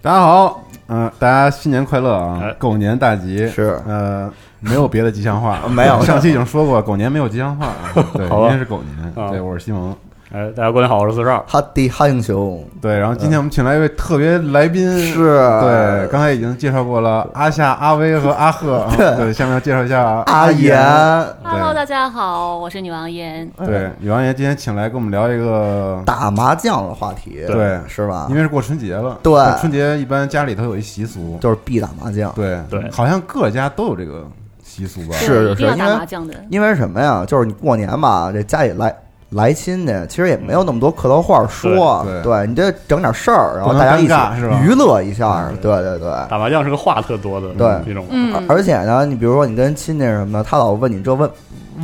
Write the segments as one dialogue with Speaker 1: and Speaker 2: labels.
Speaker 1: 大家好，嗯、大家新年快乐啊
Speaker 2: 哎！
Speaker 1: 狗年大吉
Speaker 3: 是，
Speaker 1: 呃，没有别的吉祥话
Speaker 3: 没有
Speaker 1: 上期已经说过，狗年没有吉 祥话啊，对，
Speaker 2: 好吧
Speaker 1: 今天是狗年，
Speaker 2: 啊
Speaker 1: 对，我是西
Speaker 3: 嗯
Speaker 1: 蒙，
Speaker 2: 哎，大家过年好，我是四十二。
Speaker 3: 哈迪哈英雄
Speaker 1: 对，然后今天我们请来一位特别来宾，
Speaker 3: 是啊
Speaker 1: 对，刚才已经介绍过了阿夏、阿威和阿赫，啊
Speaker 3: 对
Speaker 1: 对，下面要介绍一下
Speaker 3: 阿
Speaker 1: 岩
Speaker 3: 岩，，
Speaker 4: Hello，大家好，我是女王烟。
Speaker 3: 嗯
Speaker 1: 对，宇王爷今天请来跟我们聊一个，
Speaker 3: 打麻将的话题，
Speaker 1: 对
Speaker 3: 是吧
Speaker 1: 因？为是过春节了，
Speaker 3: 对
Speaker 1: 过春节一般家里头有一习俗，
Speaker 3: 就是必打麻将，
Speaker 1: 对
Speaker 2: 对
Speaker 1: 好像各家都有这个习俗 吧？
Speaker 3: 是
Speaker 4: 对一定
Speaker 3: 是因
Speaker 4: 要打
Speaker 3: 为
Speaker 4: 麻将的。
Speaker 3: 因为什么呀？就是你过年吧，这家里来来亲戚，其实也没有那么多客套话说，
Speaker 1: 对对
Speaker 3: 对你这整点事儿，然
Speaker 1: 不
Speaker 3: 后
Speaker 1: 能
Speaker 3: 大家一
Speaker 1: 尴尬是吧嗯
Speaker 3: 起娱乐一下，对对对。
Speaker 2: 打麻将是个话特多的
Speaker 3: 对
Speaker 2: 那种，
Speaker 4: 嗯，
Speaker 3: 而且呢，你比如说你跟亲戚什么的，他老问你这问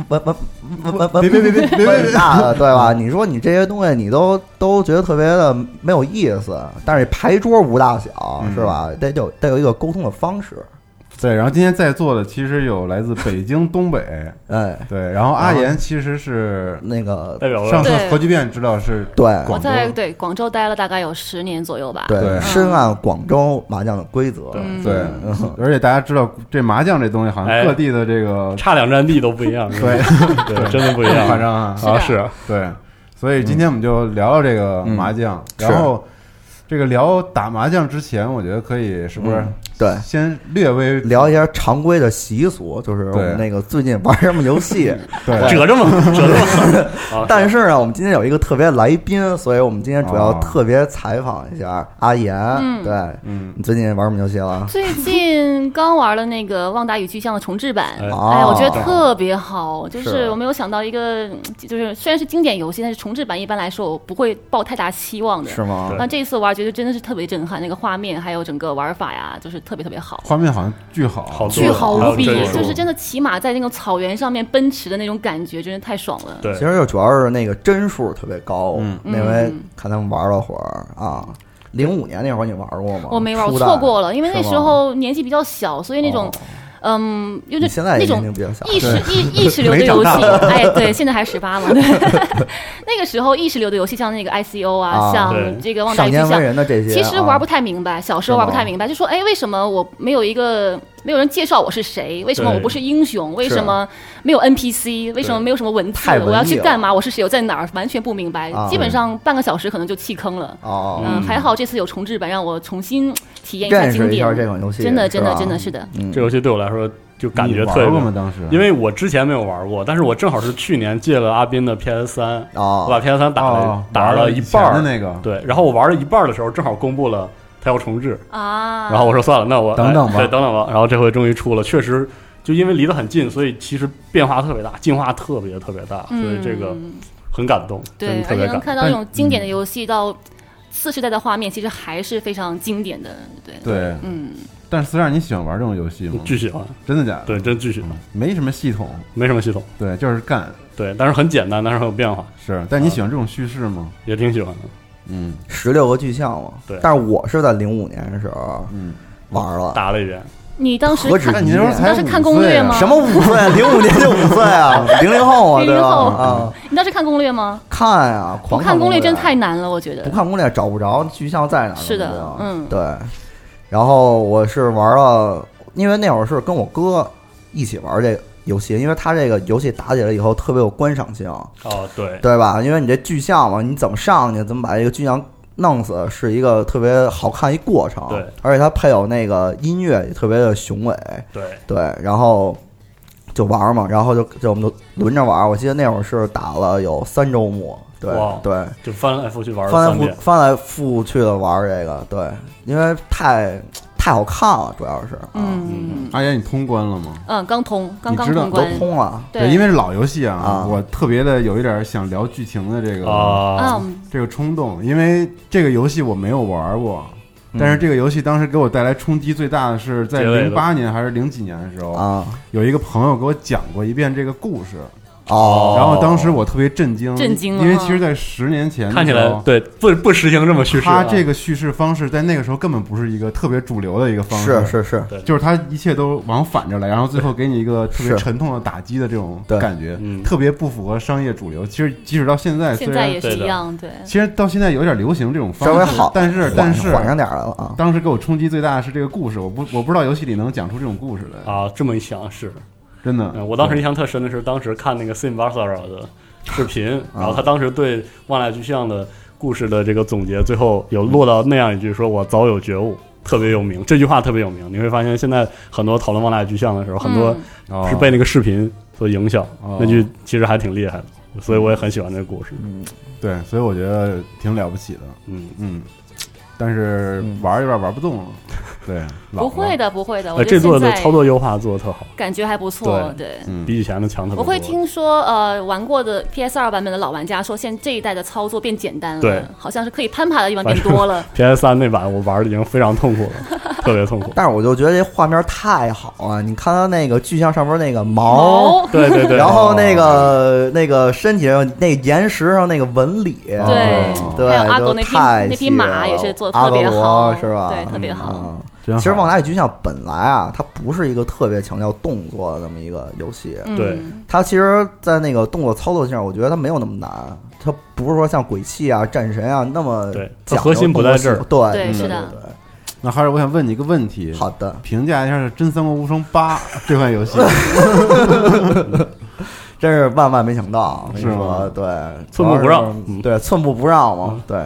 Speaker 3: 问问问问
Speaker 1: 别
Speaker 3: 问
Speaker 1: 别别 别别别
Speaker 3: 问那的，对吧？你说你这些东西，你都都觉得特别的没有意思，但是牌桌无大小，
Speaker 1: 嗯
Speaker 3: 是吧？得有得有一个沟通的方式，
Speaker 1: 对，然后今天在座的其实有来自北京、东北，
Speaker 3: 哎，
Speaker 1: 对，然后阿岩其实是
Speaker 3: 那个
Speaker 2: 代表
Speaker 1: 上
Speaker 2: 了
Speaker 1: 次
Speaker 4: 对
Speaker 1: 核聚变知道是
Speaker 3: 对
Speaker 4: 我
Speaker 1: 广州
Speaker 4: 在对广州待了大概有十年左右吧。
Speaker 1: 对
Speaker 3: 深谙广州麻将的规则，
Speaker 2: 对
Speaker 1: 对
Speaker 3: 嗯，
Speaker 1: 而且大家知道这麻将这东西好像
Speaker 2: 哎
Speaker 1: 各地的这个
Speaker 2: 差两站地都不一样，
Speaker 1: 对
Speaker 2: 对，真的不一 样，
Speaker 1: 夸张啊，
Speaker 2: 啊，是
Speaker 1: 对，所以今天我们就聊聊这个麻将，
Speaker 3: 嗯
Speaker 1: 然后这个聊打麻将之前，我觉得可以是不是
Speaker 3: 嗯对。
Speaker 1: 先略微
Speaker 3: 聊一下常规的习俗，就是我们
Speaker 1: 对
Speaker 3: 那个最近玩什么游戏。
Speaker 1: 啊对
Speaker 2: 折这 么折这么狠啊，
Speaker 3: 但是呢，我们今天有一个特别来宾，所以我们今天主要
Speaker 1: 哦
Speaker 3: 特别采访一下阿岩。对，
Speaker 1: 嗯，
Speaker 3: 你最近玩什么游戏了？
Speaker 4: 最近刚玩了那个《旺达与巨像》的重制版，
Speaker 2: 哎
Speaker 4: 哎呀，我觉得
Speaker 3: 哦
Speaker 4: 特别好。就是是我没有想到一个，嗯就是虽然是经典游戏，但是重制版一般来说我不会抱太大期望的。
Speaker 3: 是吗？
Speaker 2: 对
Speaker 4: 那这一次玩，觉得真的是特别震撼，那个画面还有整个玩法呀，就是特别特别好。
Speaker 1: 画面好像巨好，
Speaker 2: 好
Speaker 4: 巨好无比
Speaker 2: 还有帧，数
Speaker 4: 就是真的骑马在那种草原上面奔驰的那种感觉，真是太爽了。
Speaker 2: 对
Speaker 3: 其，实就主要是那个帧数特别高，
Speaker 1: 嗯
Speaker 3: 那回看他们玩了会儿啊。零五年那会儿你玩过吗？
Speaker 4: 我没玩，我
Speaker 3: 初代
Speaker 4: 错过了，因为那
Speaker 3: 是吗
Speaker 4: 时候年纪比较小，所以那种
Speaker 3: 哦，
Speaker 4: 嗯，就是
Speaker 3: 你现在
Speaker 4: 那
Speaker 3: 年
Speaker 4: 种
Speaker 3: 龄比较小，
Speaker 4: 意识意意识流的游戏，哎，对，现在还十八嘛。对 那个时候意识流的游戏，像那个 ICO 啊，
Speaker 3: 啊
Speaker 2: 对
Speaker 4: 像这个旺达
Speaker 3: 上
Speaker 4: 与巨
Speaker 3: 千
Speaker 4: 像
Speaker 3: 文，人的这些，
Speaker 4: 其实玩不
Speaker 3: 啊
Speaker 4: 太明白，小时候玩不太明白，就说哎，为什么我没有一个没有人介绍我是谁？为什么
Speaker 2: 对
Speaker 4: 我不是英雄？为
Speaker 3: 是
Speaker 4: 什么没有 NPC？为什么没有什么文字
Speaker 3: 太？文艺
Speaker 4: 我要去
Speaker 3: 了
Speaker 4: 干嘛？我是谁？我在哪儿？完全不明白
Speaker 3: 啊，
Speaker 4: 基本上半个小时可能就弃坑了。
Speaker 3: 哦，
Speaker 4: 嗯，还好这次有重置版，让我重新体验一下
Speaker 3: 认
Speaker 4: 经
Speaker 3: 识一下这
Speaker 4: 典。
Speaker 3: 款游戏，
Speaker 4: 真的，真
Speaker 3: 是
Speaker 4: 的，
Speaker 3: 吧
Speaker 4: 真的是的。
Speaker 3: 嗯
Speaker 2: 这游戏对我来说就感觉
Speaker 1: 你
Speaker 2: 特别
Speaker 1: 玩过吗？当时
Speaker 2: 因为我之前没有玩过，但是我正好是去年借了阿斌的 PS 三，我把
Speaker 3: 哦，
Speaker 2: PS 三打了、
Speaker 1: 哦
Speaker 2: 打
Speaker 1: 玩了
Speaker 2: 一
Speaker 1: 以
Speaker 2: 半
Speaker 1: 前的
Speaker 2: 儿，
Speaker 1: 那个，
Speaker 2: 对，然后我玩了一半儿的时候，正好公布了它要重置，
Speaker 4: 啊，
Speaker 2: 然后我说算了，那我
Speaker 1: 等等吧
Speaker 2: 哎对，等等吧。然后这回终于出了，确实就因为离得很近，所以其实变化特别大，进化特别特别大，所以这个
Speaker 4: 嗯、
Speaker 2: 很感动，真
Speaker 4: 对，
Speaker 2: 的特
Speaker 4: 而且
Speaker 2: 别
Speaker 4: 能
Speaker 2: 感
Speaker 4: 看到这种经典的游戏到次世代的画面，其实还是非常经典的。对，
Speaker 1: 对，
Speaker 4: 嗯，
Speaker 1: 但是四十二，你喜欢玩这种游戏吗
Speaker 2: 动，？巨喜欢，
Speaker 1: 真的假的？
Speaker 2: 对，真巨喜欢，
Speaker 1: 没什么系统，
Speaker 2: 没什么系统，
Speaker 1: 对，就是干
Speaker 2: 对，但是很简单，但是很有变化，
Speaker 1: 是。但你喜欢这种叙事吗？
Speaker 2: 也挺喜欢的。
Speaker 1: 嗯
Speaker 3: 十六个巨像嘛，
Speaker 2: 对
Speaker 3: 但是我是在零五年的时候
Speaker 1: 嗯，
Speaker 3: 玩了，
Speaker 2: 打了一遍，
Speaker 4: 你当时
Speaker 3: 何止
Speaker 4: 看
Speaker 1: 那你那时候才
Speaker 4: 你当时看攻略吗
Speaker 1: 五岁啊
Speaker 3: 什么五岁，零五年就五岁 啊，零零后啊，对吧？
Speaker 4: 00后
Speaker 3: 啊，
Speaker 4: 你当时看攻略吗？
Speaker 3: 看呀，
Speaker 4: 不
Speaker 3: 狂
Speaker 4: 看
Speaker 3: 攻
Speaker 4: 攻略真太难了，我觉得
Speaker 3: 不。看攻略啊找不着巨像在哪儿。
Speaker 4: 是的
Speaker 3: 对吧
Speaker 4: 嗯
Speaker 3: 啊对。然后我是玩了，因为那会儿是跟我哥一起玩这个游戏，因为他这个游戏打起来以后特别有观赏性，
Speaker 2: 哦，对，
Speaker 3: 对吧？因为你这巨像嘛，你怎么上去，怎么把这个巨像弄死，是一个特别好看一过程。
Speaker 2: 对，
Speaker 3: 而且它配有那个音乐也特别的雄伟，
Speaker 2: 对，
Speaker 3: 对，然后。就玩嘛，然后就就我们就轮着玩。我记得那会儿是打了有三周目，对
Speaker 2: 哇
Speaker 3: 对，
Speaker 2: 就翻来覆去玩了
Speaker 3: 翻来
Speaker 2: 三
Speaker 3: 覆
Speaker 2: 遍，
Speaker 3: 翻来覆去的玩这个，对，因为太太好看了，主要是，啊，
Speaker 4: 嗯
Speaker 1: 阿岩，你通关了吗？
Speaker 4: 嗯，刚通，刚刚
Speaker 1: 你知道
Speaker 4: 通
Speaker 3: 都
Speaker 4: 关。
Speaker 3: 通了，
Speaker 4: 对，
Speaker 1: 因为是老游戏啊，
Speaker 3: 啊
Speaker 1: 我特别的有一点想聊剧情的这个
Speaker 2: 啊，
Speaker 4: 嗯，
Speaker 1: 这个冲动，因为这个游戏我没有玩过。但是这个游戏当时给我带来冲击最大的是在
Speaker 2: 嗯结尾的
Speaker 1: 零八年还是零几年的时候，
Speaker 3: 啊，
Speaker 1: 有一个朋友给我讲过一遍这个故事，
Speaker 3: 哦，
Speaker 1: 然后当时我特别震惊，
Speaker 4: 震惊了
Speaker 1: 因为其实，在十年前的
Speaker 2: 看起
Speaker 1: 时
Speaker 2: 来
Speaker 1: 候
Speaker 2: 对不不实行这么叙事
Speaker 1: 他
Speaker 2: 啊，
Speaker 1: 这个叙事方式在那个时候根本不是一个特别主流的一个方式，
Speaker 3: 是是是，
Speaker 1: 就是他一切都往反着来，然后最后给你一个特别
Speaker 3: 是
Speaker 1: 沉痛的打击的这种
Speaker 3: 对
Speaker 1: 感觉，
Speaker 2: 嗯
Speaker 1: 特别不符合商业主流。其实即使到现在，虽
Speaker 4: 现在
Speaker 1: 然
Speaker 4: 也是
Speaker 2: 对的
Speaker 4: 一样，对，
Speaker 1: 其实到现在有点流行这种方
Speaker 3: 稍
Speaker 1: 式，
Speaker 3: 微好，
Speaker 1: 但是
Speaker 3: 缓
Speaker 1: 但是
Speaker 3: 缓上点儿来了啊。
Speaker 1: 当时给我冲击最大的是这个故事，我不我不知道游戏里能讲出这种故事来，
Speaker 2: 啊，这么一想是，
Speaker 1: 真的。
Speaker 2: 嗯，我当时印象特深的是，当时看那个 Sim Barcelo 的视频，然后他当时对《万籁俱象》的故事的这个总结，最后有落到那样一句：“说我早有觉悟。”特别有名，这句话特别有名。你会发现，现在很多讨论《万籁俱象》的时候，很多
Speaker 4: 嗯
Speaker 1: 哦
Speaker 2: 是被那个视频所影响。
Speaker 1: 哦
Speaker 2: 那句其实还挺厉害的，所以我也很喜欢这个故事。
Speaker 1: 对，所以我觉得挺了不起的，
Speaker 2: 嗯，
Speaker 1: 嗯。但是
Speaker 3: 嗯
Speaker 1: 玩儿有点玩不动了， 对，老
Speaker 4: 不
Speaker 1: 了
Speaker 4: 会，的，不会的，我
Speaker 2: 呃，
Speaker 4: 觉
Speaker 2: 这
Speaker 4: 得
Speaker 2: 做
Speaker 4: 现
Speaker 2: 的
Speaker 4: 在
Speaker 2: 操作优化做的特好，
Speaker 4: 感觉还不错，对。
Speaker 1: 嗯，
Speaker 2: 比以前的强特别多。
Speaker 4: 我会听说，呃，玩过的 PS 二版本的老玩家说，现在这一代的操作变简单了，
Speaker 2: 对
Speaker 4: 好像是可以攀爬的地方变多了，
Speaker 2: PS 三那版，我玩的已经非常痛苦 了，特别痛苦。
Speaker 3: 但是我就觉得这画面太好啊！你看它那个巨像上面那个毛，
Speaker 4: 毛，
Speaker 2: 哦对对对，哦
Speaker 3: 然后那个那个身体上那岩石上那个纹理，
Speaker 4: 对
Speaker 1: 哦，
Speaker 3: 对
Speaker 4: 还有阿狗
Speaker 3: 就
Speaker 4: 那匹
Speaker 3: 太
Speaker 4: 那匹
Speaker 3: 细了
Speaker 4: 马也是做的
Speaker 3: 阿
Speaker 4: 特别
Speaker 3: 格罗
Speaker 4: 好，
Speaker 3: 是吧？
Speaker 4: 对，特别好。
Speaker 3: 嗯
Speaker 1: 真好
Speaker 3: 其实《旺达与巨像》本来啊，它不是一个特别强调动作的这么一个游戏，
Speaker 4: 嗯
Speaker 2: 对
Speaker 3: 它其实，在那个动作操作上，我觉得它没有那么难，它不是说像鬼泣啊、战神啊那么
Speaker 2: 对它
Speaker 3: 讲究
Speaker 2: 核心不在这儿
Speaker 3: 动作系
Speaker 4: 对
Speaker 3: 对，
Speaker 4: 是
Speaker 3: 对
Speaker 4: 的。
Speaker 1: 那还是我想问你一个问题
Speaker 3: 对，好的，
Speaker 1: 评价一下《真三国无双八》这款 游戏，
Speaker 3: 真是万万没想到，
Speaker 1: 是
Speaker 3: 我跟你
Speaker 1: 吗
Speaker 3: 说对，
Speaker 2: 寸步不
Speaker 3: 主要
Speaker 2: 让
Speaker 3: 是
Speaker 2: 嗯
Speaker 3: 对，寸步不让嘛，对，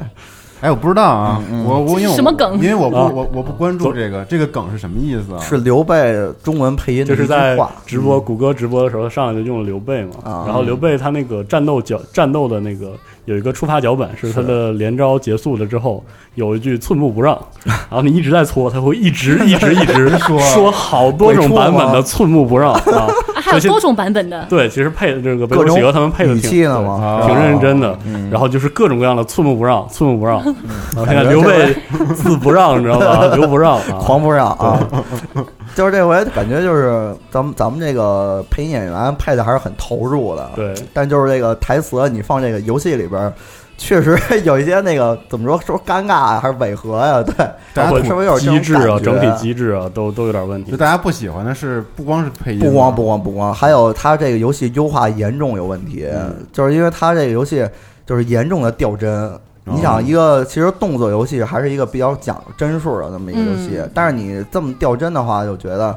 Speaker 1: 哎，我不知道啊，我我因为我
Speaker 4: 嗯什么梗
Speaker 1: 因为我不
Speaker 2: 啊
Speaker 1: 我我不关注这个，这个梗是什么意思啊？
Speaker 3: 是刘备中文配音的
Speaker 2: 就
Speaker 3: 一句
Speaker 2: 是在
Speaker 3: 话，嗯
Speaker 2: 直播谷歌直播的时候，上来就用了刘备嘛。
Speaker 3: 啊
Speaker 2: 然后刘备他那个战斗脚战斗的那个有一个触发脚本，是他的连招结束了之后有一句寸步不让， 然后你一直在搓，他会一直一直一直
Speaker 1: 说
Speaker 2: 说好多种版本的寸步不让啊。
Speaker 4: 啊还
Speaker 2: 首
Speaker 4: 有
Speaker 2: 先
Speaker 4: 多种版本的，
Speaker 2: 对，其实配的这个贝
Speaker 3: 各
Speaker 2: 多
Speaker 3: 种
Speaker 2: 企鹅他们配的
Speaker 3: 语
Speaker 2: 挺
Speaker 3: 气呢嘛啊
Speaker 2: 对挺认真的。然后就是各种各样的寸步不让，寸步不
Speaker 3: 嗯
Speaker 2: 让。啊，现在刘备 自不让，你知道吧？ 刘不让啊，
Speaker 3: 狂不让啊！ 就是这回感觉就是咱们咱们这个配音演员配的还是很投入的，
Speaker 2: 对
Speaker 3: 但就是这个台词啊你放这个游戏里边儿，确实 有一些那个怎么说说尴尬啊，还是违和呀、对，
Speaker 1: 大家
Speaker 2: 包括
Speaker 3: 是不是有这种
Speaker 2: 机制啊，
Speaker 3: 感觉
Speaker 2: 整体机制啊，都都有点问题
Speaker 1: 就。大家不喜欢的是不光是配音，啊
Speaker 3: 不光不光不光，还有它这个游戏优化严重有问题，
Speaker 1: 嗯
Speaker 3: 就是因为它这个游戏就是严重的掉帧。你
Speaker 1: 哦
Speaker 3: 想一个其实动作游戏还是一个比较讲究帧数的那么一个游戏，
Speaker 4: 嗯
Speaker 3: 但是你这么掉帧的话，就觉得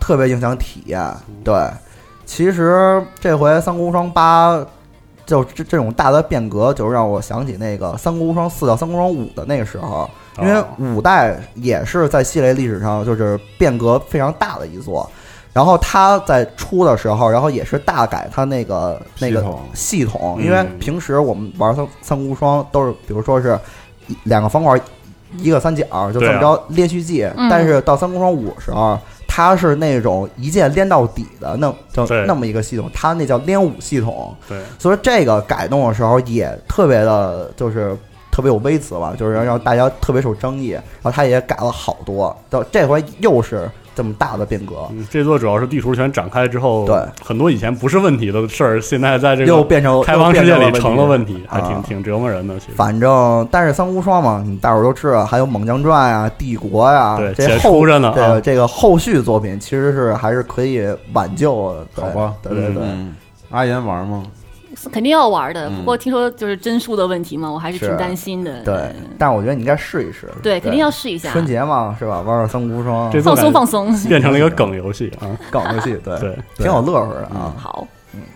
Speaker 3: 特别影响体验。对，其实这回《三国无双八》就这这种大的变革，就让我想起那个《三国无双四》到《三国无双五》的那个时候，因为
Speaker 2: 哦
Speaker 3: 五代也是在系列历史上就是变革非常大的一座。然后它在出的时候，然后也是大改它那个那
Speaker 1: 系
Speaker 3: 个
Speaker 1: 统
Speaker 3: 系统，
Speaker 2: 嗯
Speaker 3: 因为平时我们玩三三国无双都是，比如说是一两个方块，一个三角，就这
Speaker 2: 对啊
Speaker 3: 么着连续记。
Speaker 4: 嗯
Speaker 3: 但是到三国无双五时候，它是那种一键连到底的那就
Speaker 2: 对
Speaker 3: 那么一个系统，它那叫连五系统。
Speaker 2: 对，
Speaker 3: 所以这个改动的时候也特别的，就是特别有微词吧，就是让大家特别受争议。然后他也改了好多，到这回又是这么大的变革，
Speaker 2: 嗯，这座主要是地图全展开之后，
Speaker 3: 对
Speaker 2: 很多以前不是问题的事儿，现在在这
Speaker 3: 又
Speaker 2: 个
Speaker 3: 变成
Speaker 2: 开放世界里成了
Speaker 3: 问题。
Speaker 2: 问题，还挺
Speaker 3: 啊
Speaker 2: 挺折磨人的。其实，
Speaker 3: 反正，但是三国无双嘛，你大伙儿都知道，还有《猛将传》啊，《帝国》呀，
Speaker 2: 对
Speaker 3: 这
Speaker 2: 且
Speaker 3: 后
Speaker 2: 出着呢
Speaker 3: 这
Speaker 2: 啊
Speaker 3: 个这个后续作品其实是还是可以挽救的，对
Speaker 1: 好吧
Speaker 3: 对对对，
Speaker 1: 嗯阿岩玩吗？
Speaker 4: 肯定要玩的。
Speaker 1: 嗯
Speaker 4: 不过听说就是帧数的问题嘛，我还是挺
Speaker 3: 是
Speaker 4: 担心的。
Speaker 3: 对，但是我觉得你应该试一试，
Speaker 4: 嗯对，肯定要试一下，
Speaker 3: 春节嘛，是吧？玩玩三国无双，
Speaker 2: 这
Speaker 4: 放松放松。
Speaker 2: 变成了一个梗游戏 啊。
Speaker 3: 搞游戏，对，
Speaker 2: 对，嗯
Speaker 3: 挺有乐呵的啊。
Speaker 4: 好，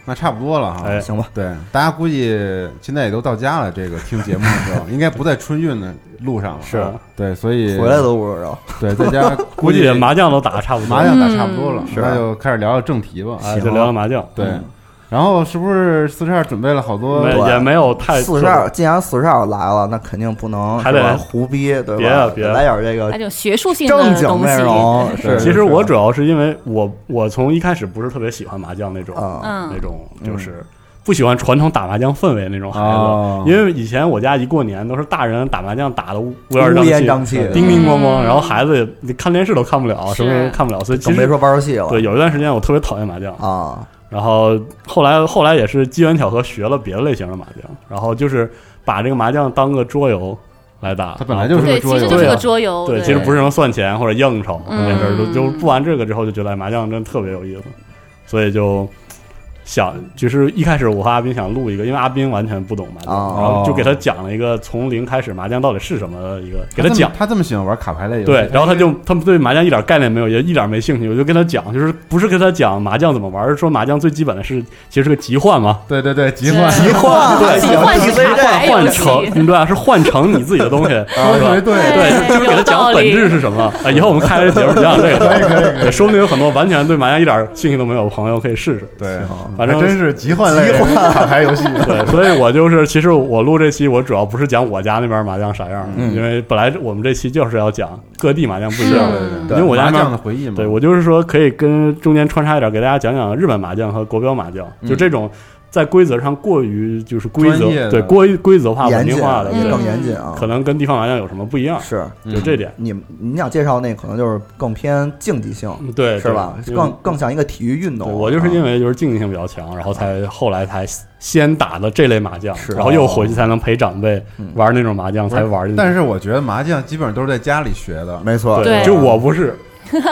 Speaker 1: 那差不多了哈。
Speaker 2: 哎
Speaker 3: 行吧，
Speaker 1: 对，大家估计现在也都到家了，这个听节目的时候，应该不在春运的路上了。
Speaker 2: 是啊
Speaker 1: 对，所以
Speaker 3: 回来都不知道。
Speaker 1: 对，在家
Speaker 2: 估
Speaker 1: 估
Speaker 2: 计麻将都打得差不多
Speaker 1: 麻
Speaker 2: 了，
Speaker 1: 将打差不多了，
Speaker 3: 是
Speaker 1: 那就开始聊聊正题吧。啊
Speaker 2: 哎，
Speaker 3: 行啊
Speaker 2: 就聊聊麻将。
Speaker 1: 对，然后是不是四十二准备了好多？
Speaker 2: 没
Speaker 3: 对
Speaker 2: 也没有太
Speaker 3: 四十二，，既然四十二来了，那肯定不能
Speaker 2: 还得
Speaker 3: 是吧胡逼，对
Speaker 2: 别
Speaker 3: 吧
Speaker 2: 啊？别啊
Speaker 3: 来点这个
Speaker 4: 那种学术性
Speaker 3: 呃正
Speaker 4: 的
Speaker 3: 经
Speaker 4: 东
Speaker 3: 内
Speaker 4: 西，
Speaker 3: 容。是，
Speaker 2: 其
Speaker 3: 是
Speaker 2: 实我主要是因为我我从一开始不是特别喜欢麻将那种
Speaker 3: 啊，
Speaker 4: 嗯
Speaker 2: 那种就是不喜欢传统打麻将氛围那种孩
Speaker 1: 哦
Speaker 2: 子，因为以前我家一过年都是大人打麻将打的乌乌烟
Speaker 3: 乌烟
Speaker 2: 瘴
Speaker 3: 瘴
Speaker 2: 气，
Speaker 3: 气的，
Speaker 2: 叮叮咣咣，然后孩子也你看电视都看不了，
Speaker 4: 嗯是
Speaker 2: 什么都看不了，所以其
Speaker 3: 更别
Speaker 2: 实
Speaker 3: 说玩游戏了。
Speaker 2: 对有一段时间我特别讨厌麻将，
Speaker 3: 啊，
Speaker 2: 然后后来后来也是机缘巧合学了别的类型的麻将，然后就是把这个麻将当个桌游来打。
Speaker 1: 它本来就是
Speaker 4: 对，
Speaker 1: 个
Speaker 4: 其
Speaker 1: 桌
Speaker 4: 实
Speaker 1: 游
Speaker 4: 就是
Speaker 2: 对
Speaker 4: 个
Speaker 2: 啊
Speaker 4: 桌游，
Speaker 2: 对，其实不是什么算钱或者应酬
Speaker 4: 嗯
Speaker 2: 那事儿，就就不玩这个之后就觉得哎麻将真特别有意思，所以就想就是一开始我和阿斌想录一个，因为阿斌完全不懂麻将，
Speaker 3: 哦
Speaker 2: 然后就给他讲了一个从零开始麻将到底是什么的一个，给
Speaker 1: 他
Speaker 2: 他
Speaker 1: 这么
Speaker 2: 讲。
Speaker 1: 他这么喜欢玩卡牌类游戏，
Speaker 2: 对，然后他就他们对麻将一点概念没有，也一点没兴趣。我就跟他讲，就是不是跟他讲麻将怎么玩，而是说麻将最基本的是其实是个集换嘛，
Speaker 1: 对对对，集换，
Speaker 4: 对
Speaker 3: 换啊对
Speaker 4: 集换
Speaker 3: 行
Speaker 4: 是
Speaker 3: 对
Speaker 4: 卡牌
Speaker 2: 换
Speaker 4: 游戏，
Speaker 2: 成嗯对啊，是换成你自己 的东西，
Speaker 1: 说的
Speaker 2: 是吧？
Speaker 1: 啊对，
Speaker 2: 对，就是给他
Speaker 4: 哎有
Speaker 2: 讲
Speaker 4: 道
Speaker 2: 本
Speaker 4: 理
Speaker 2: 质是什么啊。以后我们开这节目就讲这个，对，说不定有很多完全对麻将一点兴趣都没有的朋友可以试试。
Speaker 1: 对，
Speaker 3: 嗯
Speaker 2: 反正
Speaker 1: 还真是集换类卡牌游戏，
Speaker 2: 对，所以我就是，其实我录这期，我主要不是讲我家那边麻将啥样儿，
Speaker 3: 嗯
Speaker 2: 因为本来我们这期就是要讲各地麻将不一
Speaker 1: 对
Speaker 2: 样，
Speaker 1: 啊对
Speaker 2: 啊因为我家
Speaker 1: 麻
Speaker 2: 那边
Speaker 1: 将的回忆嘛，
Speaker 2: 对我就是说，可以跟中间穿插一点，给大家讲讲日本麻将和国标麻将，就这种在规则上过于就是规
Speaker 1: 嗯专业
Speaker 2: 则
Speaker 1: 的
Speaker 2: 对规规则化、
Speaker 3: 严
Speaker 2: 啊文
Speaker 3: 谨
Speaker 2: 明化的，
Speaker 4: 嗯
Speaker 2: 对
Speaker 3: 更严谨啊，
Speaker 2: 可能跟地方麻将有什么不一样，
Speaker 3: 是
Speaker 1: 嗯
Speaker 2: 就这点，
Speaker 3: 你们你想介绍那可能就是更偏竞技性，
Speaker 2: 嗯对，
Speaker 3: 是吧？
Speaker 2: 对
Speaker 3: 更啊更像一个体育运
Speaker 2: 对
Speaker 3: 动。
Speaker 2: 我就是因
Speaker 3: 为
Speaker 2: 为就是竞技性比较强，然后才后来才先打的这类麻将，
Speaker 3: 是嗯
Speaker 2: 然后又回去才能陪长辈玩那种麻将，才玩进去。
Speaker 1: 但是我觉得麻将基本上都是在家里学的，
Speaker 3: 啊没错，
Speaker 4: 对
Speaker 2: 啊就我不 是，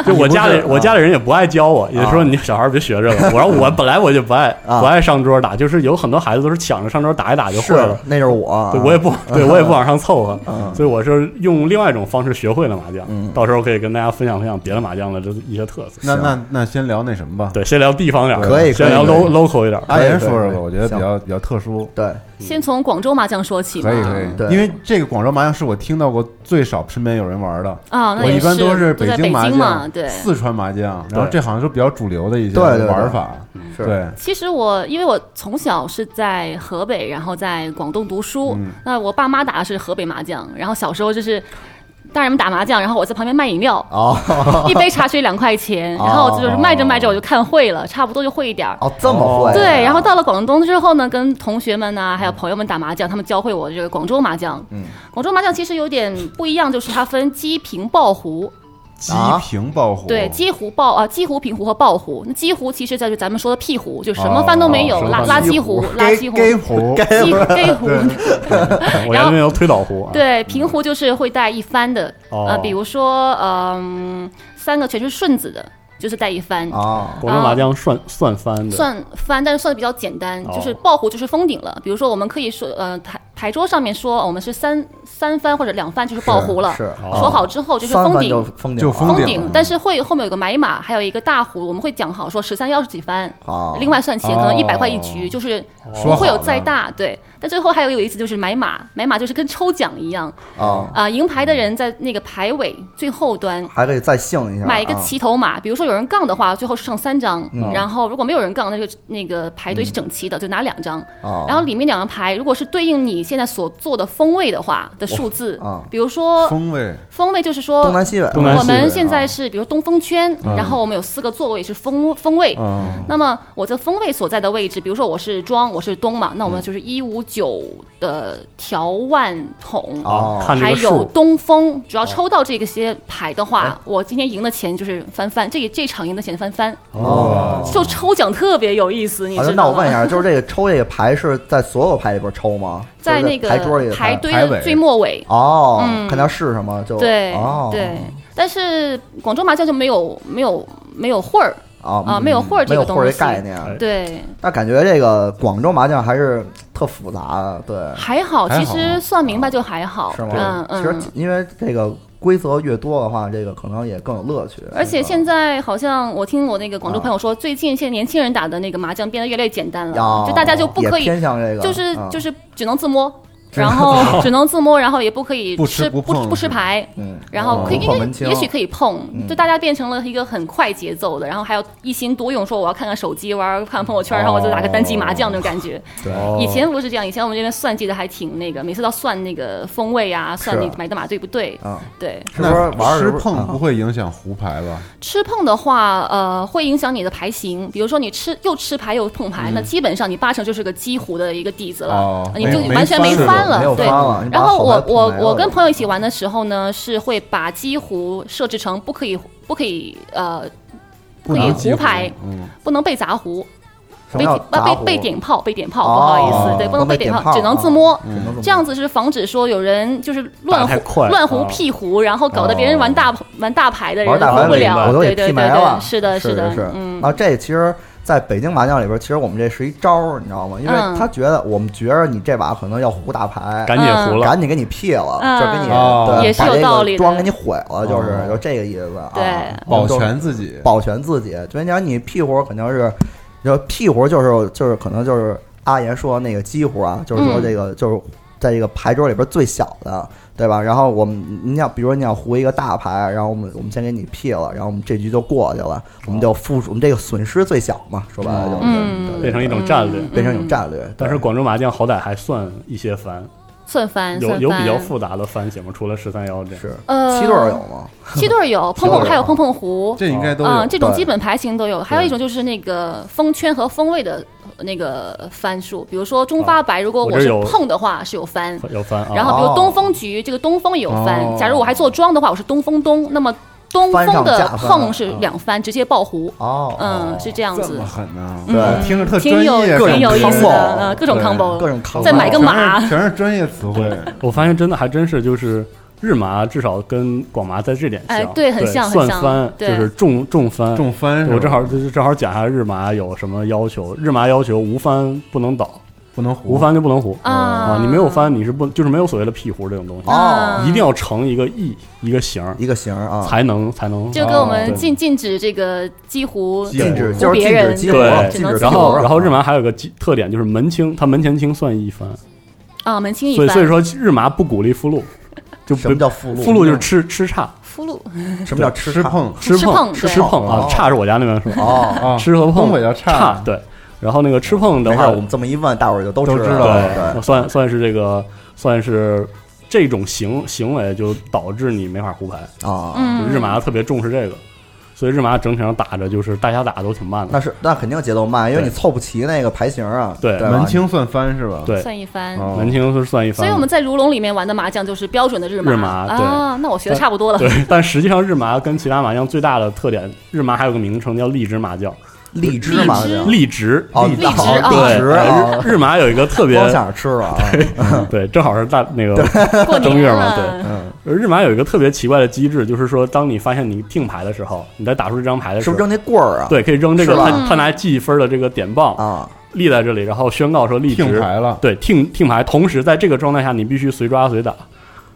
Speaker 2: 就我家
Speaker 3: 你
Speaker 2: 里
Speaker 3: 不是啊
Speaker 2: 我家里人也不爱教我，也
Speaker 3: 啊
Speaker 2: 说你小孩儿别学这个。我说我本来我就不爱
Speaker 3: 啊
Speaker 2: 不爱上桌打，就是有很多孩子都是抢着上桌打一啊打就会
Speaker 3: 是
Speaker 2: 了，
Speaker 3: 那就是我啊
Speaker 2: 对，我也 不对我也不往上凑合。
Speaker 3: 嗯
Speaker 2: 所以我是用另外一种方式学会了麻将
Speaker 3: 嗯，
Speaker 2: 到时候可以跟大家分享分享别的麻将的这一些特色。
Speaker 1: 那
Speaker 3: 行
Speaker 1: 那那先聊那什么吧，
Speaker 2: 啊对，先聊地方点儿，
Speaker 3: 可以
Speaker 2: 先聊
Speaker 3: 可以
Speaker 2: lo local 一 点儿。
Speaker 1: 阿岩说说
Speaker 3: 可以
Speaker 1: 吧，我觉得比较比较特殊，
Speaker 3: 对
Speaker 4: 先从广州麻将说起嘛，
Speaker 1: 可以可以，
Speaker 3: 对
Speaker 1: 因为这个广州麻将是我听到过最少身边有人玩的。
Speaker 4: 啊，那
Speaker 1: 我
Speaker 4: 也
Speaker 1: 一般都
Speaker 4: 是
Speaker 1: 北
Speaker 4: 在北
Speaker 1: 麻
Speaker 4: 嘛，
Speaker 1: 将、
Speaker 4: 对。
Speaker 1: 四川麻将，然后
Speaker 2: 对
Speaker 1: 这好像是比较主流的一些
Speaker 3: 对对对
Speaker 1: 玩法。
Speaker 3: 是
Speaker 1: 对，
Speaker 4: 其实我因为我从小是在河北，然后在广东读书，
Speaker 1: 嗯
Speaker 4: 那我爸妈打的是河北麻将，然后小时候就是大人们打麻将，然后我在旁边卖饮料，
Speaker 3: 哦
Speaker 4: 一杯茶水两块钱，
Speaker 3: 哦
Speaker 4: 然后就是卖着卖着我就看会了，差不多就会一点儿。
Speaker 3: 哦这么会啊
Speaker 4: 对，然后到了广东之后呢，跟同学们呐、还有朋友们打麻将，他们教会我这个广州麻将。
Speaker 3: 嗯，
Speaker 4: 广州麻将其实有点不一样，就是它分鸡平爆胡，
Speaker 1: 鸡
Speaker 3: 啊
Speaker 1: 平爆火，
Speaker 4: 对，鸡胡爆啊，鸡胡、平胡和爆胡。那鸡胡其实就是咱们说的屁胡，就什么饭都没有，
Speaker 1: 哦什么
Speaker 4: 拉拉
Speaker 1: 饭都
Speaker 4: 鸡胡，拉鸡胡，
Speaker 1: 鸡 胡，
Speaker 4: 鸡鸡胡。
Speaker 2: 我家那边有推倒壶啊，
Speaker 4: 对，平胡就是会带一番的，
Speaker 2: 哦
Speaker 4: 呃，比如说，嗯、三个全是顺子的，就是带一 番。
Speaker 3: 啊
Speaker 2: 广州麻将算算翻的，
Speaker 4: 算翻，但是算的比较简单，
Speaker 2: 哦
Speaker 4: 就是爆胡就是封顶了。比如说，我们可以说，呃，牌牌桌上面说呃我们是三三番或者两番就是爆胡了，
Speaker 3: 是
Speaker 2: 哦
Speaker 4: 说好之后就是
Speaker 3: 三
Speaker 4: 封
Speaker 3: 番
Speaker 4: 顶
Speaker 3: 就，封顶
Speaker 1: 就封
Speaker 3: 了
Speaker 1: 顶
Speaker 4: 封
Speaker 1: 了
Speaker 4: 顶。但是会后面有个买马，还有一个大胡，我们会讲好说十三要是几番，
Speaker 3: 啊，
Speaker 4: 另外算钱，可能
Speaker 1: 哦
Speaker 4: 一百块一局，就是
Speaker 1: 说
Speaker 4: 不会有
Speaker 1: 好
Speaker 4: 再
Speaker 1: 了
Speaker 4: 大对。但最后还有有一次就是买马，买马就是跟抽奖一样
Speaker 3: 啊
Speaker 4: 啊、赢牌的人在那个牌尾最后端
Speaker 3: 还得再兴一下，
Speaker 4: 买一个
Speaker 3: 啊
Speaker 4: 齐头马，比如说有人杠的话，最后是剩三张，然后如果没有人杠，那就那个排队是整齐的，就拿两张。
Speaker 3: 啊，
Speaker 4: 然后里面两张牌，如果是对应你现在所做的风位的话的数字
Speaker 3: 啊，
Speaker 4: 比如说
Speaker 1: 风味
Speaker 4: 风位就是说
Speaker 3: 东南西北
Speaker 2: 东南
Speaker 4: 我
Speaker 2: 西北啊嗯
Speaker 4: 们现在是比如东风圈，然后我们有四个座位是风风位。
Speaker 1: 嗯，
Speaker 4: 那么我这风位所在的位置，比如说我是庄，我是东嘛，
Speaker 2: 嗯
Speaker 4: 那我们就是一五九的调万筒，
Speaker 3: 哦
Speaker 2: 啊看这
Speaker 4: 还
Speaker 2: 个
Speaker 4: 有
Speaker 2: 数，
Speaker 4: 东风，只要抽到这个些牌的
Speaker 2: 哎
Speaker 4: 话，我今天赢的钱就是翻番，这这场赢的钱翻番，
Speaker 3: 哦。
Speaker 4: 就抽奖特别有意思，你
Speaker 3: 好
Speaker 4: 知
Speaker 3: 的，那
Speaker 4: 道
Speaker 3: 我问一
Speaker 4: 吗？
Speaker 3: 下，就是这个抽这个牌是在所有牌里边抽吗？
Speaker 4: 在
Speaker 3: 就是
Speaker 4: 那个
Speaker 3: 牌桌里的
Speaker 4: 牌
Speaker 3: 牌
Speaker 4: 堆
Speaker 1: 牌尾
Speaker 4: 的最末尾，
Speaker 3: 哦，
Speaker 4: 嗯
Speaker 3: 看它是什么就
Speaker 4: 对
Speaker 3: 哦
Speaker 4: 对，但是广州麻将就没有没有没有会儿，
Speaker 3: 啊
Speaker 4: 啊没有
Speaker 3: 嗯
Speaker 4: 会儿这
Speaker 3: 没有
Speaker 4: 个
Speaker 3: 会儿这
Speaker 4: 东西
Speaker 3: 概念，
Speaker 2: 哎
Speaker 4: 对，
Speaker 3: 那感觉这个广州麻将还是特复杂的，对，
Speaker 4: 还好，
Speaker 1: 还
Speaker 4: 其
Speaker 1: 好
Speaker 4: 实算明白就还好，
Speaker 3: 啊是吗
Speaker 4: 嗯？
Speaker 3: 其实
Speaker 4: 嗯。
Speaker 3: 因为这个规则越多的话，这个可能也更有乐趣。
Speaker 4: 而且现在好像我听我那个广州
Speaker 3: 啊
Speaker 4: 朋友说，最近现在年轻人打的那个麻将变得越来越简单了，
Speaker 3: 哦
Speaker 4: 就大家就不
Speaker 3: 也
Speaker 4: 可以
Speaker 3: 偏向这个，
Speaker 4: 就是
Speaker 3: 嗯哦
Speaker 4: 就是只能自摸， 然后只能自摸，然后也不可以
Speaker 1: 不吃
Speaker 4: 吃
Speaker 1: 不
Speaker 4: 不
Speaker 1: 碰
Speaker 4: 不吃
Speaker 1: 是吧
Speaker 4: 牌，
Speaker 3: 嗯，
Speaker 4: 然后可以
Speaker 3: 哦
Speaker 4: 因
Speaker 3: 碰
Speaker 4: 为
Speaker 3: 门嗯清
Speaker 4: 也许可以碰，就大家变成了一个很快节奏的，然后还有一心多用，说我要看看手机，玩儿看朋友圈，然后我就打个单机麻将那种感觉。
Speaker 2: 哦
Speaker 4: 以前不是这样，以前我们这边算计的还挺那个，每次都要算那个风味啊，算你
Speaker 3: 是
Speaker 4: 买的码对不对。
Speaker 3: 啊，
Speaker 4: 对，
Speaker 3: 是不是
Speaker 1: 那
Speaker 3: 玩儿
Speaker 1: 吃
Speaker 3: 是不是
Speaker 1: 碰
Speaker 3: 啊
Speaker 1: 不会影响胡牌吧？
Speaker 4: 吃碰的话，呃，会影响你的牌型。比如说你吃又吃牌又碰牌，那基本上你八成就是个激胡的一个底子了，呃
Speaker 1: 哦
Speaker 4: 你就
Speaker 1: 没
Speaker 4: 完全
Speaker 1: 没翻
Speaker 4: 翻
Speaker 3: 没有
Speaker 4: 了。对
Speaker 3: 翻，了。你把
Speaker 4: 然后
Speaker 3: 好
Speaker 4: 我
Speaker 3: 牌
Speaker 4: 我
Speaker 3: 没了
Speaker 4: 我跟朋友一起玩的时候呢，是会把激胡设置成不可以不可以呃不可以
Speaker 1: 能激
Speaker 4: 胡牌，
Speaker 1: 嗯，
Speaker 4: 不能被砸胡。
Speaker 3: 什么
Speaker 4: 被
Speaker 3: 叫
Speaker 4: 啊
Speaker 3: 杂
Speaker 4: 被
Speaker 3: 胡
Speaker 4: 被点炮，被点炮，不好意
Speaker 3: 哦
Speaker 4: 思，对，不能
Speaker 3: 被
Speaker 4: 被点
Speaker 3: 点
Speaker 4: 炮，哦只
Speaker 3: 炮
Speaker 4: 能自
Speaker 3: 啊
Speaker 4: 摸。
Speaker 1: 嗯
Speaker 3: 只能么
Speaker 4: 这样子是防止说有人就是
Speaker 2: 打
Speaker 4: 乱
Speaker 2: 太
Speaker 4: 胡
Speaker 2: 快
Speaker 4: 乱胡
Speaker 2: 啊
Speaker 3: 嗯
Speaker 4: 屁胡，然后搞得别人玩大玩大牌的人
Speaker 3: 哦玩大
Speaker 4: 活
Speaker 3: 牌
Speaker 4: 不
Speaker 2: 的人
Speaker 4: 了，
Speaker 3: 我都给
Speaker 4: 对对
Speaker 3: 踢
Speaker 4: 对
Speaker 3: 没了
Speaker 4: 对，是的
Speaker 3: 是
Speaker 4: 的
Speaker 3: 是，
Speaker 4: 嗯
Speaker 3: 啊，这其实在北京麻将里边，其实我们这是一招儿，你知道吗？因为
Speaker 4: 嗯
Speaker 3: 他觉得我们觉着你这把可能要胡大牌，
Speaker 2: 赶紧
Speaker 4: 嗯
Speaker 2: 胡了，
Speaker 3: 赶紧给你辟了，
Speaker 4: 嗯
Speaker 3: 就给你
Speaker 1: 哦
Speaker 3: 对
Speaker 4: 也是
Speaker 3: 把
Speaker 4: 有
Speaker 3: 这个
Speaker 4: 道理的
Speaker 3: 庄给你毁了，就是
Speaker 1: 哦
Speaker 3: 就这个意思啊。
Speaker 4: 对
Speaker 1: 保
Speaker 3: 就是
Speaker 1: 全自己，
Speaker 3: 保全自己，就你讲你屁活肯定是，就屁活就是就是可能就是阿言说的那个激活啊，就是说
Speaker 4: 嗯
Speaker 3: 这个、就是在这个牌桌里边最小的，对吧？然后我们你想，比如说你想胡一个大牌，然后我们我们先给你屁了，然后我们这局就过去了，我们就付出我们这个损失最小嘛，说白了就是、
Speaker 4: 嗯
Speaker 3: 对对对
Speaker 2: 变成一种战略。
Speaker 3: 变成一种战略。
Speaker 2: 但是
Speaker 3: 对
Speaker 2: 广州麻将好歹还算一些番，
Speaker 4: 算翻
Speaker 2: 有
Speaker 4: 算
Speaker 2: 有比较
Speaker 4: 翻，
Speaker 2: 复杂的番型吗？除了十三幺这样，
Speaker 3: 是
Speaker 4: 呃，
Speaker 3: 七对儿有吗？
Speaker 4: 七对儿有，碰
Speaker 3: 七对儿
Speaker 4: 碰
Speaker 3: 有
Speaker 4: 还有碰碰胡，
Speaker 1: 这应该都有。
Speaker 4: 嗯，这种
Speaker 3: 对
Speaker 4: 基本牌型都有。还有一种就是那个风圈和风位的呃那个番数，比如说
Speaker 3: 啊
Speaker 4: 中发白，如果
Speaker 2: 我
Speaker 4: 我
Speaker 2: 这
Speaker 4: 是
Speaker 2: 有
Speaker 4: 碰的话是有番，
Speaker 2: 有番啊。
Speaker 4: 然后比
Speaker 3: 哦
Speaker 4: 如东风局，这个东风有
Speaker 1: 哦
Speaker 4: 翻。假如我还做庄的话，我是东风东，那么东风
Speaker 3: 翻上
Speaker 4: 的
Speaker 3: 下翻
Speaker 4: 碰是两翻，直接爆胡。
Speaker 3: 哦，
Speaker 4: 嗯，是这样
Speaker 1: 这
Speaker 4: 子
Speaker 1: 么，狠呢？
Speaker 4: 嗯
Speaker 1: 听着特
Speaker 4: 挺
Speaker 1: 专
Speaker 4: 有
Speaker 1: 业，
Speaker 3: 各
Speaker 4: 挺
Speaker 3: 种
Speaker 4: 有意思
Speaker 3: combo，
Speaker 4: 的，嗯，各种
Speaker 1: 对
Speaker 4: combo，
Speaker 3: 哦各种抗
Speaker 4: 再买个
Speaker 1: 全是
Speaker 4: 马
Speaker 1: 全是专业词汇。
Speaker 2: 我发现真的还真是就是日麻，至少跟广麻在这点像，
Speaker 4: 哎对很像
Speaker 2: 算
Speaker 4: 很像
Speaker 2: 番就
Speaker 4: 对
Speaker 2: 是重重 番。
Speaker 1: 重翻是吧，
Speaker 2: 我正好就是正好讲一下日麻有什么要求，日麻要求无番不能倒，
Speaker 1: 不能
Speaker 2: 无
Speaker 1: 胡
Speaker 2: 番就不能胡
Speaker 4: 啊
Speaker 2: 你没有番你是不就是没有所谓的屁胡这种东西，
Speaker 3: 哦
Speaker 2: 一定要成一个意一个形儿
Speaker 3: 一个型儿啊，
Speaker 2: 才能才能。啊
Speaker 4: 就跟我们
Speaker 2: 对
Speaker 4: 禁禁止这个激胡
Speaker 1: 禁止
Speaker 3: 就是
Speaker 4: 别
Speaker 3: 禁止
Speaker 4: 人
Speaker 3: 激
Speaker 2: 活对
Speaker 4: 只
Speaker 3: 禁
Speaker 4: 能
Speaker 3: 止
Speaker 4: 自
Speaker 2: 然
Speaker 4: 己
Speaker 2: 后
Speaker 3: 啊
Speaker 2: 然后日麻还有个基特点就是门清，它门前清算一番，
Speaker 4: 啊，门清一
Speaker 2: 所以
Speaker 4: 翻，
Speaker 2: 所以说日麻不鼓励附录，就
Speaker 3: 什么
Speaker 2: 不
Speaker 3: 叫附录？啊
Speaker 2: 附录就是吃吃差
Speaker 4: 俘虏
Speaker 3: 什么叫
Speaker 1: 吃
Speaker 3: 胖
Speaker 1: 碰
Speaker 2: 吃
Speaker 4: 哦吃
Speaker 2: 碰
Speaker 4: 碰
Speaker 2: 吃
Speaker 4: 对
Speaker 2: 碰啊
Speaker 3: 哦，
Speaker 2: 差是我家那边说
Speaker 3: 哦。
Speaker 1: 啊，
Speaker 2: 吃和碰
Speaker 1: 东北叫
Speaker 2: 差对。然后那个吃碰的
Speaker 3: 没事
Speaker 2: 话，
Speaker 3: 儿，我们这么一问，大伙儿就都
Speaker 1: 都
Speaker 3: 知
Speaker 1: 知道
Speaker 3: 了。
Speaker 2: 对，算算是这个算是这种行行为就导致你没法胡牌，
Speaker 3: 对啊，
Speaker 2: 哦就
Speaker 4: 嗯，
Speaker 2: 日麻特别重视这个，所以日麻整体上打着就是大家打都挺慢的，
Speaker 3: 那是那肯定节奏慢，因为
Speaker 2: 对
Speaker 3: 你凑不齐那个牌型啊。
Speaker 2: 对
Speaker 3: 吧
Speaker 1: 门清算翻是吧？
Speaker 2: 对
Speaker 4: 算一番。
Speaker 1: 哦
Speaker 2: 南青是算一番，
Speaker 4: 所以我们在如龙里面玩的麻将就是标准的日麻
Speaker 2: 日麻对
Speaker 4: 啊，那我学的差不多了。
Speaker 2: 对，但实际上日麻跟其他麻将最大的特点，日麻还有个名称叫荔枝麻将，
Speaker 3: 荔枝嘛，
Speaker 4: 荔枝
Speaker 3: 这
Speaker 2: 荔枝。
Speaker 3: 哦，
Speaker 1: 荔枝
Speaker 3: 哦
Speaker 4: 啊
Speaker 3: 荔
Speaker 2: 对
Speaker 3: 枝
Speaker 2: 呃
Speaker 3: 啊，
Speaker 2: 日日麻有一个 特别
Speaker 3: 光想着吃了啊。
Speaker 2: 对，正好是大那个
Speaker 4: 过
Speaker 2: 正
Speaker 4: 年
Speaker 2: 月嘛
Speaker 4: 了，
Speaker 3: 嗯，
Speaker 2: 日麻有一个特别奇怪的机制，就是说，当你发现你定牌的时候，你在打出这张牌的时
Speaker 3: 是
Speaker 2: 候，
Speaker 3: 不是扔那棍儿啊？
Speaker 2: 对，可以扔这个
Speaker 3: 是吧
Speaker 2: 他他拿记忆分的这个点棒
Speaker 3: 啊，
Speaker 2: 立在这里，然后宣告说立
Speaker 1: 听
Speaker 2: 直，
Speaker 1: 牌了，
Speaker 2: 对，听听牌。同时，在这个状态下，你必须随抓随打，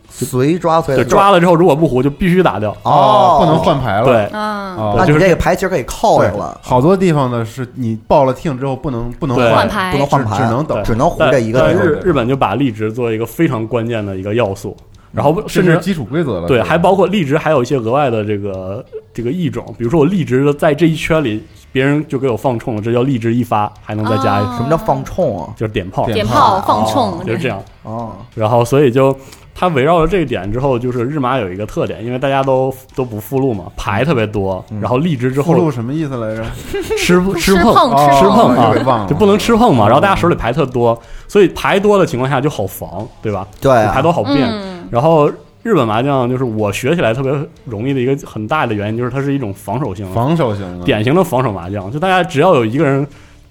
Speaker 3: 随抓随
Speaker 2: 对，
Speaker 3: 的
Speaker 2: 抓了之后如果不胡就必须打掉，
Speaker 3: 哦，
Speaker 1: 不能。换牌了。
Speaker 2: 对，
Speaker 4: 啊，
Speaker 1: 哦，
Speaker 3: 那
Speaker 2: 就
Speaker 3: 你
Speaker 2: 是
Speaker 3: 这个牌其实可以扣下
Speaker 1: 对
Speaker 3: 了，
Speaker 1: 好多地方呢是你报了听之后不能不能
Speaker 2: 对
Speaker 4: 换
Speaker 1: 换，
Speaker 4: 牌
Speaker 3: 不能换牌，
Speaker 1: 只只能等
Speaker 3: 只能胡
Speaker 2: 但
Speaker 3: 这一个
Speaker 2: 但
Speaker 3: 地方
Speaker 2: 日日本就把立直作为一个非常关键的一个要素，然后
Speaker 3: 嗯
Speaker 1: 甚
Speaker 2: 甚至
Speaker 1: 至基础规则了。
Speaker 2: 对，
Speaker 1: 是吧
Speaker 2: 还包括荔枝，还有一些额外的这个这个异种，比如说我荔枝的在这一圈里，别人就给我放冲了，这叫荔枝一发，还能再加一
Speaker 4: 啊
Speaker 3: 什么叫放冲啊？
Speaker 2: 就是点炮，
Speaker 1: 点
Speaker 4: 点
Speaker 1: 炮
Speaker 4: 炮放冲，
Speaker 2: 就是这样。
Speaker 3: 哦，
Speaker 2: 然后所以就它围绕着这一点之后，就是日麻有一个特点，因为大家都都不附录嘛，牌特别多，然后荔枝之
Speaker 1: 嗯附录
Speaker 2: 后
Speaker 1: 什么意思来着？
Speaker 2: 吃 吃
Speaker 4: 碰
Speaker 2: 碰。
Speaker 1: 哦
Speaker 4: 吃
Speaker 2: 吃碰
Speaker 1: 我给忘
Speaker 2: 啊，
Speaker 1: 了
Speaker 2: 就不能吃碰
Speaker 1: 嗯
Speaker 2: 嘛。然后大家手里牌特多，所以牌多的情况下就好防，对吧？
Speaker 3: 对啊
Speaker 2: 牌多好变。
Speaker 4: 嗯
Speaker 2: 然后日本麻将就是我学起来特别容易的一个很大的原因，就是它是一种防守性的，
Speaker 1: 防守型的。
Speaker 2: 典型的防守麻将。就大家只要有一个人，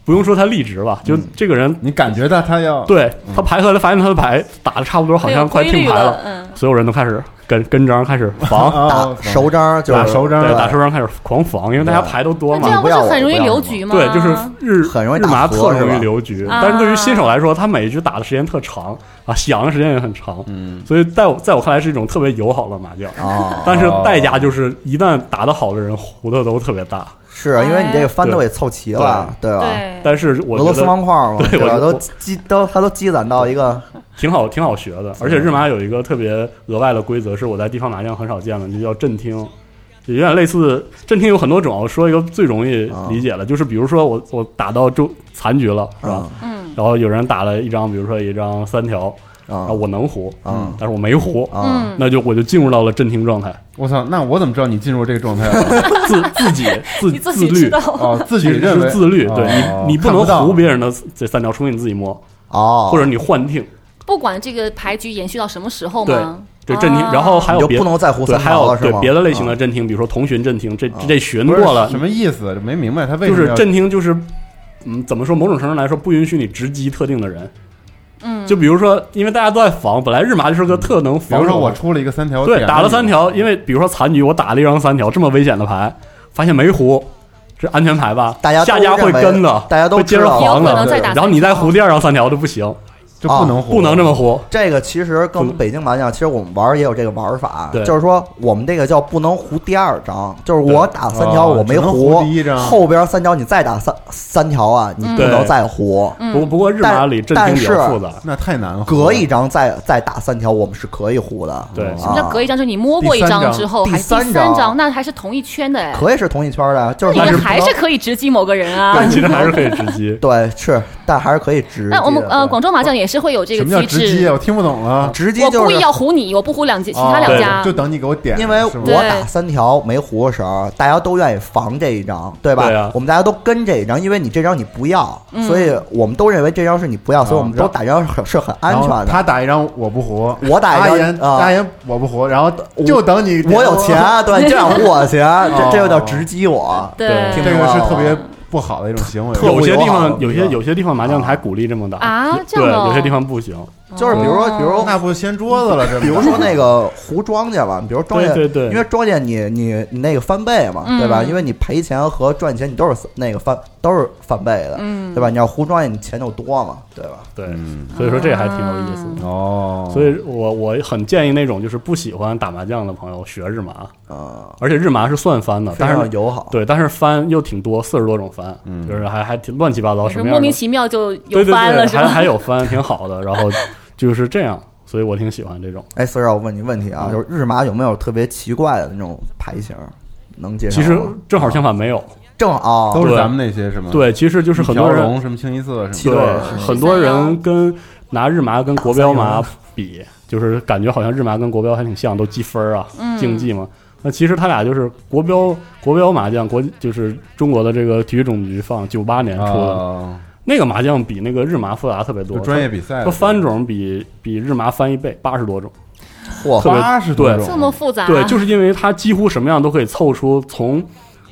Speaker 2: 不用说他立直吧，
Speaker 3: 嗯
Speaker 2: 就这个人，
Speaker 1: 你感觉到他要
Speaker 2: 对他牌和他发现他的牌打的差不多，好像快
Speaker 4: 很
Speaker 2: 听
Speaker 4: 有规律
Speaker 2: 牌
Speaker 4: 了
Speaker 2: 了，，
Speaker 4: 嗯，
Speaker 2: 所有人都开始跟跟张开始防，
Speaker 1: 啊
Speaker 3: 打熟张就是
Speaker 1: 打熟张
Speaker 2: 对，
Speaker 1: 对
Speaker 2: 打手张开始狂防，因为大家牌都多
Speaker 4: 那这
Speaker 2: 嘛
Speaker 4: 样。
Speaker 3: 不
Speaker 4: 不是
Speaker 3: 要
Speaker 4: 很容易
Speaker 3: 我不要
Speaker 4: 留
Speaker 3: 我
Speaker 4: 局吗？
Speaker 2: 对，就是日
Speaker 3: 很容易
Speaker 2: 日
Speaker 3: 打
Speaker 2: 麻特
Speaker 3: 和是
Speaker 2: 容易
Speaker 3: 吧
Speaker 2: 留局，
Speaker 4: 啊
Speaker 2: 但是对于新手来说，他每一局打的时间特长啊，想的时间也很长，
Speaker 1: 嗯，
Speaker 2: 所以在我在我看来是一种特别友好的麻将。
Speaker 3: 啊，
Speaker 2: 但是代价就是，一旦打得好的人胡的都特别大。
Speaker 3: 是啊因为你这个番都给凑齐了，对吧？
Speaker 4: 哎对，
Speaker 2: 但是我
Speaker 3: 俄罗
Speaker 2: 觉
Speaker 3: 斯
Speaker 2: 得
Speaker 3: 方块嘛，
Speaker 2: 对
Speaker 3: 对吧？
Speaker 2: 我
Speaker 3: 都积都它都积攒到一个
Speaker 2: 挺好，挺好学的。而且日麻有一个特别额外的规则，是我在地方麻将很少见的，就叫震听，就有点类似震听有很多种啊。我说一个最容易理解的，就是比如说我我打到中残局了，是吧
Speaker 3: 啊？
Speaker 4: 嗯
Speaker 2: 然后有人打了一张，比如说一张三条，啊，
Speaker 3: 啊
Speaker 2: 我能胡，
Speaker 3: 啊
Speaker 2: 但是我没胡，
Speaker 3: 啊！
Speaker 4: 嗯，
Speaker 2: 那就我就进入到了震听状态，
Speaker 1: 我操，那我怎么知道你进入这个状态 了？
Speaker 2: 自自己自
Speaker 4: 你自
Speaker 2: 自
Speaker 4: 己知
Speaker 2: 律
Speaker 4: 道。
Speaker 1: 哦，自己
Speaker 2: 其实
Speaker 1: 认为
Speaker 2: 是自律，
Speaker 1: 哦
Speaker 2: 对你，你不
Speaker 1: 看
Speaker 2: 能
Speaker 1: 到
Speaker 2: 胡别人的这三条，除非你自己摸，
Speaker 3: 哦，
Speaker 2: 或者你幻听，
Speaker 4: 不管这个牌局延续到什么时候吗？
Speaker 2: 对震听，
Speaker 4: 啊
Speaker 2: 然后还
Speaker 3: 你
Speaker 2: 有
Speaker 3: 就
Speaker 2: 别
Speaker 3: 不能再胡
Speaker 2: 对，
Speaker 3: 三
Speaker 2: 还
Speaker 3: 毛
Speaker 2: 有
Speaker 3: 了，是
Speaker 2: 对
Speaker 3: 吗？
Speaker 2: 别的类型的
Speaker 3: 啊
Speaker 2: 震听，比如说同寻震听，这
Speaker 3: 啊
Speaker 2: 这巡
Speaker 1: 不是
Speaker 2: 过了
Speaker 1: 什，么意思？没明白他为什
Speaker 2: 就
Speaker 1: 么
Speaker 2: 是
Speaker 1: 要
Speaker 2: 震听就是嗯，怎么说？某种程度来说，不允许你直击特定的人。
Speaker 4: 嗯，
Speaker 2: 就比如说，因为大家都在防，本来日麻就是个特能
Speaker 1: 比
Speaker 2: 防
Speaker 1: 如
Speaker 2: 守的。
Speaker 1: 说我出了一个三条，
Speaker 2: 对打了三，
Speaker 3: 啊
Speaker 2: 条，因为比如说残局，我打了一张三条，这么危险的牌，发现没胡，这安全牌吧？
Speaker 3: 大家都
Speaker 2: 下家会
Speaker 3: 认为
Speaker 2: 跟的，
Speaker 3: 大家都
Speaker 2: 会接着
Speaker 3: 知道
Speaker 2: 黄
Speaker 4: 有可能
Speaker 2: 的，
Speaker 4: 再打三条
Speaker 2: 然后你再胡第二张三条就不行，
Speaker 1: 就不能
Speaker 2: 啊不能这么胡。
Speaker 3: 这个其实跟我们北京麻将，其实我们玩儿也有这个玩儿法，
Speaker 2: 嗯对
Speaker 3: 就是说我们这个叫不能胡第二张，就是我打三条
Speaker 1: 哦
Speaker 2: 啊
Speaker 3: 我没
Speaker 1: 只能胡第一张
Speaker 3: 后边三条你再打三三条啊，你不
Speaker 2: 对
Speaker 3: 能再胡，
Speaker 4: 嗯
Speaker 2: 不不过日麻里阵
Speaker 3: 但
Speaker 2: 型比较
Speaker 3: 但是
Speaker 2: 复杂，
Speaker 1: 那太难了，
Speaker 3: 隔一张再再打三条，我们是可以胡的。啊
Speaker 2: 对
Speaker 4: 什么叫隔一张？就是你摸过一之后，
Speaker 3: 第
Speaker 4: 还是
Speaker 3: 三
Speaker 4: 第
Speaker 3: 张
Speaker 4: 三张，那还是同一圈的哎。
Speaker 3: 可以是啊同一圈儿的，就
Speaker 4: 那
Speaker 3: 是
Speaker 4: 你
Speaker 3: 但
Speaker 4: 们
Speaker 3: 不能。
Speaker 4: 还是可以直击某个人啊
Speaker 2: 但。其实还是可以直击
Speaker 3: 嗯对是，但还是可以直接的。
Speaker 4: 那我们呃，
Speaker 3: 对
Speaker 4: 广州麻将也是会有这
Speaker 1: 什么叫
Speaker 4: 个机
Speaker 1: 直接？啊
Speaker 4: 制。
Speaker 1: 我听不懂了。
Speaker 3: 直接
Speaker 4: 我
Speaker 3: 就
Speaker 4: 故
Speaker 3: 是
Speaker 4: 意要唬你，我不唬两家，其他两
Speaker 1: 哦
Speaker 4: 家
Speaker 1: 就等你给我点，
Speaker 3: 因为
Speaker 1: 是
Speaker 3: 我
Speaker 1: 吗
Speaker 3: 打三条没胡的时候，大家都愿意防这一张，对吧？
Speaker 2: 对啊
Speaker 3: 我们大家都跟这一张，因为你这张你不要，
Speaker 4: 嗯
Speaker 3: 所以我们都认为这张是你不要，所以我们
Speaker 1: 然
Speaker 3: 都
Speaker 1: 后
Speaker 3: 打这张是很是很安
Speaker 1: 然后
Speaker 3: 全的。
Speaker 1: 他打一张我不胡，
Speaker 3: 我打一张
Speaker 1: 阿言
Speaker 3: 啊
Speaker 1: 阿言我不胡，然后就等你点
Speaker 3: 我有 钱，啊对，就想胡我钱，这这有点直击我。
Speaker 2: 对
Speaker 1: 这
Speaker 3: 听
Speaker 1: 个
Speaker 3: 明白
Speaker 1: 是
Speaker 3: 了
Speaker 1: 特别不好的一种行为。
Speaker 3: 特
Speaker 2: 有些地
Speaker 3: 特
Speaker 2: 方
Speaker 3: 别
Speaker 2: 有些有些地方麻将台鼓励这么打
Speaker 4: 啊这
Speaker 2: 对，
Speaker 4: 样哦
Speaker 2: 有些地方不行。
Speaker 3: 就是比如说，
Speaker 4: 哦
Speaker 3: 比如说
Speaker 1: 那不掀桌子了？这
Speaker 3: 比 如说那个糊庄稼吧，比如庄稼，
Speaker 2: 对对对
Speaker 3: 因为庄稼你你你那个翻倍嘛，
Speaker 4: 嗯
Speaker 3: 对吧？因为你赔钱和赚钱你都是那个翻都是翻倍的，
Speaker 4: 嗯
Speaker 3: 对吧？你要糊庄稼，你钱就多嘛，对吧？
Speaker 2: 对，
Speaker 1: 嗯
Speaker 2: 所以说这还挺有意思的。
Speaker 4: 啊
Speaker 1: 哦，
Speaker 2: 所以我我很建议那种就是不喜欢打麻将的朋友学日麻，
Speaker 3: 啊、
Speaker 2: 而且日麻是算翻的，
Speaker 3: 非
Speaker 2: 但
Speaker 3: 常
Speaker 2: 是
Speaker 3: 友好。
Speaker 2: 对，但是翻又挺多，四十多种翻，
Speaker 1: 嗯
Speaker 2: 就是还还挺乱七八糟，
Speaker 4: 就
Speaker 2: 什
Speaker 4: 是
Speaker 2: 么样
Speaker 4: 莫
Speaker 2: 的
Speaker 4: 名其妙就
Speaker 2: 对
Speaker 4: 有
Speaker 2: 对
Speaker 4: 翻了，
Speaker 2: 对，
Speaker 4: 是
Speaker 2: 还
Speaker 4: 吧？
Speaker 2: 还有翻，挺好的。然后就是这样，所以我挺喜 欢这种。
Speaker 1: 啊
Speaker 3: 哎，四少，我问你问题啊，
Speaker 2: 嗯
Speaker 3: 就是日麻有没有特别奇怪的那种牌型？能介绍
Speaker 2: 其
Speaker 3: 吗？
Speaker 2: 实正好相反，没有。
Speaker 3: 正好
Speaker 1: 都是
Speaker 2: 哦对
Speaker 1: 咱们那些什么，，
Speaker 2: 对，其实就是很多人
Speaker 1: 龙什么清嗯一色什
Speaker 3: 七
Speaker 1: 么
Speaker 3: 对
Speaker 1: 的，
Speaker 2: 对，很多人跟拿日麻跟国标麻
Speaker 3: 打
Speaker 2: 比，就是感觉好像日麻跟国标还挺像，都积分儿啊，
Speaker 4: 嗯
Speaker 2: 竞技嘛。那其实他俩就是国标国标麻将，国就是中国的这个体育总局放九八年出的、
Speaker 1: 啊，
Speaker 2: 那个麻将，比那个日麻复杂特别多
Speaker 1: 就。专业比赛的，
Speaker 2: 它它翻种比比日麻翻一倍，八十多种。
Speaker 3: 嚯
Speaker 2: 特别
Speaker 1: 八十多
Speaker 2: 对
Speaker 4: 这么复杂，啊
Speaker 2: 对，就是因为它几乎什么样都可以凑出从，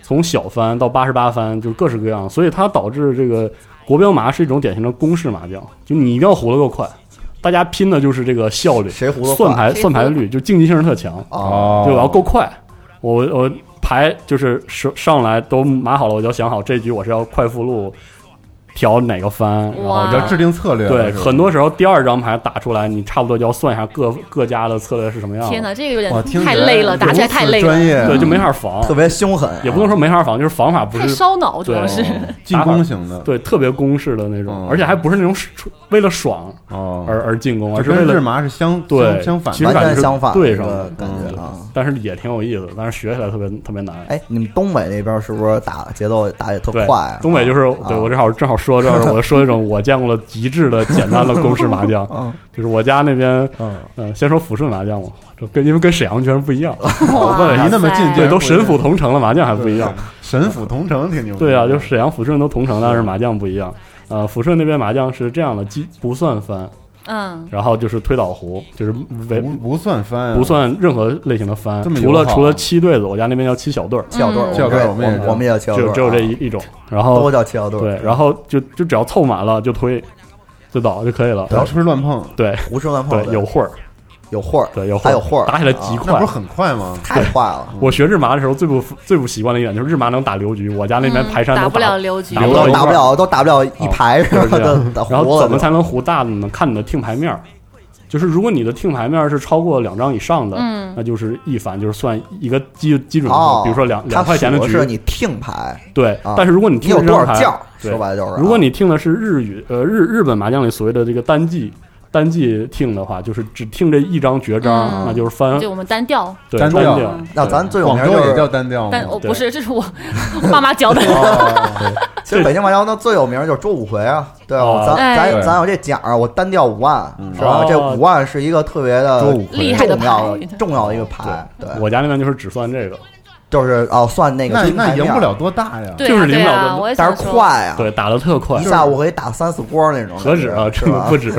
Speaker 2: 从小番到八十八番，就是各式各样，所以它导致这个国标麻是一种典型的公式麻将，就你一定要胡得够快，大家拼的就是这个效率、
Speaker 3: 谁胡的
Speaker 2: 算牌、
Speaker 4: 谁
Speaker 2: 算牌
Speaker 4: 胡得
Speaker 2: 率，就竞技性特强，
Speaker 3: 啊？
Speaker 1: 哦，
Speaker 2: 就我要够快，我我牌就是上上来都码好了，我就想好这局我是要快复路调哪个番，然后
Speaker 4: 哇
Speaker 1: 要哦制定策略了，
Speaker 2: 对，
Speaker 1: 是吧
Speaker 2: 很多时候第二张牌打出来，你差不多就要算一下各各家的策略是什么样的。
Speaker 4: 天哪，这个有
Speaker 1: 哇，
Speaker 4: 点
Speaker 1: 听
Speaker 4: 太
Speaker 1: 起来
Speaker 4: 累了，打起来太累
Speaker 1: 如此专
Speaker 4: 了，
Speaker 1: 业啊，
Speaker 2: 对，就没法防，
Speaker 3: 特别凶狠，啊
Speaker 2: 也不能说没法防，就是防法不
Speaker 4: 太
Speaker 2: 是
Speaker 4: 烧脑，主要
Speaker 2: 对
Speaker 4: 是
Speaker 1: 进攻型的，
Speaker 2: 对特别公式的那种，
Speaker 1: 嗯
Speaker 2: 而且还不是那种爽为了爽
Speaker 3: 嗯
Speaker 1: 哦，
Speaker 2: 而而进攻，而
Speaker 1: 就是
Speaker 2: 为
Speaker 1: 跟日
Speaker 2: 了
Speaker 1: 麻是相
Speaker 2: 对
Speaker 1: 相相反
Speaker 2: 其
Speaker 1: 的
Speaker 2: 实
Speaker 3: 完
Speaker 2: 感觉
Speaker 3: 全
Speaker 2: 是
Speaker 3: 相反
Speaker 2: 对
Speaker 3: 的
Speaker 2: 上
Speaker 3: 一个
Speaker 2: 的
Speaker 3: 感觉啊。
Speaker 2: 但是也挺有意思的，但是学起来特别特别难。
Speaker 3: 哎，你们东北那边是不是打节奏打得也特
Speaker 2: 对
Speaker 3: 快啊？，
Speaker 2: 东北就是
Speaker 3: 啊
Speaker 2: 对我正好正好说这儿，我说一种我见过的极致的简单的公式麻将，
Speaker 3: 嗯
Speaker 2: 就是我家那边，
Speaker 3: 嗯，
Speaker 2: 嗯，先说抚顺麻将嘛，就跟因为跟沈阳居然不一样，
Speaker 3: 啊
Speaker 4: 哇
Speaker 2: 问了
Speaker 1: 离那么
Speaker 4: 塞
Speaker 1: 近
Speaker 2: 对，都神府同城了，麻将还不一样。
Speaker 1: 神府同城挺牛逼的，
Speaker 2: 对啊，就是沈阳、抚顺都同城，但是麻将不一样。呃，抚顺那边麻将是这样的，基不算翻，
Speaker 4: 嗯，
Speaker 2: 然后就是推倒胡，就是为
Speaker 1: 不不算翻啊，
Speaker 2: 不算任何类型的翻，
Speaker 1: 这么
Speaker 2: 除
Speaker 1: 友
Speaker 2: 了
Speaker 1: 好
Speaker 2: 除了七对子，我家那边叫七小对儿，
Speaker 3: 啊七小队儿，
Speaker 4: 嗯
Speaker 1: 七小队儿
Speaker 3: 我
Speaker 1: 我们也
Speaker 3: 们
Speaker 1: 是
Speaker 3: 我们也叫七小
Speaker 2: 只有
Speaker 3: 队儿啊，
Speaker 2: 只有这一一种。然
Speaker 3: 都
Speaker 2: 后
Speaker 3: 叫七小队儿。
Speaker 2: 对，然后就就只要凑满了就推，就倒就可以了。
Speaker 1: 不要吃乱碰，
Speaker 2: 对
Speaker 3: 胡吃乱碰
Speaker 2: 对
Speaker 3: 的，
Speaker 2: 有会儿，
Speaker 3: 有会儿，
Speaker 2: 对有会
Speaker 3: 还有会儿，
Speaker 2: 打起来极
Speaker 3: 啊
Speaker 1: 那不
Speaker 2: 快
Speaker 1: 是。很快吗？
Speaker 3: 太 快了。
Speaker 2: 我学日麻的时候最不最不习惯的一点就是日麻能打流局，我家那边
Speaker 4: 嗯
Speaker 2: 排山
Speaker 4: 打
Speaker 2: 都
Speaker 4: 不了六局
Speaker 2: 打
Speaker 3: 都
Speaker 2: 不到一块
Speaker 3: 打
Speaker 2: 儿
Speaker 3: 不了，都打不了一排是
Speaker 2: 哦就是
Speaker 3: 吧？
Speaker 2: 这样
Speaker 3: 打
Speaker 2: 然后
Speaker 3: 胡
Speaker 2: 怎么
Speaker 3: 了就。
Speaker 2: 才能胡大的呢？看你的听牌面儿，就是如果你的听牌面儿是超过两张以上的，
Speaker 4: 嗯
Speaker 2: 那就是一番，就是算一个基基准
Speaker 3: 哦
Speaker 2: 数，，比如说两
Speaker 3: 他
Speaker 2: 两块钱的
Speaker 3: 数
Speaker 2: 局，
Speaker 3: 是你听牌，
Speaker 2: 对。
Speaker 3: 啊
Speaker 2: 但是如果你
Speaker 3: 你
Speaker 2: 听
Speaker 3: 有
Speaker 2: 这
Speaker 3: 多
Speaker 2: 张
Speaker 3: 少
Speaker 2: 牌，
Speaker 3: 件儿？
Speaker 2: 对
Speaker 3: 说白了就是啊，
Speaker 2: 如果你听的是日语，呃日日本麻将里所谓的这个单季单季听的话，就是只听这一张绝招，
Speaker 4: 嗯
Speaker 2: 那就是翻
Speaker 4: 就我们单调，
Speaker 2: 对
Speaker 1: 单
Speaker 2: 单
Speaker 1: 调
Speaker 2: 调。
Speaker 3: 那
Speaker 2: 对
Speaker 3: 咱最有
Speaker 1: 广
Speaker 3: 名
Speaker 1: 州
Speaker 3: 就
Speaker 1: 也
Speaker 3: 是
Speaker 1: 叫，单调吗
Speaker 4: 但？
Speaker 2: 嗯
Speaker 4: 我
Speaker 2: 对
Speaker 4: 不是，这是我 我爸妈教的，
Speaker 1: 哦
Speaker 3: 其实北京麻将那最有名就是周五回啊，对吧？
Speaker 2: 哦
Speaker 3: 咱咱
Speaker 1: 哎
Speaker 3: 咱有这奖儿，我单调五万，是吧
Speaker 2: 哦？
Speaker 3: 这五万是一个特别的
Speaker 1: 周五回
Speaker 4: 厉害的
Speaker 3: 重要的
Speaker 4: 牌
Speaker 3: 重要的一个牌，对，
Speaker 2: 我家那边就是只算这个，
Speaker 3: 就是哦算那个
Speaker 1: 那
Speaker 3: 金牌
Speaker 1: 那赢
Speaker 3: 面
Speaker 1: 不了多大呀。
Speaker 4: 对
Speaker 2: 就是
Speaker 4: 啊
Speaker 2: 领
Speaker 4: 对
Speaker 2: 导
Speaker 4: 啊，
Speaker 2: 的
Speaker 4: 我也
Speaker 3: 但
Speaker 4: 想
Speaker 3: 是
Speaker 4: 说，
Speaker 3: 快啊，
Speaker 2: 对，打的特快
Speaker 3: 一，下午可以打三四波那种，
Speaker 2: 何止啊，
Speaker 3: 是
Speaker 2: 真的
Speaker 3: 吧
Speaker 2: 不止，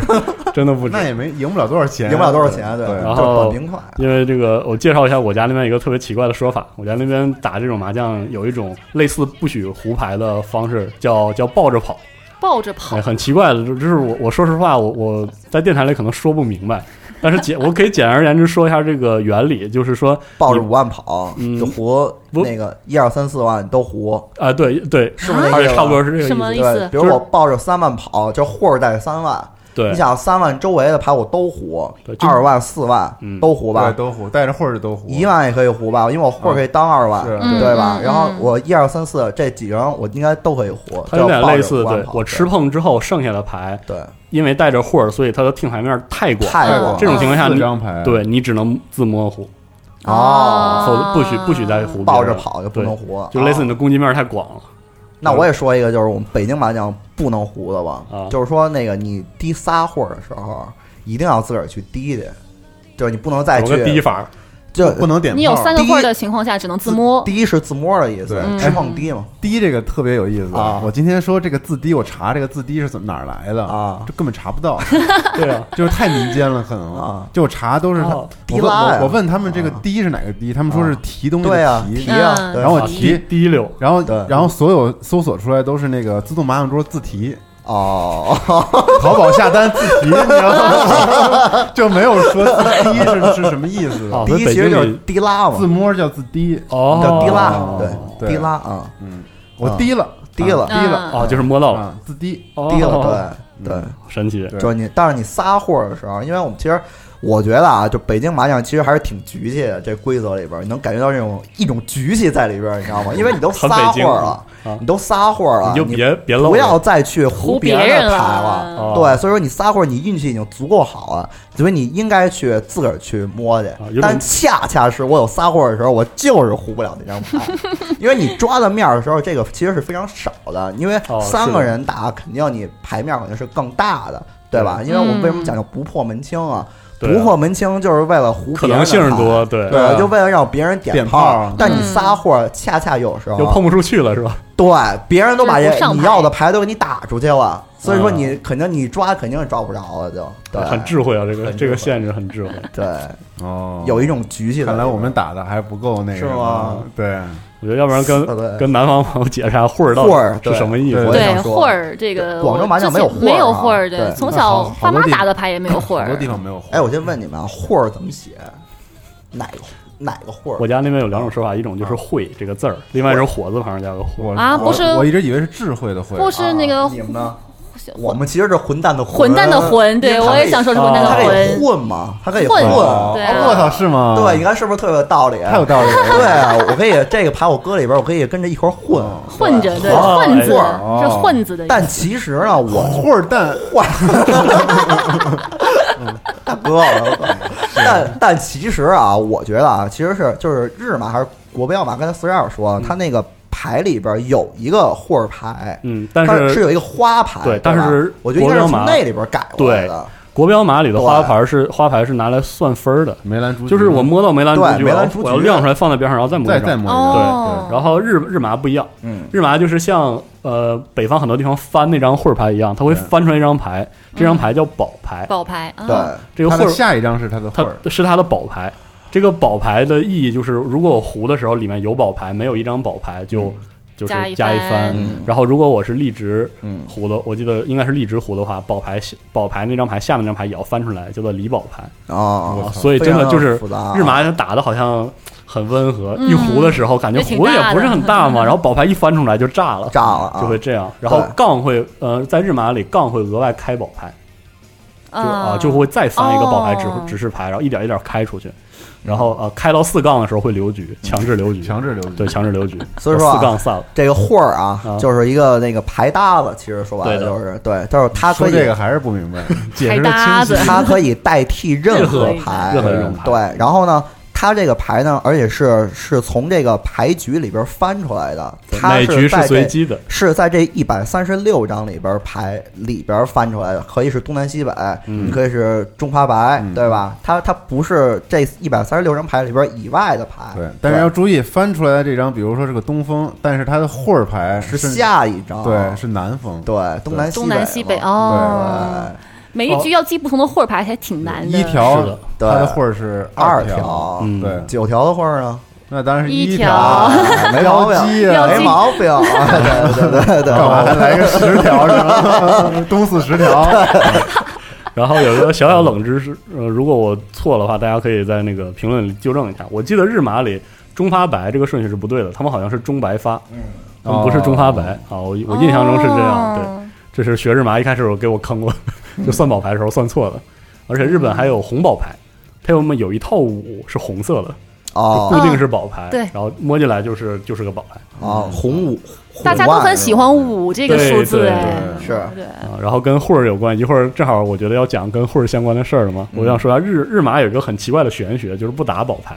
Speaker 2: 真的不止
Speaker 1: 那。也没赢不了多少钱，
Speaker 3: 赢不了多少钱，
Speaker 1: 对。啊
Speaker 3: 对，
Speaker 2: 然
Speaker 3: 就是
Speaker 2: 后
Speaker 3: 短平快，
Speaker 2: 因为这个，我介绍一下我家那边一个特别奇怪的说法。我家那边打这种麻将有一种类似不许胡牌的方式，叫叫抱着跑，
Speaker 4: 抱着跑
Speaker 2: 哎，，很奇怪的，就就是我我说实话，我我在电台里可能说不明白，但是简我可以简而言之说一下这个原理，就是说
Speaker 3: 抱着五万跑
Speaker 2: 嗯
Speaker 3: 就胡
Speaker 2: 不
Speaker 3: 那个一二三四万都胡，啊
Speaker 2: 啊、对对，
Speaker 3: 是不是那个
Speaker 2: 对差不多是这个意思。
Speaker 4: 什么意
Speaker 3: 对，
Speaker 4: 思？
Speaker 3: 比如我抱着三万跑，就或者带三万，
Speaker 2: 对
Speaker 3: 你，想三万周围的牌我都胡
Speaker 2: 对，就
Speaker 3: 二万四万
Speaker 2: 嗯
Speaker 3: 都胡
Speaker 1: 对，
Speaker 3: 吧，
Speaker 1: 都胡，带着或者都胡，
Speaker 3: 一万也可以胡吧，因为我或者可以当二万
Speaker 1: 是，
Speaker 4: 嗯
Speaker 3: 对吧
Speaker 4: 嗯？嗯
Speaker 3: 然后
Speaker 4: 嗯
Speaker 3: 我一二三四这几张我应该都可以胡，
Speaker 2: 它有点类
Speaker 3: 就
Speaker 2: 似，
Speaker 3: 抱着五万
Speaker 2: 对
Speaker 3: 跑
Speaker 2: 我吃碰之后剩下的牌，
Speaker 3: 对
Speaker 2: 因为带着或儿，所以它的听牌面太广，
Speaker 3: 太
Speaker 4: 过
Speaker 3: 广
Speaker 4: 了
Speaker 2: 这种情况下
Speaker 1: 四
Speaker 2: 你
Speaker 1: 张牌，
Speaker 2: 对你只能自模糊，
Speaker 3: 哦
Speaker 2: 否则不许不许再胡别人
Speaker 3: 抱着，跑就不能胡，
Speaker 2: 就类似
Speaker 3: 哦
Speaker 2: 你的攻击面太广了。
Speaker 3: 那我也说一个，就是我们北京麻将不能胡的吧，
Speaker 2: 啊
Speaker 3: 就是说那个你滴仨货的时候，一定要自个儿去滴去，就是你不能再
Speaker 2: 有个滴
Speaker 3: 去
Speaker 2: 法，
Speaker 3: 就
Speaker 1: 不能点炮。
Speaker 4: 你有三个
Speaker 3: 第一
Speaker 4: 会儿的情况下，只能自摸。
Speaker 3: 滴是自摸的意思
Speaker 1: 对，
Speaker 4: 嗯
Speaker 3: 吃碰滴嘛。
Speaker 1: 低这个特别有意思
Speaker 3: 啊
Speaker 1: 我今天说这个字低，我查这个字低是怎么哪儿来的
Speaker 3: 啊
Speaker 1: 这根本查不到，
Speaker 2: 对啊，
Speaker 1: 就是太民间了，可能
Speaker 3: 啊，
Speaker 1: 就我查都是他
Speaker 2: 哦
Speaker 1: 我
Speaker 3: 低拉呀
Speaker 1: 问我我问他们这个低是哪个低，他们说是提东西
Speaker 3: 对
Speaker 1: 的
Speaker 3: 啊，
Speaker 1: 啊提
Speaker 3: 提，啊，
Speaker 4: 嗯
Speaker 3: 对
Speaker 1: 然后我
Speaker 2: 啊
Speaker 1: 提
Speaker 2: 滴滴溜，
Speaker 1: 然后
Speaker 3: 对
Speaker 1: 然后所有搜索出来都是那个自动麻将桌自提，
Speaker 3: 哦，
Speaker 1: 淘宝下单自提，你知道吗？就没有说自低是是什么意思的
Speaker 2: 哦
Speaker 3: 滴其实就是滴拉
Speaker 1: 自
Speaker 3: 嘛，
Speaker 1: 摸叫自低，
Speaker 2: 哦，
Speaker 3: 叫滴拉，
Speaker 1: 哦
Speaker 3: 对，
Speaker 1: 对
Speaker 3: 滴拉啊，
Speaker 1: 嗯，我低了，
Speaker 3: 低了
Speaker 1: 啊低了，
Speaker 2: 哦，就是摸到了，
Speaker 1: 啊，自低，
Speaker 2: 哦
Speaker 3: 滴了，对对
Speaker 1: 嗯。
Speaker 2: 神奇，
Speaker 1: 对
Speaker 3: 就是你，但是你撒货的时候，因为我们其实我觉得啊，就北京麻将其实还是挺局气的，这规则里边儿你能感觉到这种一种局气在里边儿，你知道吗？因为你都
Speaker 2: 很
Speaker 3: 撒
Speaker 2: 北京
Speaker 3: 货了
Speaker 2: 啊，
Speaker 3: 啊你都撒货了，
Speaker 2: 你就别别露
Speaker 3: 不
Speaker 2: 了
Speaker 3: 要再去胡
Speaker 4: 胡
Speaker 3: 别
Speaker 4: 别人
Speaker 3: 的牌
Speaker 4: 了
Speaker 3: 了。
Speaker 2: 哦
Speaker 3: 对，所以说你撒货，你运气已经足够好了，所以你应该去自个儿去摸去
Speaker 2: 啊有。种
Speaker 3: 但恰恰是我有撒货的时候，我就是胡不了那 张牌，因为你抓的面儿的时候，这个其实是非常少的，因为
Speaker 2: 哦
Speaker 3: 三
Speaker 2: 是
Speaker 3: 个
Speaker 2: 的
Speaker 3: 人打，肯定你牌面儿肯定是更大的，对吧？因为我们为什么
Speaker 4: 嗯
Speaker 3: 讲究不破门清啊？
Speaker 2: 对啊
Speaker 3: 不破门清就是为了胡
Speaker 2: 可
Speaker 3: 别
Speaker 2: 能
Speaker 3: 人的
Speaker 2: 性
Speaker 3: 牌
Speaker 2: 多，，对，
Speaker 1: 对啊
Speaker 3: 就为了让别人
Speaker 1: 点
Speaker 3: 点
Speaker 1: 炮
Speaker 3: 炮
Speaker 1: 啊。
Speaker 3: 但你
Speaker 4: 嗯
Speaker 3: 撒货，恰恰有时候
Speaker 2: 又碰不出去了是吧？
Speaker 3: 对，别人都把
Speaker 4: 就是不
Speaker 3: 这
Speaker 4: 上
Speaker 3: 你
Speaker 4: 牌
Speaker 3: 要的牌都给你打出去了，所以说
Speaker 2: 嗯
Speaker 3: 你肯定你抓肯定是抓不着了，就 对，
Speaker 2: 很智慧啊，这个
Speaker 3: 很智慧
Speaker 2: 这个限制很智 慧。
Speaker 3: 对，
Speaker 1: 哦，
Speaker 3: 有一种局气的。
Speaker 1: 看来我们打的还不够那个，
Speaker 3: 是吗？
Speaker 1: 对，
Speaker 2: 我觉得要不然
Speaker 3: 对
Speaker 2: 跟
Speaker 3: 对
Speaker 2: 跟南方朋友解释下“混儿”到
Speaker 3: 混儿
Speaker 2: 底是什么意
Speaker 1: 对
Speaker 2: 思
Speaker 3: 我也
Speaker 4: 对
Speaker 3: 想说
Speaker 4: 会儿这个
Speaker 3: 广州麻将
Speaker 4: 我之前
Speaker 3: 没
Speaker 4: 没
Speaker 3: 有
Speaker 4: 有
Speaker 3: 会
Speaker 4: 会
Speaker 3: 儿啊
Speaker 4: 儿的，
Speaker 3: 对
Speaker 4: 从
Speaker 1: 那好
Speaker 4: 小
Speaker 1: 好
Speaker 4: 爸
Speaker 1: 多
Speaker 4: 妈
Speaker 1: 地
Speaker 4: 打的牌也没有会
Speaker 1: 好多
Speaker 4: 儿
Speaker 1: 地。方没有活。
Speaker 3: 哎，我先问你们啊，霍儿怎么写？哪个哪个霍
Speaker 2: 我
Speaker 3: 儿？
Speaker 2: 家那边有两种说法，一种就是“
Speaker 3: 啊
Speaker 2: 会”这个字儿，另外是火字旁加个“火
Speaker 1: 我
Speaker 4: 啊不是
Speaker 1: 我我一直以为是智慧的慧，
Speaker 4: 不是那
Speaker 3: 啊
Speaker 4: 个
Speaker 3: 你们呢？我们其实是混蛋的
Speaker 4: 混蛋的混，
Speaker 3: 因为
Speaker 4: 对
Speaker 3: 它
Speaker 4: 我
Speaker 3: 可以
Speaker 4: 也想说是混蛋
Speaker 3: 它
Speaker 4: 的
Speaker 3: 可以
Speaker 4: 混。
Speaker 3: 混嘛，它可以
Speaker 4: 混
Speaker 1: 哦
Speaker 4: 对
Speaker 1: 哦我操，是吗？
Speaker 3: 对，你，看是不是特别有道理？
Speaker 1: 太有道理了。
Speaker 3: 对啊，我可以这个牌我搁里边，我可以跟着一块儿混啊
Speaker 4: 混着对
Speaker 2: 哦
Speaker 4: 混子
Speaker 2: 哎
Speaker 1: 哦
Speaker 4: 是混子的意思，
Speaker 3: 但其实呢，我
Speaker 1: 混儿蛋，
Speaker 3: 大哥，我操 但但其实啊，我觉得啊，其实是就是日麻还是国标麻，刚才四十二说，它那个牌里边有一个霍儿牌，
Speaker 2: 嗯，但
Speaker 3: 它是
Speaker 2: 是
Speaker 3: 有一个花牌，
Speaker 2: 对
Speaker 3: 对吧，
Speaker 2: 但是
Speaker 3: 我觉得应该是
Speaker 2: 国标
Speaker 3: 从
Speaker 2: 麻
Speaker 3: 那里边改过来的，
Speaker 2: 国标码里的花牌是花牌是拿来算分儿的，
Speaker 1: 梅兰竹菊
Speaker 2: 就是我摸到梅兰竹
Speaker 3: 嗯对
Speaker 2: 菊，
Speaker 3: 梅
Speaker 2: 我
Speaker 3: 兰
Speaker 2: 要
Speaker 3: 竹菊
Speaker 2: 我要亮出来放在边上，然后再摸
Speaker 1: 再
Speaker 2: 一
Speaker 1: 再
Speaker 2: 张。
Speaker 1: 摸一个，
Speaker 4: 哦，
Speaker 2: 然后日日麻不一样，
Speaker 3: 嗯，
Speaker 2: 日麻就是像呃北方很多地方翻那张混儿牌一样，它会
Speaker 1: 对
Speaker 2: 翻出来一张牌，这张牌叫宝牌，
Speaker 4: 宝牌啊，
Speaker 3: 对，
Speaker 2: 这个
Speaker 1: 他
Speaker 2: 混
Speaker 1: 的
Speaker 2: 儿
Speaker 1: 下一张是他的会
Speaker 2: 它
Speaker 1: 儿，
Speaker 2: 是它的宝牌。这个宝牌的意义就是，如果我胡的时候里面有宝牌，没有一张宝牌就
Speaker 1: 嗯
Speaker 2: 就是
Speaker 4: 加一
Speaker 2: 加一番
Speaker 4: 番
Speaker 3: 嗯。
Speaker 2: 然后如果我是立直
Speaker 3: 嗯，
Speaker 2: 胡的，我记得应该是立直胡的话，宝牌宝牌那张牌下面那张牌也要翻出来，叫做离宝牌。啊
Speaker 3: 哦，
Speaker 2: 所以真的就是
Speaker 3: 非常复杂啊
Speaker 2: 日麻打的好像很温和，
Speaker 4: 嗯
Speaker 2: 一胡的时嗯候感觉胡也不是很大嘛，然后宝牌一翻出来就炸了，
Speaker 3: 炸了啊
Speaker 2: 就会这样。然后
Speaker 3: 对
Speaker 2: 杠会呃在日麻里杠会额外开宝牌。就啊，就会再翻一个宝牌指
Speaker 4: 哦
Speaker 2: 指示牌，然后一点一点开出去，然后呃开到四杠的时候会留局，强制留局，
Speaker 1: 强制留局
Speaker 2: 对，强制留局，
Speaker 3: 所以说啊
Speaker 2: 四杠散了，
Speaker 3: 这个霍儿啊
Speaker 2: 啊，
Speaker 3: 就是一个那个牌搭子，其实说白了
Speaker 2: 对的
Speaker 3: 就是对，就是它可
Speaker 1: 说
Speaker 3: 以
Speaker 1: 这个还是不明白，解释
Speaker 4: 还
Speaker 1: 的
Speaker 4: 搭
Speaker 1: 清
Speaker 4: 子
Speaker 1: 晰。
Speaker 3: 它可以代替任
Speaker 2: 任何
Speaker 3: 牌，
Speaker 2: 任何一种牌，
Speaker 3: 对，然后呢，它这个牌呢，而且是是从这个牌局里边翻出来的，它
Speaker 2: 每局
Speaker 3: 在
Speaker 2: 是
Speaker 3: 这
Speaker 2: 随机的，
Speaker 3: 是在这一百三十六张里边排里边翻出来的，可以是东南西北，
Speaker 2: 嗯
Speaker 3: 可以是中华白，
Speaker 1: 嗯
Speaker 3: 对吧？它它不是这一百三十六张牌里边以外的牌，
Speaker 1: 对，但是要注意翻出来的这张，比如说是个东风，但是它的混儿牌
Speaker 3: 是
Speaker 1: 是
Speaker 3: 下哦一张，
Speaker 1: 对，是南风，
Speaker 3: 对，东南西北哦
Speaker 4: 东南西北
Speaker 3: 嘛
Speaker 4: 哦，每一局要记不同的会儿牌还挺难的。
Speaker 1: 一条
Speaker 2: 是的
Speaker 1: 它的混儿是
Speaker 3: 对，二
Speaker 1: 条，
Speaker 3: 条，
Speaker 2: 嗯，
Speaker 1: 对，
Speaker 3: 九条的画儿呢？
Speaker 1: 那当然是
Speaker 4: 一
Speaker 1: 条
Speaker 4: 条，
Speaker 3: 啊没毛
Speaker 1: 标
Speaker 3: 病，
Speaker 1: 记啊
Speaker 4: 标
Speaker 3: 没
Speaker 4: 记
Speaker 3: 毛病，啊 对对对对
Speaker 1: 干嘛还
Speaker 3: 对，
Speaker 1: 来个十条是吧？东四十条，
Speaker 2: 然后有一个小小冷知识，呃，如果我错的话，大家可以在那个评论里纠正一下。我记得日马里中发白这个顺序是不对的，他们好像是中白发，嗯，他们不是中发白啊。我我印象中是这样，对，
Speaker 4: 哦
Speaker 2: 这是学日麻一开始我给我坑过， 就算宝牌的时候算错了。而且日本还有红宝牌，它有们有一套五是红色的，就
Speaker 3: 哦
Speaker 2: 固定是宝牌，
Speaker 4: 对
Speaker 2: 然后摸进来就是就是个宝牌
Speaker 3: 哦，红五，
Speaker 4: 大家都很喜欢五这个数字，
Speaker 2: 对
Speaker 4: 哎，
Speaker 3: 是
Speaker 4: 对，
Speaker 2: 啊。然后跟混儿有关，一会儿正好我觉得要讲跟混儿相关的事儿了嘛，我想说一下日日麻有一个很奇怪的玄学，就是不打宝牌，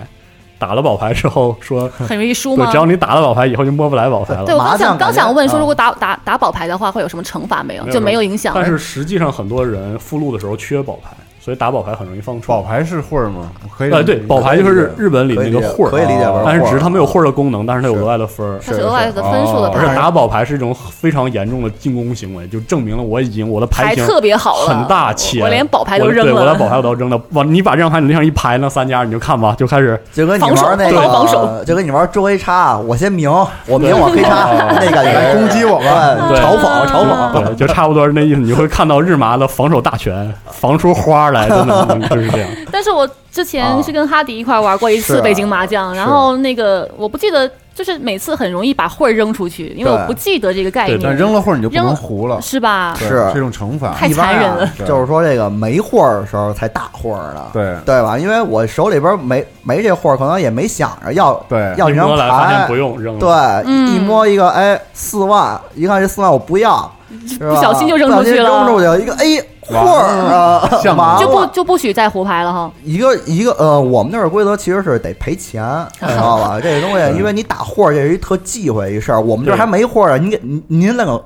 Speaker 2: 打了宝牌之后说，
Speaker 4: 很容易输
Speaker 2: 对，
Speaker 4: 吗
Speaker 2: 只？要你打了宝牌以后就摸不来宝牌了
Speaker 4: 对，。我刚
Speaker 3: 麻将
Speaker 4: 想
Speaker 3: 感觉
Speaker 4: 刚想问说，
Speaker 3: 啊
Speaker 4: 如果打打打宝牌的话，会有什么惩罚没有？
Speaker 2: 没有
Speaker 4: 就没有影响。
Speaker 2: 但是实际上很多人附录的时候缺宝牌，所以打宝牌很容易放
Speaker 1: 宝
Speaker 2: 错。
Speaker 1: 牌是混儿吗？可以
Speaker 2: 呃，对，宝牌就是日本里那个混儿，啊
Speaker 3: 可以理解啊为，
Speaker 2: 但是只是它没有混儿的功能，但是它有额外的分儿。
Speaker 4: 它是额外的分数的
Speaker 1: 哦
Speaker 2: 而且
Speaker 4: 打
Speaker 2: 打宝牌是一种非常严重的进攻行为，就证明了我已经我的
Speaker 4: 牌
Speaker 2: 型
Speaker 4: 特别好了，
Speaker 2: 很大气，
Speaker 4: 我连宝牌都
Speaker 2: 我
Speaker 4: 扔
Speaker 2: 对我连
Speaker 4: 了。
Speaker 2: 宝牌我都扔了。往你把这张牌往地上一排，那三家你就看吧，就开始
Speaker 3: 就跟你玩那
Speaker 4: 防守防
Speaker 3: 个，
Speaker 4: 守
Speaker 3: 就跟你玩捉黑叉，我先明，我明
Speaker 2: 对
Speaker 3: 我黑叉，
Speaker 2: 哦
Speaker 3: 那 感
Speaker 1: 来
Speaker 3: 觉
Speaker 1: 攻击我吧
Speaker 3: 对
Speaker 2: 对
Speaker 3: 嘲讽嘲讽，
Speaker 4: 啊
Speaker 2: 对，就差不多是那意思。你会看到日麻的防守大全，防出花来，真 的嗯就是这样。
Speaker 4: 但是我之
Speaker 2: 啊
Speaker 4: 前是跟哈迪一块玩过一
Speaker 3: 是
Speaker 4: 次
Speaker 3: 啊
Speaker 4: 北京麻将，然后那个我不记得，就是每次很容易把会儿扔出去，因
Speaker 3: 对
Speaker 4: 为我不记得这个概
Speaker 2: 对
Speaker 1: 但
Speaker 4: 念，
Speaker 1: 扔了混儿你就不
Speaker 4: 扔
Speaker 1: 能
Speaker 4: 了
Speaker 1: 胡了，
Speaker 4: 是吧？
Speaker 1: 对
Speaker 3: 是
Speaker 1: 这种惩罚，
Speaker 4: 太
Speaker 3: 一般啊
Speaker 4: 残忍了
Speaker 3: 就是说这个没货的时候才打货呢，
Speaker 1: 对
Speaker 3: 对吧？因为我手里边没没这货，可能也没想着要
Speaker 1: 对
Speaker 3: 要
Speaker 2: 一
Speaker 3: 这张
Speaker 2: 摸来发现不
Speaker 3: 牌，
Speaker 2: 用扔了。
Speaker 3: 对，
Speaker 4: 嗯
Speaker 3: 一摸一个，哎，四万，一看这四万我不要，是吧
Speaker 4: 嗯不小心就扔出去了
Speaker 3: 不小心扔出去一个哎货啊，
Speaker 1: 像
Speaker 3: 完了
Speaker 4: 就不就不许再胡牌了哈。
Speaker 3: 一个一个呃，我们那儿规则其实是得赔 钱，你知道吧？这个东
Speaker 1: 嗯
Speaker 3: 西，因为你打货这是一特忌讳一事儿，我们这儿还没货呢，您给您您 愣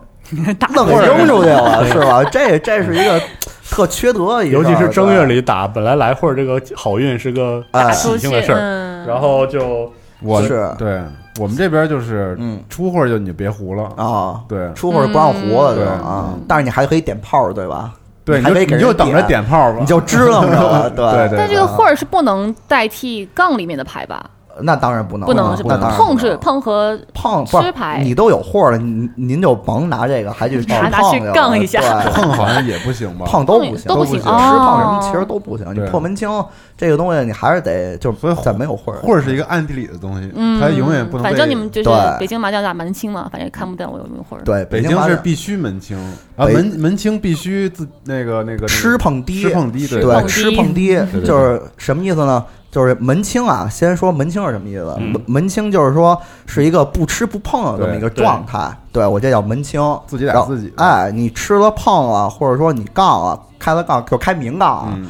Speaker 4: 打
Speaker 3: 给愣给扔出去了是吧？ 这这是一个特缺德一事儿，
Speaker 2: 尤其是正月
Speaker 3: 对
Speaker 2: 里打，本来来会儿这个好运是个
Speaker 3: 哎
Speaker 2: 喜庆的事儿，
Speaker 4: 嗯，
Speaker 2: 然后就
Speaker 1: 我
Speaker 3: 是
Speaker 1: 对我们这边就是
Speaker 3: 嗯
Speaker 1: 出混儿就你就别胡了，
Speaker 3: 啊，
Speaker 1: 对
Speaker 3: 出货是不让活了就
Speaker 1: 嗯
Speaker 3: 啊
Speaker 1: 对，
Speaker 3: 但是你还可以点炮儿对吧？
Speaker 1: 对，
Speaker 3: 还
Speaker 1: 你
Speaker 3: 可以
Speaker 1: 就
Speaker 3: 给
Speaker 1: 你
Speaker 3: 人
Speaker 1: 就等着
Speaker 3: 点，
Speaker 1: 点炮吧，
Speaker 3: 你就支棱 着了，
Speaker 1: 对对
Speaker 4: 但这个会儿是不能代替杠里面的牌吧？
Speaker 3: 那当然不能，
Speaker 4: 不能是
Speaker 3: 那
Speaker 4: 吧
Speaker 3: 当然不能啊
Speaker 4: 碰是碰和
Speaker 3: 碰不是
Speaker 4: 吃牌
Speaker 3: 你都有货了，您您就甭拿这个，还去吃
Speaker 4: 拿拿
Speaker 3: 胖
Speaker 4: 去
Speaker 3: 去了
Speaker 4: 杠一下
Speaker 3: 对
Speaker 1: 碰好像也不行吧，
Speaker 3: 胖都不行，
Speaker 4: 都
Speaker 1: 不行
Speaker 3: 行，吃
Speaker 1: 都不
Speaker 4: 行
Speaker 3: 胖什么
Speaker 4: 哦
Speaker 3: 其实都不行。你
Speaker 1: 对
Speaker 3: 破门清这个东西，你还是得就是
Speaker 1: 所以
Speaker 3: 咱没有会儿，
Speaker 1: 混儿是一个暗地里的东西，
Speaker 4: 嗯，
Speaker 1: 它永远不能被。
Speaker 4: 反正你们就是
Speaker 3: 对
Speaker 4: 北京麻将打蛮清嘛，反正也看不到我有没有会儿。
Speaker 3: 对，
Speaker 1: 北
Speaker 3: 京
Speaker 1: 京
Speaker 3: 麻
Speaker 1: 是
Speaker 3: 将
Speaker 1: 必须门清啊，
Speaker 3: 北
Speaker 1: 门门清必须自那个那个
Speaker 3: 吃碰低，
Speaker 1: 吃碰低，对
Speaker 3: 对，
Speaker 4: 碰低
Speaker 3: 吃碰低
Speaker 1: 对对
Speaker 3: 就是什么意思呢？就是门清啊，先说门清是什么意思？
Speaker 2: 嗯
Speaker 3: 门门清就是说是一个不吃不碰的这么一个
Speaker 2: 对
Speaker 3: 状态，对我这叫门清，
Speaker 1: 自己打
Speaker 3: 然后
Speaker 1: 自己
Speaker 3: 哎，你吃了碰了，或者说你杠了，开了杠就开明杠啊，
Speaker 1: 嗯，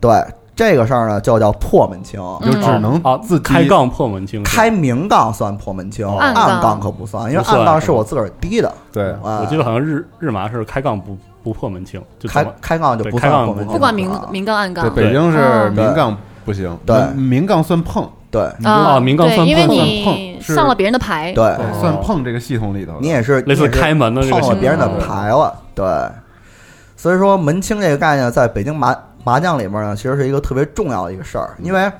Speaker 3: 对这个事儿呢就叫破门清，
Speaker 4: 嗯
Speaker 1: 你就只能
Speaker 2: 啊
Speaker 1: 自己
Speaker 2: 开杠破门清。
Speaker 3: 开明杠算破门清，
Speaker 2: 哦
Speaker 3: 暗
Speaker 4: 暗杠
Speaker 3: 杠可不算，因为
Speaker 2: 不算
Speaker 3: 暗杠是我自个儿滴的。
Speaker 1: 对
Speaker 3: 啊
Speaker 2: 我记得好像日日麻是开杠不不破门清，就怎
Speaker 3: 开
Speaker 2: 么
Speaker 3: 开杠就不
Speaker 2: 对开
Speaker 3: 算
Speaker 2: 杠
Speaker 3: 破门清，
Speaker 4: 不管明
Speaker 3: 啊
Speaker 4: 明杠暗
Speaker 1: 对，
Speaker 4: 杠，
Speaker 1: 北京是
Speaker 4: 嗯
Speaker 1: 明杠不行，
Speaker 3: 对
Speaker 1: 门明杠算碰，
Speaker 3: 对
Speaker 2: 啊明杠
Speaker 4: 对
Speaker 2: 算
Speaker 4: 因为
Speaker 2: 碰
Speaker 4: 你
Speaker 1: 碰是
Speaker 4: 上了别人的牌，
Speaker 3: 对，
Speaker 1: 对
Speaker 2: 哦
Speaker 1: 算碰这个系统里头的，
Speaker 3: 你也是
Speaker 2: 类似开门的
Speaker 3: 你
Speaker 2: 这
Speaker 3: 也
Speaker 2: 个啊行
Speaker 3: 是碰了
Speaker 2: 为
Speaker 3: 别人的牌了，对。所以说门清这个概念在北京麻麻将里面呢，其实是一个特别重要的一个事儿，因为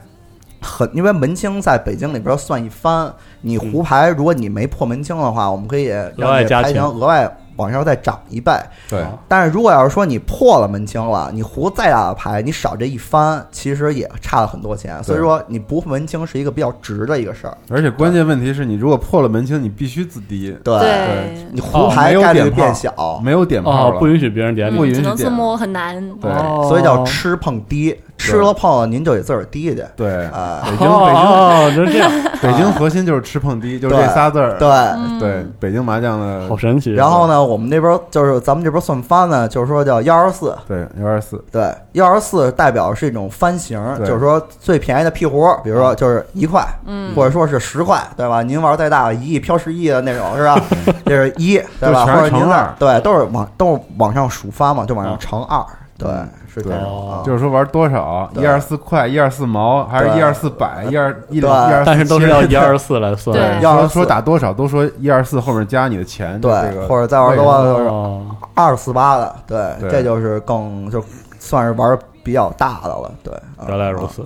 Speaker 3: 很因为门清在北京里边算一番，你胡牌如果你没破门清的话，我们可以
Speaker 2: 嗯额
Speaker 3: 让
Speaker 2: 外
Speaker 3: 你
Speaker 2: 加
Speaker 3: 牌型
Speaker 2: 钱
Speaker 3: 额外往上再涨一倍。
Speaker 1: 对
Speaker 2: 啊
Speaker 3: 但是如果要是说你破了门清了，你胡再大的牌，你少这一翻，其实也差了很多钱。所以说你不破门清是一个比较值的一个事儿。
Speaker 1: 而且关键问题是你如果破了门清，你必须自低，
Speaker 3: 对
Speaker 4: 对
Speaker 3: 你胡牌概率变小，
Speaker 1: 没有点炮
Speaker 2: 哦，
Speaker 1: 了，
Speaker 2: 不允许别人点
Speaker 4: 嗯
Speaker 1: 不
Speaker 2: 你，
Speaker 1: 允许
Speaker 4: 只能自
Speaker 1: 点
Speaker 4: 摸很难。
Speaker 1: 对
Speaker 2: 哦
Speaker 3: 所以叫吃碰低，吃了碰了您就得自个儿低去。
Speaker 1: 哦对，
Speaker 3: 啊、
Speaker 1: 北京北京
Speaker 2: 哦，就是这样，
Speaker 1: 北京核心就是吃碰低，就这仨字儿，嗯
Speaker 3: 对。
Speaker 4: 嗯
Speaker 1: 对，北京麻将的
Speaker 2: 好神奇。
Speaker 3: 然后呢，我们那边就是咱们这边算番呢，就是说叫幺二四，
Speaker 1: 对幺二四，
Speaker 3: 对，幺二四代表是一种翻型，
Speaker 1: 对
Speaker 3: 就是说最便宜的屁股，比如说就是一块，嗯，或者说是十块，对吧？您玩再大一亿飘十亿的那种是吧？ 这是一，对
Speaker 1: 就
Speaker 3: 吧？
Speaker 1: 全
Speaker 3: 或
Speaker 1: 是
Speaker 3: 者您
Speaker 1: 乘
Speaker 3: 那
Speaker 1: 二嗯
Speaker 3: 对都是往都是往上数发嘛，就往上
Speaker 2: 啊
Speaker 3: 乘二，对，是这种啊
Speaker 2: 哦。
Speaker 1: 就是说玩多少，
Speaker 3: 对
Speaker 1: 一二四块，一二四毛，还是
Speaker 3: 对
Speaker 1: 一二四百，一二一
Speaker 3: 对
Speaker 1: 两，一二，
Speaker 2: 但是都是要一二
Speaker 1: 二。
Speaker 2: 四来算。
Speaker 4: 对
Speaker 1: 要
Speaker 3: 124
Speaker 1: 说打多少都说一二四后面加你的钱，
Speaker 3: 对
Speaker 1: 就这个
Speaker 3: 或者再玩的话就是
Speaker 2: 哦，
Speaker 3: 二四八的，对，
Speaker 1: 对
Speaker 3: 这就是更就算是玩比较大的了，对，啊
Speaker 2: 原来如此。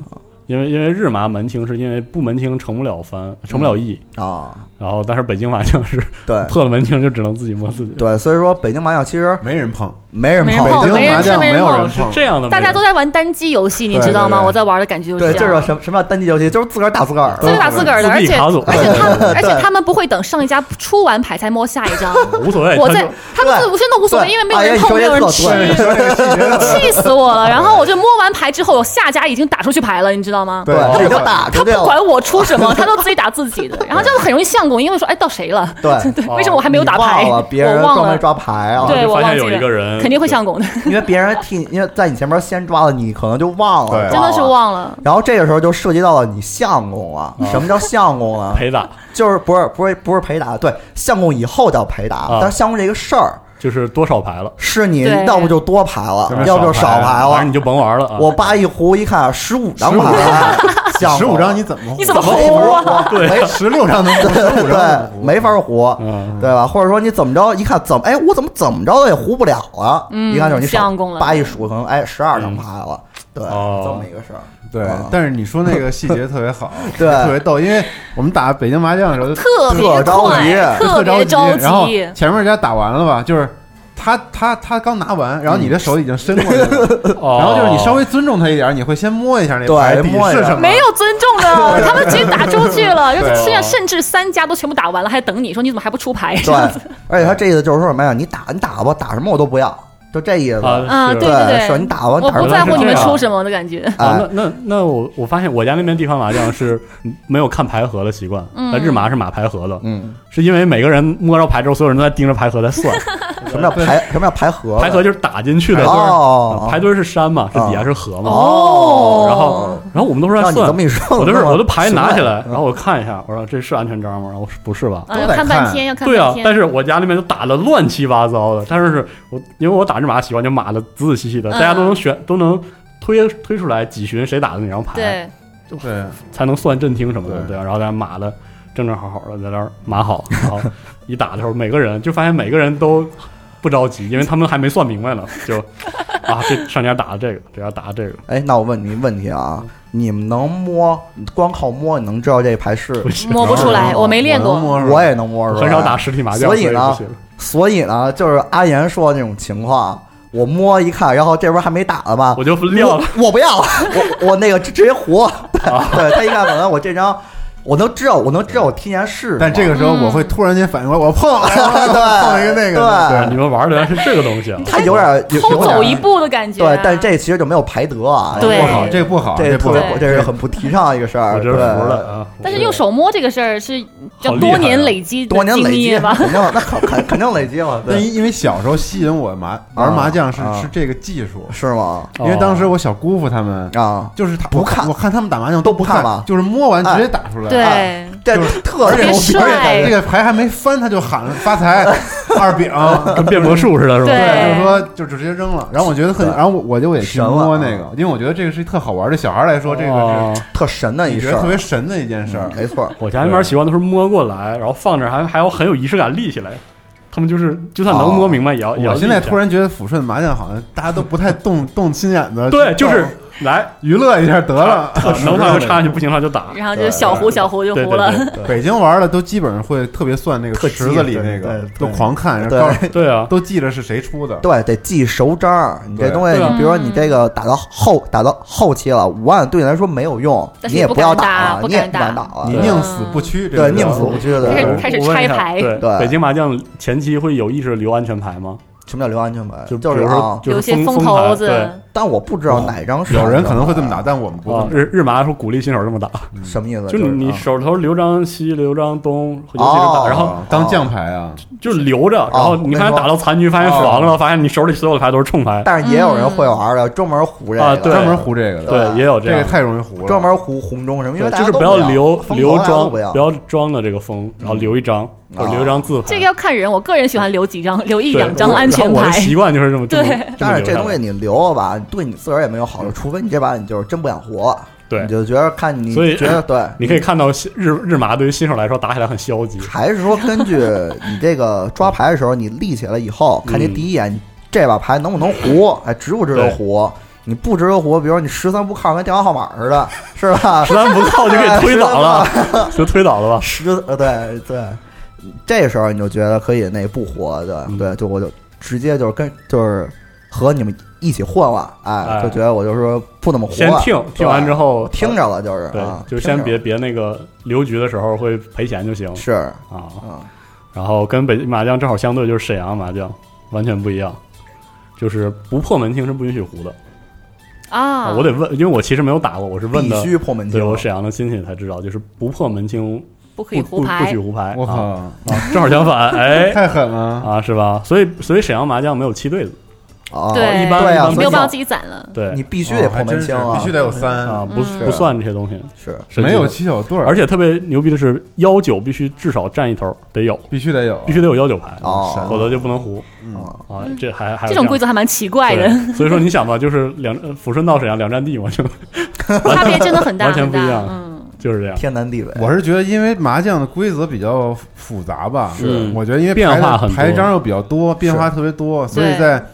Speaker 2: 因为因为日麻门清是因为不门清成不了番，成不了役，
Speaker 3: 啊，
Speaker 2: 然后但是北京麻将是
Speaker 3: 对
Speaker 2: 破了门清就只能自己摸自己。
Speaker 3: 对，所以说北京麻将其实
Speaker 1: 没人碰。
Speaker 3: 没人
Speaker 4: 没人
Speaker 3: 碰，
Speaker 1: 北
Speaker 4: 碰
Speaker 1: 京
Speaker 4: 没人
Speaker 1: 麻将
Speaker 4: 吃没人
Speaker 1: 没有人
Speaker 4: 碰
Speaker 2: 是
Speaker 1: 碰，
Speaker 2: 这样的，
Speaker 4: 大家都在玩单机游戏，你
Speaker 1: 对
Speaker 4: 知道吗？
Speaker 1: 对对
Speaker 4: 我在玩的感觉就是
Speaker 3: 对，
Speaker 4: 这
Speaker 3: 这
Speaker 4: 样
Speaker 3: 叫。什么什么叫单机游戏，就是自个儿打自个儿，
Speaker 4: 自己打自个儿的，
Speaker 2: 自
Speaker 4: 而
Speaker 2: 闭
Speaker 4: 且
Speaker 2: 卡组
Speaker 4: 而且他们，而且他们不会等上一家出完牌才摸下一张。
Speaker 2: 无所谓。
Speaker 4: 我
Speaker 2: 他
Speaker 4: 在
Speaker 2: 就
Speaker 4: 他们自真的无所谓，
Speaker 3: 对
Speaker 4: 因为没有
Speaker 3: 哎呀
Speaker 4: 人碰，
Speaker 3: 你
Speaker 4: 没有
Speaker 3: 说
Speaker 4: 人
Speaker 3: 这
Speaker 4: 吃，
Speaker 3: 个对
Speaker 4: 气死我了。然后我就摸完牌之后，我下家已经打出去牌了，你知道吗？
Speaker 1: 对
Speaker 3: 对，
Speaker 1: 这
Speaker 3: 已
Speaker 1: 个
Speaker 3: 经打出
Speaker 4: 他
Speaker 3: 去
Speaker 4: 不
Speaker 3: 了，
Speaker 4: 管我出什么，他都自己打自 己的，然后这样很容易相公，因为说哎到谁了？
Speaker 3: 对
Speaker 4: 对，为什么我 还没有打
Speaker 3: 你
Speaker 4: 牌？
Speaker 3: 忘了别人
Speaker 4: 我
Speaker 3: 专
Speaker 4: 忘
Speaker 3: 门
Speaker 4: 了，
Speaker 3: 抓牌啊，
Speaker 4: 对
Speaker 2: 哦就
Speaker 4: 我
Speaker 2: 发
Speaker 4: 忘
Speaker 2: 现
Speaker 4: 记
Speaker 2: 有一
Speaker 4: 了
Speaker 2: 个人
Speaker 4: 肯定会相公的，
Speaker 3: 因为别人替你，因为在你前面先抓了你，可能就忘了，
Speaker 1: 对
Speaker 4: 真的是
Speaker 3: 了。
Speaker 4: 忘了。
Speaker 3: 然后这个时候就涉及到了你相公了。什么叫相公呢？
Speaker 2: 陪打，
Speaker 3: 就是不是不是不是陪打，对，相公以后叫陪打
Speaker 2: 啊，
Speaker 3: 但是相公这个事儿
Speaker 2: 就是多少牌了，
Speaker 3: 是你
Speaker 4: 对
Speaker 3: 要不就多牌了，
Speaker 1: 对
Speaker 3: 要不就少
Speaker 2: 少
Speaker 3: 牌
Speaker 2: 反正你
Speaker 3: 了。
Speaker 2: 就甭玩了啊。
Speaker 3: 我扒一壶一看，十五张牌了，相
Speaker 1: 十
Speaker 3: 公
Speaker 1: 五张你怎么
Speaker 4: 你怎么
Speaker 1: 活
Speaker 4: 胡 啊？
Speaker 1: 没十六张能活，十五张
Speaker 3: 对，没法胡，
Speaker 2: 嗯
Speaker 3: 对吧？或者说你怎么着，一看怎么，哎，我怎么怎么着也胡不了了，
Speaker 4: 嗯
Speaker 3: 一看就是你手
Speaker 4: 相公了
Speaker 3: 扒一数，可能哎十二张牌了，对，
Speaker 2: 嗯哦
Speaker 3: 这么一个事儿，
Speaker 1: 对
Speaker 3: 啊，，
Speaker 1: 但是你说那个细节特别好
Speaker 3: 对
Speaker 1: 特别逗，因为我们打北京麻将的时候
Speaker 4: 特别
Speaker 3: 特着急
Speaker 4: 快，特别
Speaker 1: 别
Speaker 4: 着
Speaker 1: 然后
Speaker 4: 急。
Speaker 1: 前面人家打完了吧，就是他他他刚拿完，然后你
Speaker 3: 嗯
Speaker 1: 这手已经伸过去 了，然
Speaker 2: 然
Speaker 1: 后就是你稍微尊重他一点，你会先摸一下那
Speaker 3: 哦对
Speaker 1: 牌底
Speaker 3: 摸一下
Speaker 1: 是什么，
Speaker 4: 没有尊重的，他们直接打出去了。
Speaker 2: 对
Speaker 4: 现在甚至三家都全部打完了，还等你说你怎么还不出牌？
Speaker 3: 啊对，而且他这意思就是说什么呀？你打你打吧，打什么我都不要，就这意思。
Speaker 2: 啊
Speaker 4: 嗯，
Speaker 2: 是
Speaker 4: 对对
Speaker 3: 是吧你打完
Speaker 4: 我
Speaker 3: 打完
Speaker 4: 不在乎你们
Speaker 2: 是这样
Speaker 4: 出什么的感觉。
Speaker 3: 哎
Speaker 2: 啊，那那那我我发现我家那边地方麻将是没有看牌盒的习惯，
Speaker 4: 嗯
Speaker 2: 那日麻是码牌盒的，
Speaker 3: 嗯，
Speaker 2: 是因为每个人摸着牌之后，所有人都在盯着牌盒在算，
Speaker 3: 什么叫排？什么叫排合？
Speaker 2: 牌盒就是打进去的，
Speaker 3: 哦，
Speaker 2: 排堆是山嘛，是
Speaker 3: 哦
Speaker 2: 底下是河嘛，
Speaker 3: 哦
Speaker 2: 然后然后我们都是在
Speaker 3: 让你这
Speaker 2: 算
Speaker 3: 么，一说，
Speaker 2: 我都是
Speaker 3: 弄得
Speaker 2: 我都牌拿起来，
Speaker 3: 奇怪
Speaker 2: 然后我看一下，我说这是安全章吗？然后我说不是吧？
Speaker 4: 啊，要
Speaker 1: 都得
Speaker 4: 看半
Speaker 1: 看
Speaker 4: 天，要看
Speaker 2: 对
Speaker 4: 半
Speaker 2: 啊，
Speaker 4: 天。
Speaker 2: 但是我家那边就打的乱七八糟的，但是是我因为我打日麻习惯，就码的仔仔细细的，
Speaker 4: 嗯
Speaker 2: 大家都能选，都能推推出来几巡谁打的哪张牌，
Speaker 4: 对，
Speaker 1: 对，
Speaker 2: 才能算正厅什么的，
Speaker 1: 对
Speaker 2: 对吧？啊然后咱码的正正好好的，在那儿码好，然后 一打的时候，每个人就发现每个人都不着急，因为他们还没算明白呢，就啊，这上家打的这个，这家打的这个，
Speaker 3: 哎，那我问你一问题啊，你们能摸？光靠摸你能知道这牌是？
Speaker 2: 不行，
Speaker 4: 摸不出来，
Speaker 1: 我
Speaker 4: 我没练
Speaker 1: 能
Speaker 4: 过。
Speaker 1: 摸出来
Speaker 3: 我也能摸出来，
Speaker 2: 很少打实体麻将，所
Speaker 3: 所以呢
Speaker 2: 不行。
Speaker 3: 所以呢，就是阿岩说的那种情况，我摸一看，然后这边还没打呢吧，
Speaker 2: 我就撂了，
Speaker 3: 我我不要， 我我那个直直接胡，对他一看可能我这张我能知道，我能知道我提前是什么，
Speaker 1: 但这个时候
Speaker 4: 嗯
Speaker 1: 我会突然间反应过来，我碰了，
Speaker 3: 对
Speaker 1: 碰了一个那个，
Speaker 2: 你
Speaker 3: 对
Speaker 2: 们玩的原来是这个东西啊！
Speaker 3: 他有点有
Speaker 4: 哎偷
Speaker 3: 有
Speaker 4: 走
Speaker 3: 点
Speaker 4: 一步的感觉啊。
Speaker 3: 对，但这其实就没有排德啊，
Speaker 4: 对
Speaker 1: 不好，这个不好，
Speaker 3: 这
Speaker 1: 这
Speaker 3: 特
Speaker 1: 不
Speaker 3: 别
Speaker 1: 好，
Speaker 3: 不这是很不提倡的一个事儿，
Speaker 2: 我真
Speaker 3: 对
Speaker 2: 服了啊！
Speaker 4: 但是用手摸这个事儿是要
Speaker 2: 好厉害啊
Speaker 4: 多年累积的
Speaker 3: 多年
Speaker 4: 经
Speaker 3: 累积
Speaker 4: 验吧？
Speaker 3: 肯定那肯肯肯定累积了，
Speaker 1: 但
Speaker 3: 对，
Speaker 1: 因因为小时候吸引我麻玩麻将是
Speaker 3: 啊
Speaker 1: 是这个技术，
Speaker 3: 是吗？
Speaker 1: 因为当时
Speaker 2: 哦
Speaker 1: 我小姑父他们
Speaker 3: 啊，
Speaker 1: 就是他
Speaker 3: 不
Speaker 1: 我
Speaker 3: 看
Speaker 1: 我看他们打麻将
Speaker 3: 都不
Speaker 1: 不
Speaker 3: 看哎了
Speaker 1: 就是摸完直接打出来，
Speaker 4: 对，
Speaker 3: 这
Speaker 1: 就是
Speaker 3: 特别
Speaker 4: 别
Speaker 3: 牛逼
Speaker 4: 帅
Speaker 1: 这个牌还没翻他就喊了发 财二饼，
Speaker 2: 跟变魔术似的，是吧？
Speaker 4: 对
Speaker 1: 对，就是说就直接扔了。然后我觉得很，
Speaker 3: 对
Speaker 1: 然后我我就也去
Speaker 3: 神了
Speaker 1: 摸
Speaker 3: 啊
Speaker 1: 那个，因为我觉得这个是特好玩，对小孩来说这个
Speaker 2: 哦
Speaker 3: 特神的
Speaker 1: 是
Speaker 3: 一
Speaker 1: 你觉
Speaker 3: 事
Speaker 1: 得特
Speaker 3: 儿嗯
Speaker 1: 别，嗯神的一件事儿。
Speaker 3: 没错儿，
Speaker 2: 我家那边习惯都是摸过来，然后放这儿还还要很有仪式感立起来。他们就是就算能摸明白，也要也要
Speaker 1: 哦我
Speaker 2: 立
Speaker 1: 现
Speaker 2: 起
Speaker 1: 在
Speaker 2: 来。
Speaker 1: 突然觉得抚顺麻将好像大家都不太动动心眼子，
Speaker 2: 对，就是来
Speaker 1: 娱乐一下得了
Speaker 2: 啊。能放就插进去，不行的话就打。
Speaker 4: 然后就是小胡小胡就
Speaker 2: 对
Speaker 4: 胡
Speaker 2: 对
Speaker 4: 了。
Speaker 2: 对对
Speaker 1: 北京玩的都基本上会特别算那
Speaker 3: 特
Speaker 1: 个
Speaker 3: 记
Speaker 1: 池子里
Speaker 3: 对
Speaker 1: 那
Speaker 3: 对
Speaker 1: 个
Speaker 3: 对，
Speaker 1: 都狂看，然后
Speaker 3: 对
Speaker 1: 告诉
Speaker 2: 对啊，
Speaker 1: 都记着是谁出的。
Speaker 3: 对，得记熟招儿。你这
Speaker 1: 对
Speaker 3: 东西，
Speaker 2: 对啊
Speaker 3: 你比如说你
Speaker 4: 嗯
Speaker 3: 这个打到后打到后期了，五万对你来说没有用，
Speaker 4: 但
Speaker 3: 你
Speaker 4: 是
Speaker 3: 也
Speaker 4: 你不
Speaker 3: 要
Speaker 4: 敢
Speaker 3: 打
Speaker 4: 打
Speaker 3: 了，
Speaker 4: 不
Speaker 3: 你也
Speaker 4: 敢
Speaker 3: 不敢打
Speaker 4: 打
Speaker 3: 了
Speaker 1: 你。宁死不屈，这
Speaker 3: 对，
Speaker 1: 个
Speaker 3: 宁
Speaker 1: 叫
Speaker 3: 死不屈的
Speaker 4: 开始
Speaker 2: 我
Speaker 4: 开始
Speaker 2: 我问一
Speaker 4: 拆
Speaker 2: 下
Speaker 4: 牌
Speaker 2: 对，
Speaker 3: 对
Speaker 2: 北京麻将前期会有意识留安全牌吗？
Speaker 3: 什么叫留安全牌？
Speaker 2: 就
Speaker 3: 就
Speaker 2: 比
Speaker 3: 是
Speaker 2: 如
Speaker 3: 啊
Speaker 2: 说，
Speaker 4: 有
Speaker 2: 就是
Speaker 4: 些
Speaker 2: 封
Speaker 4: 疯
Speaker 2: 封牌
Speaker 4: 头
Speaker 2: 对
Speaker 4: 子，
Speaker 3: 但我不知道哪张是
Speaker 1: 有人可能会这
Speaker 3: 安
Speaker 1: 么打，
Speaker 3: 全牌，
Speaker 1: 但我们不
Speaker 2: 啊
Speaker 1: 会，
Speaker 2: 日日麻说鼓励新手这么打，
Speaker 3: 什么意思？
Speaker 2: 就是你
Speaker 3: 啊
Speaker 2: 手头留张西、留张东，尤其是
Speaker 3: 哦
Speaker 2: 打，然后
Speaker 1: 啊当将牌啊，
Speaker 2: 就留着，然后你发现打到残局，发现
Speaker 3: 哦
Speaker 2: 黄了，发现你手里所有的牌都是冲牌，
Speaker 3: 但是也有人会
Speaker 4: 嗯
Speaker 3: 玩的，专门胡这
Speaker 2: 啊
Speaker 3: 个
Speaker 2: 对
Speaker 3: 的，
Speaker 1: 专门胡这个的，
Speaker 2: 对，也有这
Speaker 1: 这个
Speaker 2: 样。
Speaker 1: 太容易胡了，
Speaker 3: 专门胡红中什么，因
Speaker 2: 对，
Speaker 3: 为大
Speaker 2: 就
Speaker 3: 家
Speaker 2: 是
Speaker 3: 都
Speaker 2: 不要
Speaker 3: 不
Speaker 2: 留
Speaker 3: 风
Speaker 2: 留
Speaker 3: 头大家都
Speaker 2: 装，
Speaker 3: 不哦要
Speaker 2: 不。要装的这个风，然后留一张或者留一张字牌。
Speaker 4: 这个要看人。我个人喜欢留几张，留一
Speaker 2: 对
Speaker 4: 两张
Speaker 2: 我
Speaker 4: 安全
Speaker 2: 然后我的
Speaker 4: 牌。
Speaker 2: 习惯就是这 么
Speaker 4: 对
Speaker 2: 这么
Speaker 3: 但是这
Speaker 2: 留下
Speaker 3: 东西
Speaker 2: 来
Speaker 3: 你留吧，对你自个儿也没有好处，除非你这把你就是真不想活了，
Speaker 2: 对
Speaker 3: 你就觉得看你
Speaker 2: 所以
Speaker 3: 觉得 对，
Speaker 2: 你可以看到新日日麻对于新手来说打起来很消 极，
Speaker 3: 还是说根 据你这个抓牌的时候，你立起来以后，看你
Speaker 2: 嗯
Speaker 3: 第一眼这把牌能不能胡，哎，值不值得胡？你不值得胡，比如你十三不靠跟电话号码似 的，是吧？
Speaker 2: 实在不靠就给你推倒 了，就推倒了吧。
Speaker 3: 十呃，对对，这时候你就觉得可以那不活，对
Speaker 2: 嗯
Speaker 3: 对，就我就直接就是跟就是和你们一起混了，哎，
Speaker 2: 哎
Speaker 3: 就觉得我就说不怎么活
Speaker 2: 先
Speaker 3: 了，
Speaker 2: 听听完之后
Speaker 3: 我听着了就是，
Speaker 2: 对
Speaker 3: 啊，
Speaker 2: 就
Speaker 3: 听
Speaker 2: 先
Speaker 3: 着
Speaker 2: 别别那个留局的时候会赔钱就行
Speaker 3: 是
Speaker 2: 啊。
Speaker 3: 啊，
Speaker 2: 然后跟北京麻将正好相对，就是沈阳麻将完全不一样，就是不破门厅是不允许胡的。
Speaker 4: 啊，
Speaker 2: 我得问，因为我其实没有打过，我是问
Speaker 3: 必
Speaker 2: 的。
Speaker 3: 须破门
Speaker 2: 对
Speaker 3: 清啊
Speaker 2: 我，沈阳的亲戚才知道，就是不破门清
Speaker 4: 不可以
Speaker 2: 不
Speaker 4: 胡
Speaker 2: 不不
Speaker 4: 牌
Speaker 2: 许，胡牌。
Speaker 1: 我
Speaker 2: 啊，
Speaker 1: 靠，
Speaker 2: 啊正好相 反，哎
Speaker 1: 太狠了，
Speaker 2: 啊，是吧？所以所以沈阳麻将没有七对子，
Speaker 3: 啊
Speaker 4: 对
Speaker 2: 一般
Speaker 3: 对啊
Speaker 2: 一般
Speaker 3: 所
Speaker 4: 你没
Speaker 3: 以
Speaker 4: 有
Speaker 3: 你
Speaker 4: 办法自己攒了。
Speaker 2: 对
Speaker 3: 你必须得
Speaker 1: 哦还
Speaker 3: 破门
Speaker 1: 真是
Speaker 3: 清啊，
Speaker 1: 必须得有三
Speaker 2: 啊，不
Speaker 4: 嗯
Speaker 2: 不算这些东西。
Speaker 3: 是
Speaker 2: 神奇
Speaker 1: 没有
Speaker 2: 的
Speaker 1: 起小对儿
Speaker 2: 而，且特别牛逼的是，幺九必须至少占一头，得有，
Speaker 1: 必须得有，
Speaker 2: 必须得有幺九牌，
Speaker 3: 哦
Speaker 2: 否则就不能胡
Speaker 1: 嗯，
Speaker 3: 啊，
Speaker 2: 啊。这还还有
Speaker 4: 这
Speaker 2: 样
Speaker 4: 种规则还蛮奇怪的，
Speaker 2: 对所以说你想吧，就是两呃抚顺到沈阳两站地嘛，就
Speaker 4: 差别真的很大
Speaker 2: 完全
Speaker 4: 很
Speaker 2: 不
Speaker 4: 大
Speaker 2: 一样。
Speaker 4: 嗯，
Speaker 2: 就是 这样，
Speaker 3: 天南地北，
Speaker 1: 我是觉得，因为麻将的规则比较复杂吧，嗯
Speaker 2: 是
Speaker 1: 我觉得因为
Speaker 2: 变
Speaker 1: 牌的
Speaker 2: 化很多
Speaker 1: 牌张又比较多，变化特别多，所以
Speaker 4: 对
Speaker 1: 在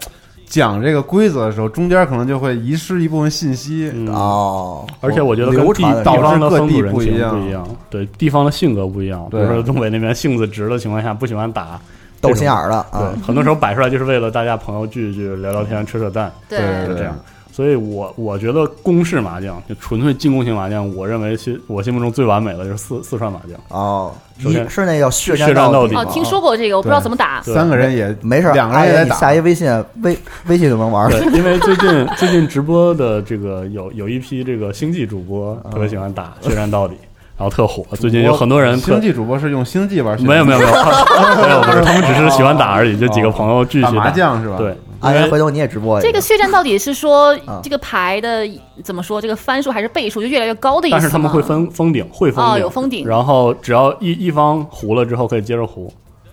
Speaker 1: 讲这个规则的时候，中间可能就会遗失一部分信息。
Speaker 2: 嗯
Speaker 3: 哦，
Speaker 2: 而且我觉得跟
Speaker 3: 流
Speaker 2: 地
Speaker 3: 传
Speaker 2: 地
Speaker 3: 的
Speaker 1: 导
Speaker 2: 方
Speaker 1: 致
Speaker 2: 的
Speaker 1: 各
Speaker 2: 风
Speaker 1: 地
Speaker 2: 土人
Speaker 1: 不一
Speaker 2: 情
Speaker 1: 样
Speaker 2: 不一样，对地方的性格不一样。比
Speaker 1: 对
Speaker 2: 如说东北那边性子直的情况下，不喜欢打
Speaker 3: 斗心眼儿了
Speaker 2: 对
Speaker 3: 啊，，
Speaker 2: 很多时候摆出来就是为了大家朋友聚一聚、聊聊天、扯扯淡，
Speaker 4: 对
Speaker 2: 就
Speaker 1: 对
Speaker 2: 这样。所以我我觉得公式麻将就纯粹进攻型麻将，我认为心我心目中最完美的就是四四川麻 将。
Speaker 3: 哦，
Speaker 2: 首
Speaker 3: 你
Speaker 2: 先
Speaker 3: 是那叫血
Speaker 2: 血战到
Speaker 3: 到
Speaker 2: 底啊
Speaker 4: 哦，
Speaker 3: 吗
Speaker 4: 听说过这个，我不知道怎么打。
Speaker 2: 对
Speaker 1: 三个人也
Speaker 3: 没事儿，
Speaker 1: 两个人也
Speaker 3: 哎
Speaker 1: 在
Speaker 3: 你
Speaker 1: 打
Speaker 3: 下一微信微微信就能玩
Speaker 2: 对
Speaker 3: 儿，，
Speaker 2: 因为最近最近直播的这个有有一批这个星际主播特别喜欢 打血战到底，然后特火。最近有很多人特
Speaker 1: 星际主播是用星际玩血战，
Speaker 2: 没有没 有没有没有不是，他们只是喜欢打而已，就几个朋友聚一
Speaker 1: 打
Speaker 2: 起
Speaker 1: 麻将是吧？哎
Speaker 2: 对，，因
Speaker 3: 阿元
Speaker 2: 为
Speaker 3: 回头你也直播一
Speaker 4: 这个血战到底是说
Speaker 3: 啊
Speaker 4: 这个牌的怎么说？这个番数还是倍数就越来越高的意思吗
Speaker 2: 但是他们会封封顶，会封
Speaker 4: 哦
Speaker 2: 顶，
Speaker 4: 有封顶
Speaker 2: 然后只要一一方胡了之后，可以接着胡，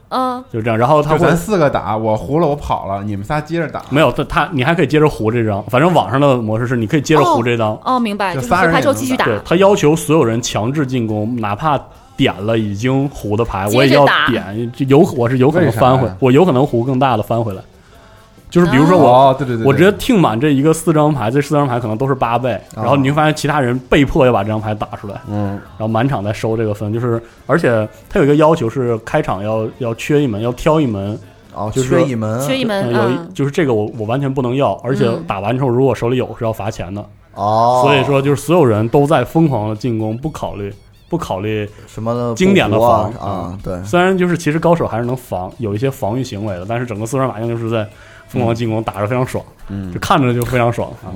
Speaker 4: 嗯，
Speaker 2: 就这样。然后他
Speaker 1: 就
Speaker 2: 会
Speaker 1: 咱四个打，我胡了我跑了，你们仨接着打，
Speaker 2: 没有他他你还可以接着胡这张，反正网上的模式是你可以接着胡这张，
Speaker 4: 哦，明白，
Speaker 1: 就
Speaker 4: 就是
Speaker 1: 仨
Speaker 4: 胡
Speaker 1: 人
Speaker 4: 牌
Speaker 1: 也
Speaker 4: 之后
Speaker 1: 能
Speaker 4: 继续
Speaker 1: 打
Speaker 4: 打。
Speaker 2: 对他要求所有人强制进攻，哪怕点了已经胡的牌，
Speaker 4: 接
Speaker 2: 我也
Speaker 4: 着
Speaker 2: 要
Speaker 4: 打
Speaker 2: 点，就有我是有可能
Speaker 1: 为啥
Speaker 2: 翻回
Speaker 1: 呀，
Speaker 2: 我有可能胡更大的翻回来。就是比如说我，
Speaker 1: 哦对对对对
Speaker 2: 我直接听满这一个四张牌，这四张牌可能都是八倍，
Speaker 1: 哦
Speaker 2: 然后你会发现其他人被迫要把这张牌打出来，
Speaker 1: 嗯，
Speaker 2: 然后满场再收这个分。就是而且他有一个要求是开场要要缺一门，要挑一门，
Speaker 3: 哦，
Speaker 2: 就是
Speaker 3: 缺一门，
Speaker 4: 缺一门
Speaker 2: 嗯，有一
Speaker 4: 嗯，
Speaker 2: 就是这个我我完全不能要，而且
Speaker 4: 嗯
Speaker 2: 打完之后如果手里有是要罚钱的。
Speaker 3: 哦，
Speaker 2: 所以说，就是所有人都在疯狂的进攻，不考虑，不考虑。
Speaker 3: 什么
Speaker 2: 经典的
Speaker 3: 赌博啊
Speaker 2: 防嗯
Speaker 3: 啊，对，
Speaker 2: 虽然就是其实高手还是能防，有一些防御行为的，但是整个四川马将就是在疯狂进攻，打着非常爽，
Speaker 1: 嗯
Speaker 2: 就看着就非常爽啊！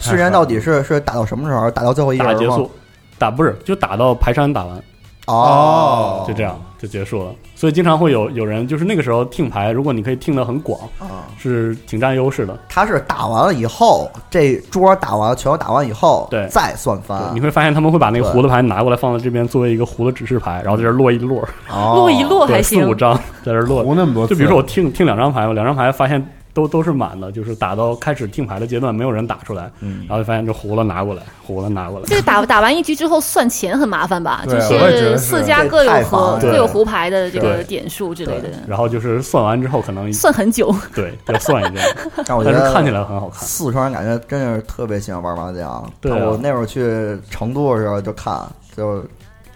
Speaker 1: 太
Speaker 3: 嗯血战
Speaker 1: 狠
Speaker 3: 到
Speaker 1: 了
Speaker 3: 底是是打到什么时候？打到最后一个
Speaker 2: 打
Speaker 3: 人
Speaker 2: 结
Speaker 3: 吗？
Speaker 2: 束，打不是就打到排山打完，
Speaker 3: 哦，
Speaker 2: 就这样就结束了。所以经常会有有人就是那个时候听牌，如果你可以听得很广，
Speaker 3: 啊。
Speaker 2: 是挺占优势的。
Speaker 3: 他是打完了以后，这桌打完全都打完以后，
Speaker 2: 对
Speaker 3: 再算
Speaker 2: 对
Speaker 3: 翻
Speaker 2: 你，会发现他们会把那个胡的牌拿过来放在这边作为一个胡的指示牌，然后在这儿摞一摞，
Speaker 4: 落
Speaker 3: 落
Speaker 4: 一落
Speaker 2: 哦对，
Speaker 4: 还
Speaker 2: 四
Speaker 4: 行
Speaker 2: 五，张在这儿摞，
Speaker 1: 胡那么多次，
Speaker 2: 就比如说我听听两张牌，我两张牌发现都都是满的，就是打到开始听牌的阶段，没有人打出来，
Speaker 3: 嗯
Speaker 2: 然后就发现就胡了拿过来，胡了拿过来
Speaker 4: 这。个打打完一局之后算钱很麻烦吧？
Speaker 1: 对
Speaker 4: 就
Speaker 1: 我也觉得是
Speaker 4: 四家各有
Speaker 3: 这太麻烦
Speaker 4: 和
Speaker 3: 了
Speaker 4: 各有胡牌的这个
Speaker 2: 对
Speaker 4: 点数之类的，
Speaker 2: 然后就是算完之后，可 能
Speaker 4: 算很久。
Speaker 2: 对要算一遍，
Speaker 3: 但我觉
Speaker 2: 但是
Speaker 3: 得
Speaker 2: 看起来很好看。
Speaker 3: 四川人感觉真的是特别喜欢玩麻将。
Speaker 2: 对啊
Speaker 3: 我那会儿去成都的时候就看，就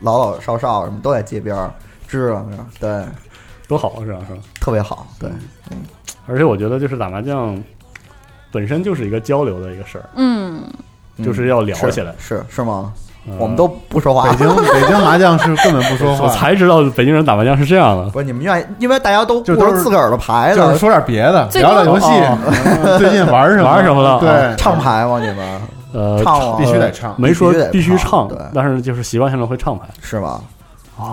Speaker 3: 老老少少什么都在街边儿支棱着，对，
Speaker 2: 多好啊是吧？是吧？
Speaker 3: 特别好。对，
Speaker 2: 而且我觉得就是打麻将本身就是一个交流的一个事儿，
Speaker 4: 嗯，
Speaker 3: 嗯
Speaker 2: 就是要聊起来嗯
Speaker 3: 是是是吗？我们都不说话
Speaker 1: 北。京北京麻将是根本不说
Speaker 2: 我
Speaker 1: 话，
Speaker 2: 才知道北京人打麻将是这样的。
Speaker 3: 不是你们愿意，因为大家都
Speaker 1: 就
Speaker 3: 不
Speaker 1: 都是
Speaker 3: 是自个儿的牌
Speaker 1: 就是
Speaker 3: 的，
Speaker 1: 说点别的，
Speaker 4: 最
Speaker 1: 聊
Speaker 4: 多
Speaker 1: 聊游戏
Speaker 3: 哦，
Speaker 1: 嗯 最近玩什么
Speaker 2: 玩什么了
Speaker 1: 对，
Speaker 3: 嗯唱牌吗？你们
Speaker 2: 呃，
Speaker 3: 唱啊
Speaker 1: 必须得唱
Speaker 2: 没说必
Speaker 3: 必须
Speaker 2: 须
Speaker 3: 得
Speaker 2: 唱
Speaker 3: 唱对，
Speaker 2: 但是就是习惯性的会唱牌。
Speaker 3: 是吗？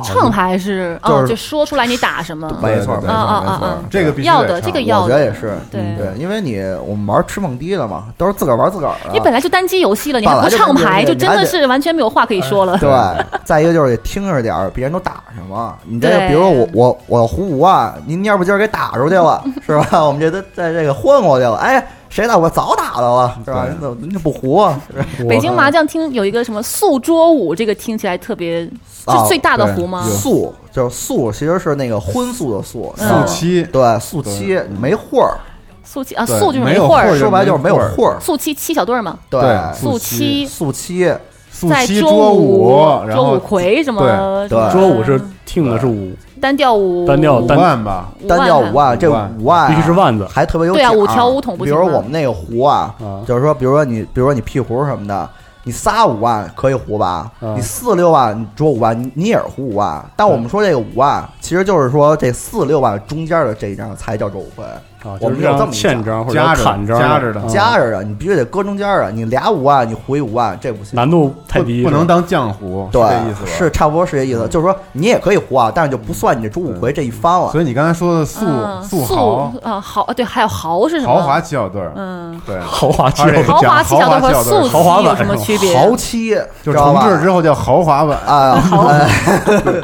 Speaker 4: 唱牌是
Speaker 3: 就
Speaker 4: 哦，
Speaker 3: 是
Speaker 4: 就说出来你打什
Speaker 2: 嗯
Speaker 4: 么，
Speaker 1: 对
Speaker 3: 没错，
Speaker 1: 对
Speaker 3: 没
Speaker 4: 啊啊
Speaker 3: 错，
Speaker 4: 啊
Speaker 3: 没错
Speaker 4: 啊。
Speaker 1: 这个必须
Speaker 4: 要
Speaker 1: 得
Speaker 4: 的
Speaker 1: 唱
Speaker 4: 这个
Speaker 3: 我
Speaker 4: 要
Speaker 3: 觉得也
Speaker 4: 的，
Speaker 3: 是，
Speaker 4: 对
Speaker 3: 对，因为你我们玩吃蹦迪的嘛，都是自个儿玩自个儿的。
Speaker 4: 你本来就单机游戏了，你还
Speaker 3: 本
Speaker 4: 不
Speaker 3: 来就
Speaker 4: 唱牌，
Speaker 3: 单机游戏
Speaker 4: 就真的是完全没有话可以说
Speaker 3: 哎
Speaker 4: 了。
Speaker 3: 对，再一个就是得听着点儿，别人都打什么。你这
Speaker 4: 对
Speaker 3: 比如说我我我胡五万，您要不今儿给打出去 了，是吧？我们这都在这个混过去了。哎，谁打我早打到了，是吧？
Speaker 1: 对
Speaker 3: 您怎么您这不胡啊？是吧
Speaker 4: 北京麻将厅有一个什么宿桌舞，这个听起来特别
Speaker 1: 哦
Speaker 3: 啊
Speaker 4: 是最大的胡吗？
Speaker 3: 素就是素，其实是那个荤素的素，
Speaker 4: 嗯
Speaker 2: 哦
Speaker 1: 素七，
Speaker 3: 对素七没混儿，
Speaker 4: 宿七啊，
Speaker 1: 对
Speaker 4: 宿就是
Speaker 1: 没有
Speaker 4: 会
Speaker 1: 会儿
Speaker 4: 儿，
Speaker 3: 说白了就是没有
Speaker 1: 没有
Speaker 3: 混儿。
Speaker 4: 宿七七小对儿嘛，
Speaker 1: 对
Speaker 4: 宿
Speaker 1: 宿
Speaker 4: 七
Speaker 1: 七
Speaker 3: 素七
Speaker 4: 啊
Speaker 1: 素
Speaker 4: 在
Speaker 1: 七
Speaker 4: 周
Speaker 1: 舞，然
Speaker 4: 周
Speaker 1: 后
Speaker 4: 五魁什么
Speaker 3: 对对
Speaker 2: 桌舞是听的是舞，
Speaker 4: 单调舞，
Speaker 2: 单调
Speaker 1: 五
Speaker 2: 单
Speaker 1: 万吧，
Speaker 4: 五
Speaker 3: 单调
Speaker 4: 万啊
Speaker 3: 五万，这
Speaker 1: 五万
Speaker 3: 五万
Speaker 2: 必须是
Speaker 3: 啊
Speaker 2: 腕 子
Speaker 3: 还特别有
Speaker 4: 对啊
Speaker 3: 奖
Speaker 4: 五条五筒不
Speaker 3: 比
Speaker 4: 行
Speaker 3: 如
Speaker 4: 吗
Speaker 3: 我们那个壶啊，
Speaker 2: 啊
Speaker 3: 就是说，比如说你，比如说你屁壶什么的，你仨五万可以胡吧？
Speaker 2: 嗯
Speaker 3: 你四六万你捉五万，你你也是胡五万。但我
Speaker 1: 嗯
Speaker 3: 们说这个五万，其实就是说这四六万中间的这一张才叫周五回，
Speaker 2: 啊，就
Speaker 3: 我们
Speaker 2: 是
Speaker 3: 有这
Speaker 2: 像
Speaker 3: 么一
Speaker 2: 欠
Speaker 3: 讲
Speaker 2: 张或者叫
Speaker 1: 夹着
Speaker 2: 砍张
Speaker 1: 夹着的
Speaker 2: 啊
Speaker 3: 加着的，嗯你必须得搁中间啊的。你俩五万，你胡一五万，这不行。
Speaker 2: 难度太
Speaker 1: 不
Speaker 2: 低，
Speaker 1: 不
Speaker 2: 是吧
Speaker 1: 能当浆糊，是这意思吧？
Speaker 3: 对，
Speaker 1: 嗯
Speaker 3: 是差不多是这意思，就是说你也可以胡啊，但是就不算你这周五回这一番了。
Speaker 1: 所以你刚才说的素
Speaker 4: 嗯
Speaker 1: 素豪
Speaker 4: 素啊豪啊对，还有豪是什么？
Speaker 1: 豪华七小对儿，
Speaker 4: 嗯，
Speaker 1: 对，
Speaker 2: 豪华 气
Speaker 1: 而且
Speaker 4: 豪华
Speaker 1: 讲
Speaker 4: 七小对
Speaker 1: 豪华七
Speaker 4: 儿和
Speaker 1: 小对儿
Speaker 4: 素
Speaker 2: 豪华
Speaker 4: 七有
Speaker 2: 版
Speaker 4: 什么
Speaker 2: 是吧
Speaker 4: 区别？
Speaker 3: 豪七，
Speaker 1: 就
Speaker 3: 知道
Speaker 1: 重
Speaker 3: 吧
Speaker 1: 置之后叫豪华 版，
Speaker 3: 啊，哎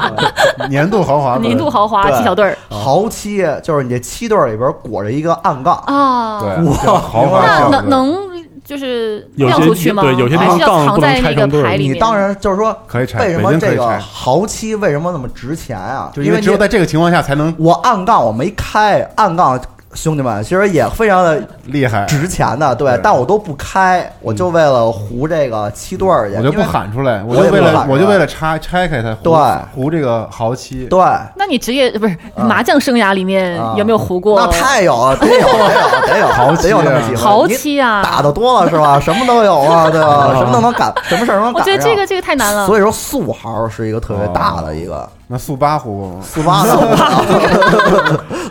Speaker 1: 年度豪华版，
Speaker 4: 年度豪华
Speaker 3: 对
Speaker 4: 七小对儿
Speaker 3: 豪七就是你这七对儿里边裹着一个暗杠，
Speaker 4: 啊，
Speaker 1: 对，叫豪华
Speaker 4: 那
Speaker 1: 小对儿
Speaker 4: 能能就是
Speaker 2: 有
Speaker 4: 亮
Speaker 2: 些
Speaker 4: 出去吗？
Speaker 2: 对有些地
Speaker 4: 还
Speaker 2: 方
Speaker 4: 是要
Speaker 2: 杠
Speaker 4: 藏
Speaker 2: 不能
Speaker 4: 在
Speaker 2: 拆
Speaker 4: 那
Speaker 2: 成对
Speaker 4: 个
Speaker 2: 儿
Speaker 4: 牌里面。
Speaker 3: 哎你当然就是说，
Speaker 1: 可以拆，
Speaker 3: 为什
Speaker 1: 北
Speaker 3: 么
Speaker 1: 京可
Speaker 3: 这
Speaker 1: 以
Speaker 3: 个
Speaker 1: 拆，
Speaker 3: 豪七为什么那么值钱啊？
Speaker 1: 就
Speaker 3: 因
Speaker 1: 因为只有
Speaker 3: 你
Speaker 1: 在这个情况下才能
Speaker 3: 我暗杠我没开，暗杠兄弟们其实也非常的
Speaker 1: 厉害，
Speaker 3: 值钱的，对
Speaker 1: 对，
Speaker 3: 但我都不开，我就为了胡这个七对儿去，
Speaker 1: 我就
Speaker 3: 因
Speaker 1: 不
Speaker 3: 为。
Speaker 1: 喊出来，我
Speaker 3: 我也
Speaker 1: 就为
Speaker 3: 不
Speaker 1: 了
Speaker 3: 喊
Speaker 1: 我就
Speaker 3: 出来
Speaker 1: 为了拆拆开它，胡
Speaker 3: 对
Speaker 1: 胡这个豪七，
Speaker 3: 对，
Speaker 4: 那你职业不是
Speaker 3: 啊
Speaker 4: 麻将生涯里面
Speaker 3: 啊
Speaker 4: 有没有胡过？
Speaker 3: 那太有了，得有，得有，得有，
Speaker 1: 豪气啊
Speaker 3: 得有那么几回。
Speaker 4: 豪
Speaker 3: 你
Speaker 4: 气啊！
Speaker 3: 打的多了是吧？什么都有啊， 对吧？什么都能赶，什么事儿都能
Speaker 4: 我
Speaker 3: 赶
Speaker 4: 觉得这个
Speaker 3: 上。
Speaker 4: 这个太难了。
Speaker 3: 所以说，素豪是一个特别大的一个
Speaker 1: 那速八胡
Speaker 3: 速八的，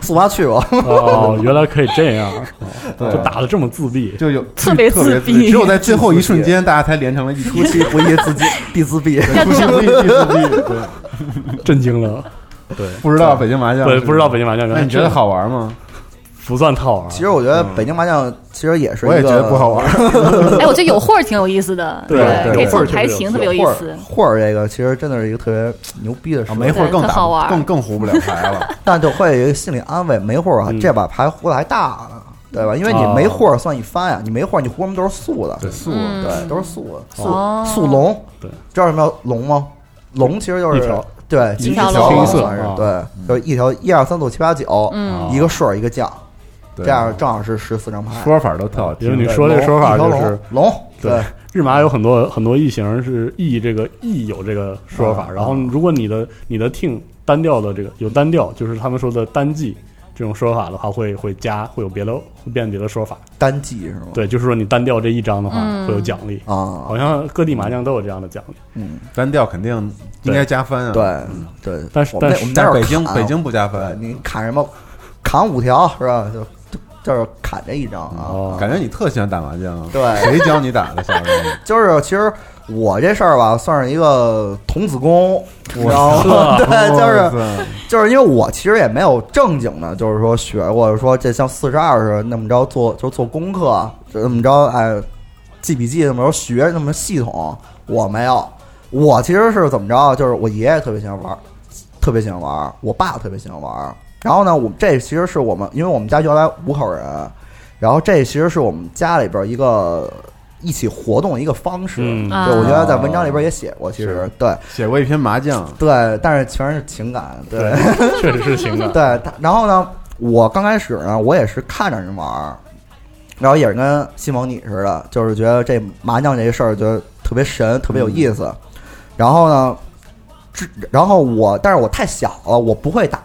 Speaker 3: 速八去过，
Speaker 2: 哦，原来可以这样，
Speaker 1: 对
Speaker 2: 就打的这么自闭。
Speaker 1: 就有
Speaker 4: 特别
Speaker 1: 特别
Speaker 4: 自闭
Speaker 1: 只有在最后一瞬间，大家才连成了一
Speaker 3: 出
Speaker 1: 出
Speaker 3: 其不意，自己必自毙。
Speaker 1: 出其不意，必自闭对，
Speaker 2: 震惊了。对，
Speaker 1: 不知道北京麻将
Speaker 2: 对，
Speaker 1: 是，
Speaker 2: 不知道北京麻将原
Speaker 1: 那
Speaker 2: 来
Speaker 1: 你觉得好玩吗？
Speaker 2: 不算套啊？
Speaker 3: 其实我觉得北京麻将其实也是一个，
Speaker 1: 我也觉得不好玩，
Speaker 4: 哎，我觉得有会儿挺有意思的，
Speaker 2: 对
Speaker 1: 对
Speaker 4: 可
Speaker 1: 有
Speaker 4: 以
Speaker 2: 会
Speaker 4: 做
Speaker 2: 儿确
Speaker 4: 牌
Speaker 2: 实有
Speaker 4: 型，特别有意思。
Speaker 3: 会儿这个其实真的是一个特别牛逼的事
Speaker 1: 啊
Speaker 3: 儿，
Speaker 1: 没会儿更
Speaker 4: 对
Speaker 1: 打
Speaker 4: 特好玩
Speaker 1: 更更胡不了牌了，
Speaker 3: 但就会有一个心理安慰，没会儿啊，
Speaker 2: 嗯
Speaker 3: 这把牌胡的还大呢，对吧？因为你没会儿算一番呀，你没会儿你胡什么都是素的，
Speaker 1: 对素
Speaker 4: 嗯
Speaker 3: 对，都是素的，
Speaker 4: 哦
Speaker 3: 素素龙，
Speaker 2: 对
Speaker 3: 知道什么叫龙吗？龙其实就
Speaker 2: 一
Speaker 3: 是
Speaker 2: 条
Speaker 3: 对
Speaker 4: 一条龙
Speaker 3: 龙
Speaker 4: 清一色
Speaker 3: 算是
Speaker 2: 啊
Speaker 3: 对，就是一条一二三四五七八九，
Speaker 4: 嗯
Speaker 3: 一个顺儿一个降，
Speaker 1: 对
Speaker 3: 这样正好是十四张牌。
Speaker 1: 说法都特好
Speaker 2: 因为
Speaker 1: 听。
Speaker 2: 你说这说法
Speaker 3: 一条
Speaker 2: 就是
Speaker 3: 龙龙，对
Speaker 2: 对，日麻有很多很多异形是异这个异有这个说法，
Speaker 3: 啊
Speaker 2: 然后如果你的你的 team 单调的这个有单调，就是他们说的单季这种说法的话，会会加会有别的会变别的说法。
Speaker 3: 单季是吗？
Speaker 2: 对，就是说你单调这一张的话
Speaker 4: 嗯
Speaker 2: 会有奖励，
Speaker 3: 啊，
Speaker 2: 好像各地麻将都有这样的奖励。
Speaker 3: 嗯，
Speaker 1: 单调肯定应该加分啊，
Speaker 3: 对对，
Speaker 2: 但是
Speaker 3: 我们
Speaker 2: 但
Speaker 3: 那
Speaker 2: 是
Speaker 3: 我们那
Speaker 1: 但
Speaker 3: 儿啊
Speaker 1: 是北京
Speaker 3: 砍
Speaker 1: 北，京不加
Speaker 3: 对
Speaker 1: 分，
Speaker 3: 你砍什么？砍五条是吧？就就就是砍这一张
Speaker 2: 哦
Speaker 3: 啊。
Speaker 1: 感觉你特喜欢打麻将啊。
Speaker 3: 对，
Speaker 1: 谁教你打的？小时 候
Speaker 3: 就是其实我这事儿吧，算是一个童子功，你知道吗？
Speaker 2: 哇
Speaker 3: 对，就是
Speaker 1: 是
Speaker 3: 就是因为我其实也没有正经的，就是说学过说这像四十二似的那么着做，就是做功课，就那么着哎记笔记那么着学那么系统，我没有。我其实是怎么着？就是我爷爷特别喜欢玩儿，特别喜欢玩儿，我爸特别喜欢玩儿。然后呢，我们这其实是我们，因为我们家原来五口人，然后这其实是我们家里边儿一个一起活动的一个方式。
Speaker 2: 嗯
Speaker 4: 啊
Speaker 3: 对，我觉得在文章里边儿也写过，其实
Speaker 1: 是
Speaker 3: 对
Speaker 1: 写过一篇麻将，
Speaker 3: 对，但是全是情感，对。
Speaker 2: 对， 确实是情感。
Speaker 3: 对，他然后呢，我刚开始呢，我也是看着人玩儿，然后也是跟西蒙你似的，就是觉得这麻将这个事儿觉得特别神，特别有意思。然后呢，这然后我，但是我太小了，我不会打，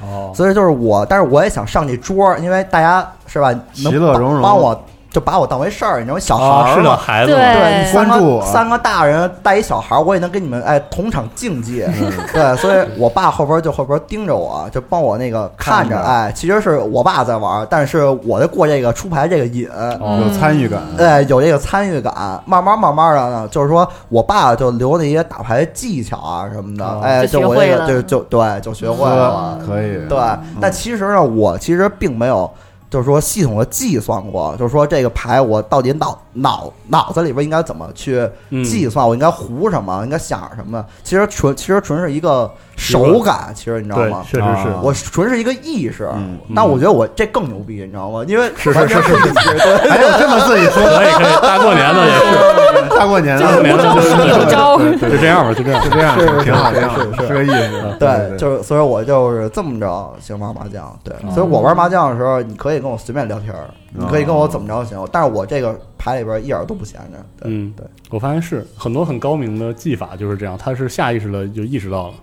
Speaker 2: 哦，
Speaker 3: 所以就是我，但是我也想上这桌儿，因为大家是吧，能
Speaker 1: 其乐融融
Speaker 3: 帮帮我。就把我当回事儿，你知道吗？小孩
Speaker 2: 啊，
Speaker 3: 儿
Speaker 2: 是的，
Speaker 3: 嘛，
Speaker 2: 孩子
Speaker 4: 对
Speaker 2: 嘛，
Speaker 3: 对，你哎三个
Speaker 1: 关注我
Speaker 3: 三个大人带一小孩儿，我也能跟你们哎同场竞技。对，所以我爸后边就后边盯着我，就帮我那个看着。
Speaker 1: 看着
Speaker 3: 哎，其实是我爸在玩，但是我在过这个出牌这个瘾。
Speaker 2: 哦
Speaker 1: 有参与感。
Speaker 3: 对，有这个参与感，慢慢慢慢的呢，就是说我爸就留那些打牌技巧啊什么的，
Speaker 2: 哦
Speaker 3: 哎，
Speaker 4: 就
Speaker 3: 就
Speaker 4: 学
Speaker 3: 我
Speaker 4: 会
Speaker 3: 这
Speaker 4: 了
Speaker 3: 个就就对，就学会
Speaker 1: 呵
Speaker 3: 了，，
Speaker 1: 可以。
Speaker 3: 对，但其实呢，我其实并没有，就是说系统的计算过，就是说这个牌我到底脑脑脑子里边应该怎么去
Speaker 2: 嗯
Speaker 3: 计算，我应该胡什么，应该想什么。其实纯其实纯是一个手感，其实你知道
Speaker 2: 对，
Speaker 3: 吗？
Speaker 2: 确实是
Speaker 1: 啊
Speaker 3: 我纯是一个意识
Speaker 1: 嗯，
Speaker 2: 嗯
Speaker 3: 那我觉得我这更牛逼，你知道吗？因为
Speaker 2: 是是
Speaker 3: 完全
Speaker 2: 是是
Speaker 3: 不一致对
Speaker 1: 还有哎这么自己说的，
Speaker 2: 可以可以，大过年的也是，
Speaker 1: 大过年
Speaker 4: 就是
Speaker 1: 的，
Speaker 4: 无招胜有招
Speaker 1: 对对对
Speaker 2: 就这样吧，就这样。
Speaker 1: 就这样，
Speaker 3: 是是
Speaker 1: 挺好，
Speaker 3: 是
Speaker 1: 挺好，
Speaker 3: 是是
Speaker 1: 个意思。
Speaker 3: 对，就是所以我就是这么着行玩麻将，对，所以我玩麻将的时候，你可以跟我随便聊天儿，你可以跟我怎么着行，但是我这个牌里边一点儿都不闲着，对
Speaker 2: 嗯
Speaker 3: 对，
Speaker 2: 我发现是很多很高明的技法就是这样，他是下意识的就意识到了，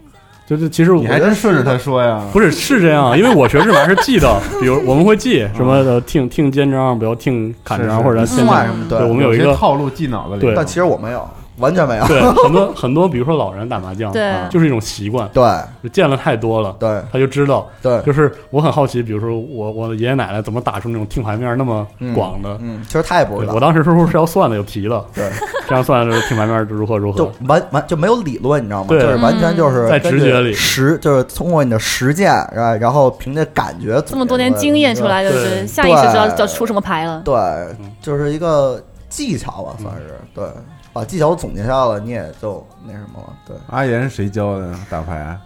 Speaker 2: 就是其实我
Speaker 1: 你
Speaker 2: 觉
Speaker 1: 还
Speaker 2: 得
Speaker 1: 真顺着他说呀，
Speaker 2: 不是是这 样，因为我学日文是记 的，比如我们会记什么呃听听肩章，不要听砍
Speaker 1: 是是
Speaker 2: 章或者线章，
Speaker 3: 算什么
Speaker 2: 对我们有一
Speaker 1: 些
Speaker 2: 个
Speaker 1: 套路记脑子里。
Speaker 2: 对
Speaker 3: 但其实我没有，完全没 有，
Speaker 2: 对很多很多，比如说老人打麻将，
Speaker 4: 对
Speaker 2: 啊就是一种习惯，
Speaker 3: 对
Speaker 2: 就见了太多了，
Speaker 3: 对
Speaker 2: 他就知道。
Speaker 3: 对，
Speaker 2: 就是我很好奇，比如说我我的爷爷奶奶怎么打出那种听牌面那么广的？
Speaker 3: 嗯，其实他也不
Speaker 2: 对
Speaker 3: 知
Speaker 2: 我
Speaker 3: 道，
Speaker 2: 当时是不是要算的，有题的，
Speaker 3: 对，
Speaker 2: 这样算就是听牌面如何如
Speaker 3: 就
Speaker 2: 何。
Speaker 3: 完完就没有理论，你知道吗？
Speaker 2: 对
Speaker 3: 就是完全就是
Speaker 2: 嗯在直觉里
Speaker 3: 根据实就是通过你的实践，然后然后凭借感觉
Speaker 4: 这么多年经验出，来，就
Speaker 2: 对
Speaker 4: 是下意识知道
Speaker 3: 对
Speaker 4: 要出什么牌了。
Speaker 3: 对，就是一个技巧吧，算是
Speaker 2: 嗯
Speaker 3: 对，把技巧总结下来，你也就那什么了，对。
Speaker 1: 阿岩是谁教的打牌？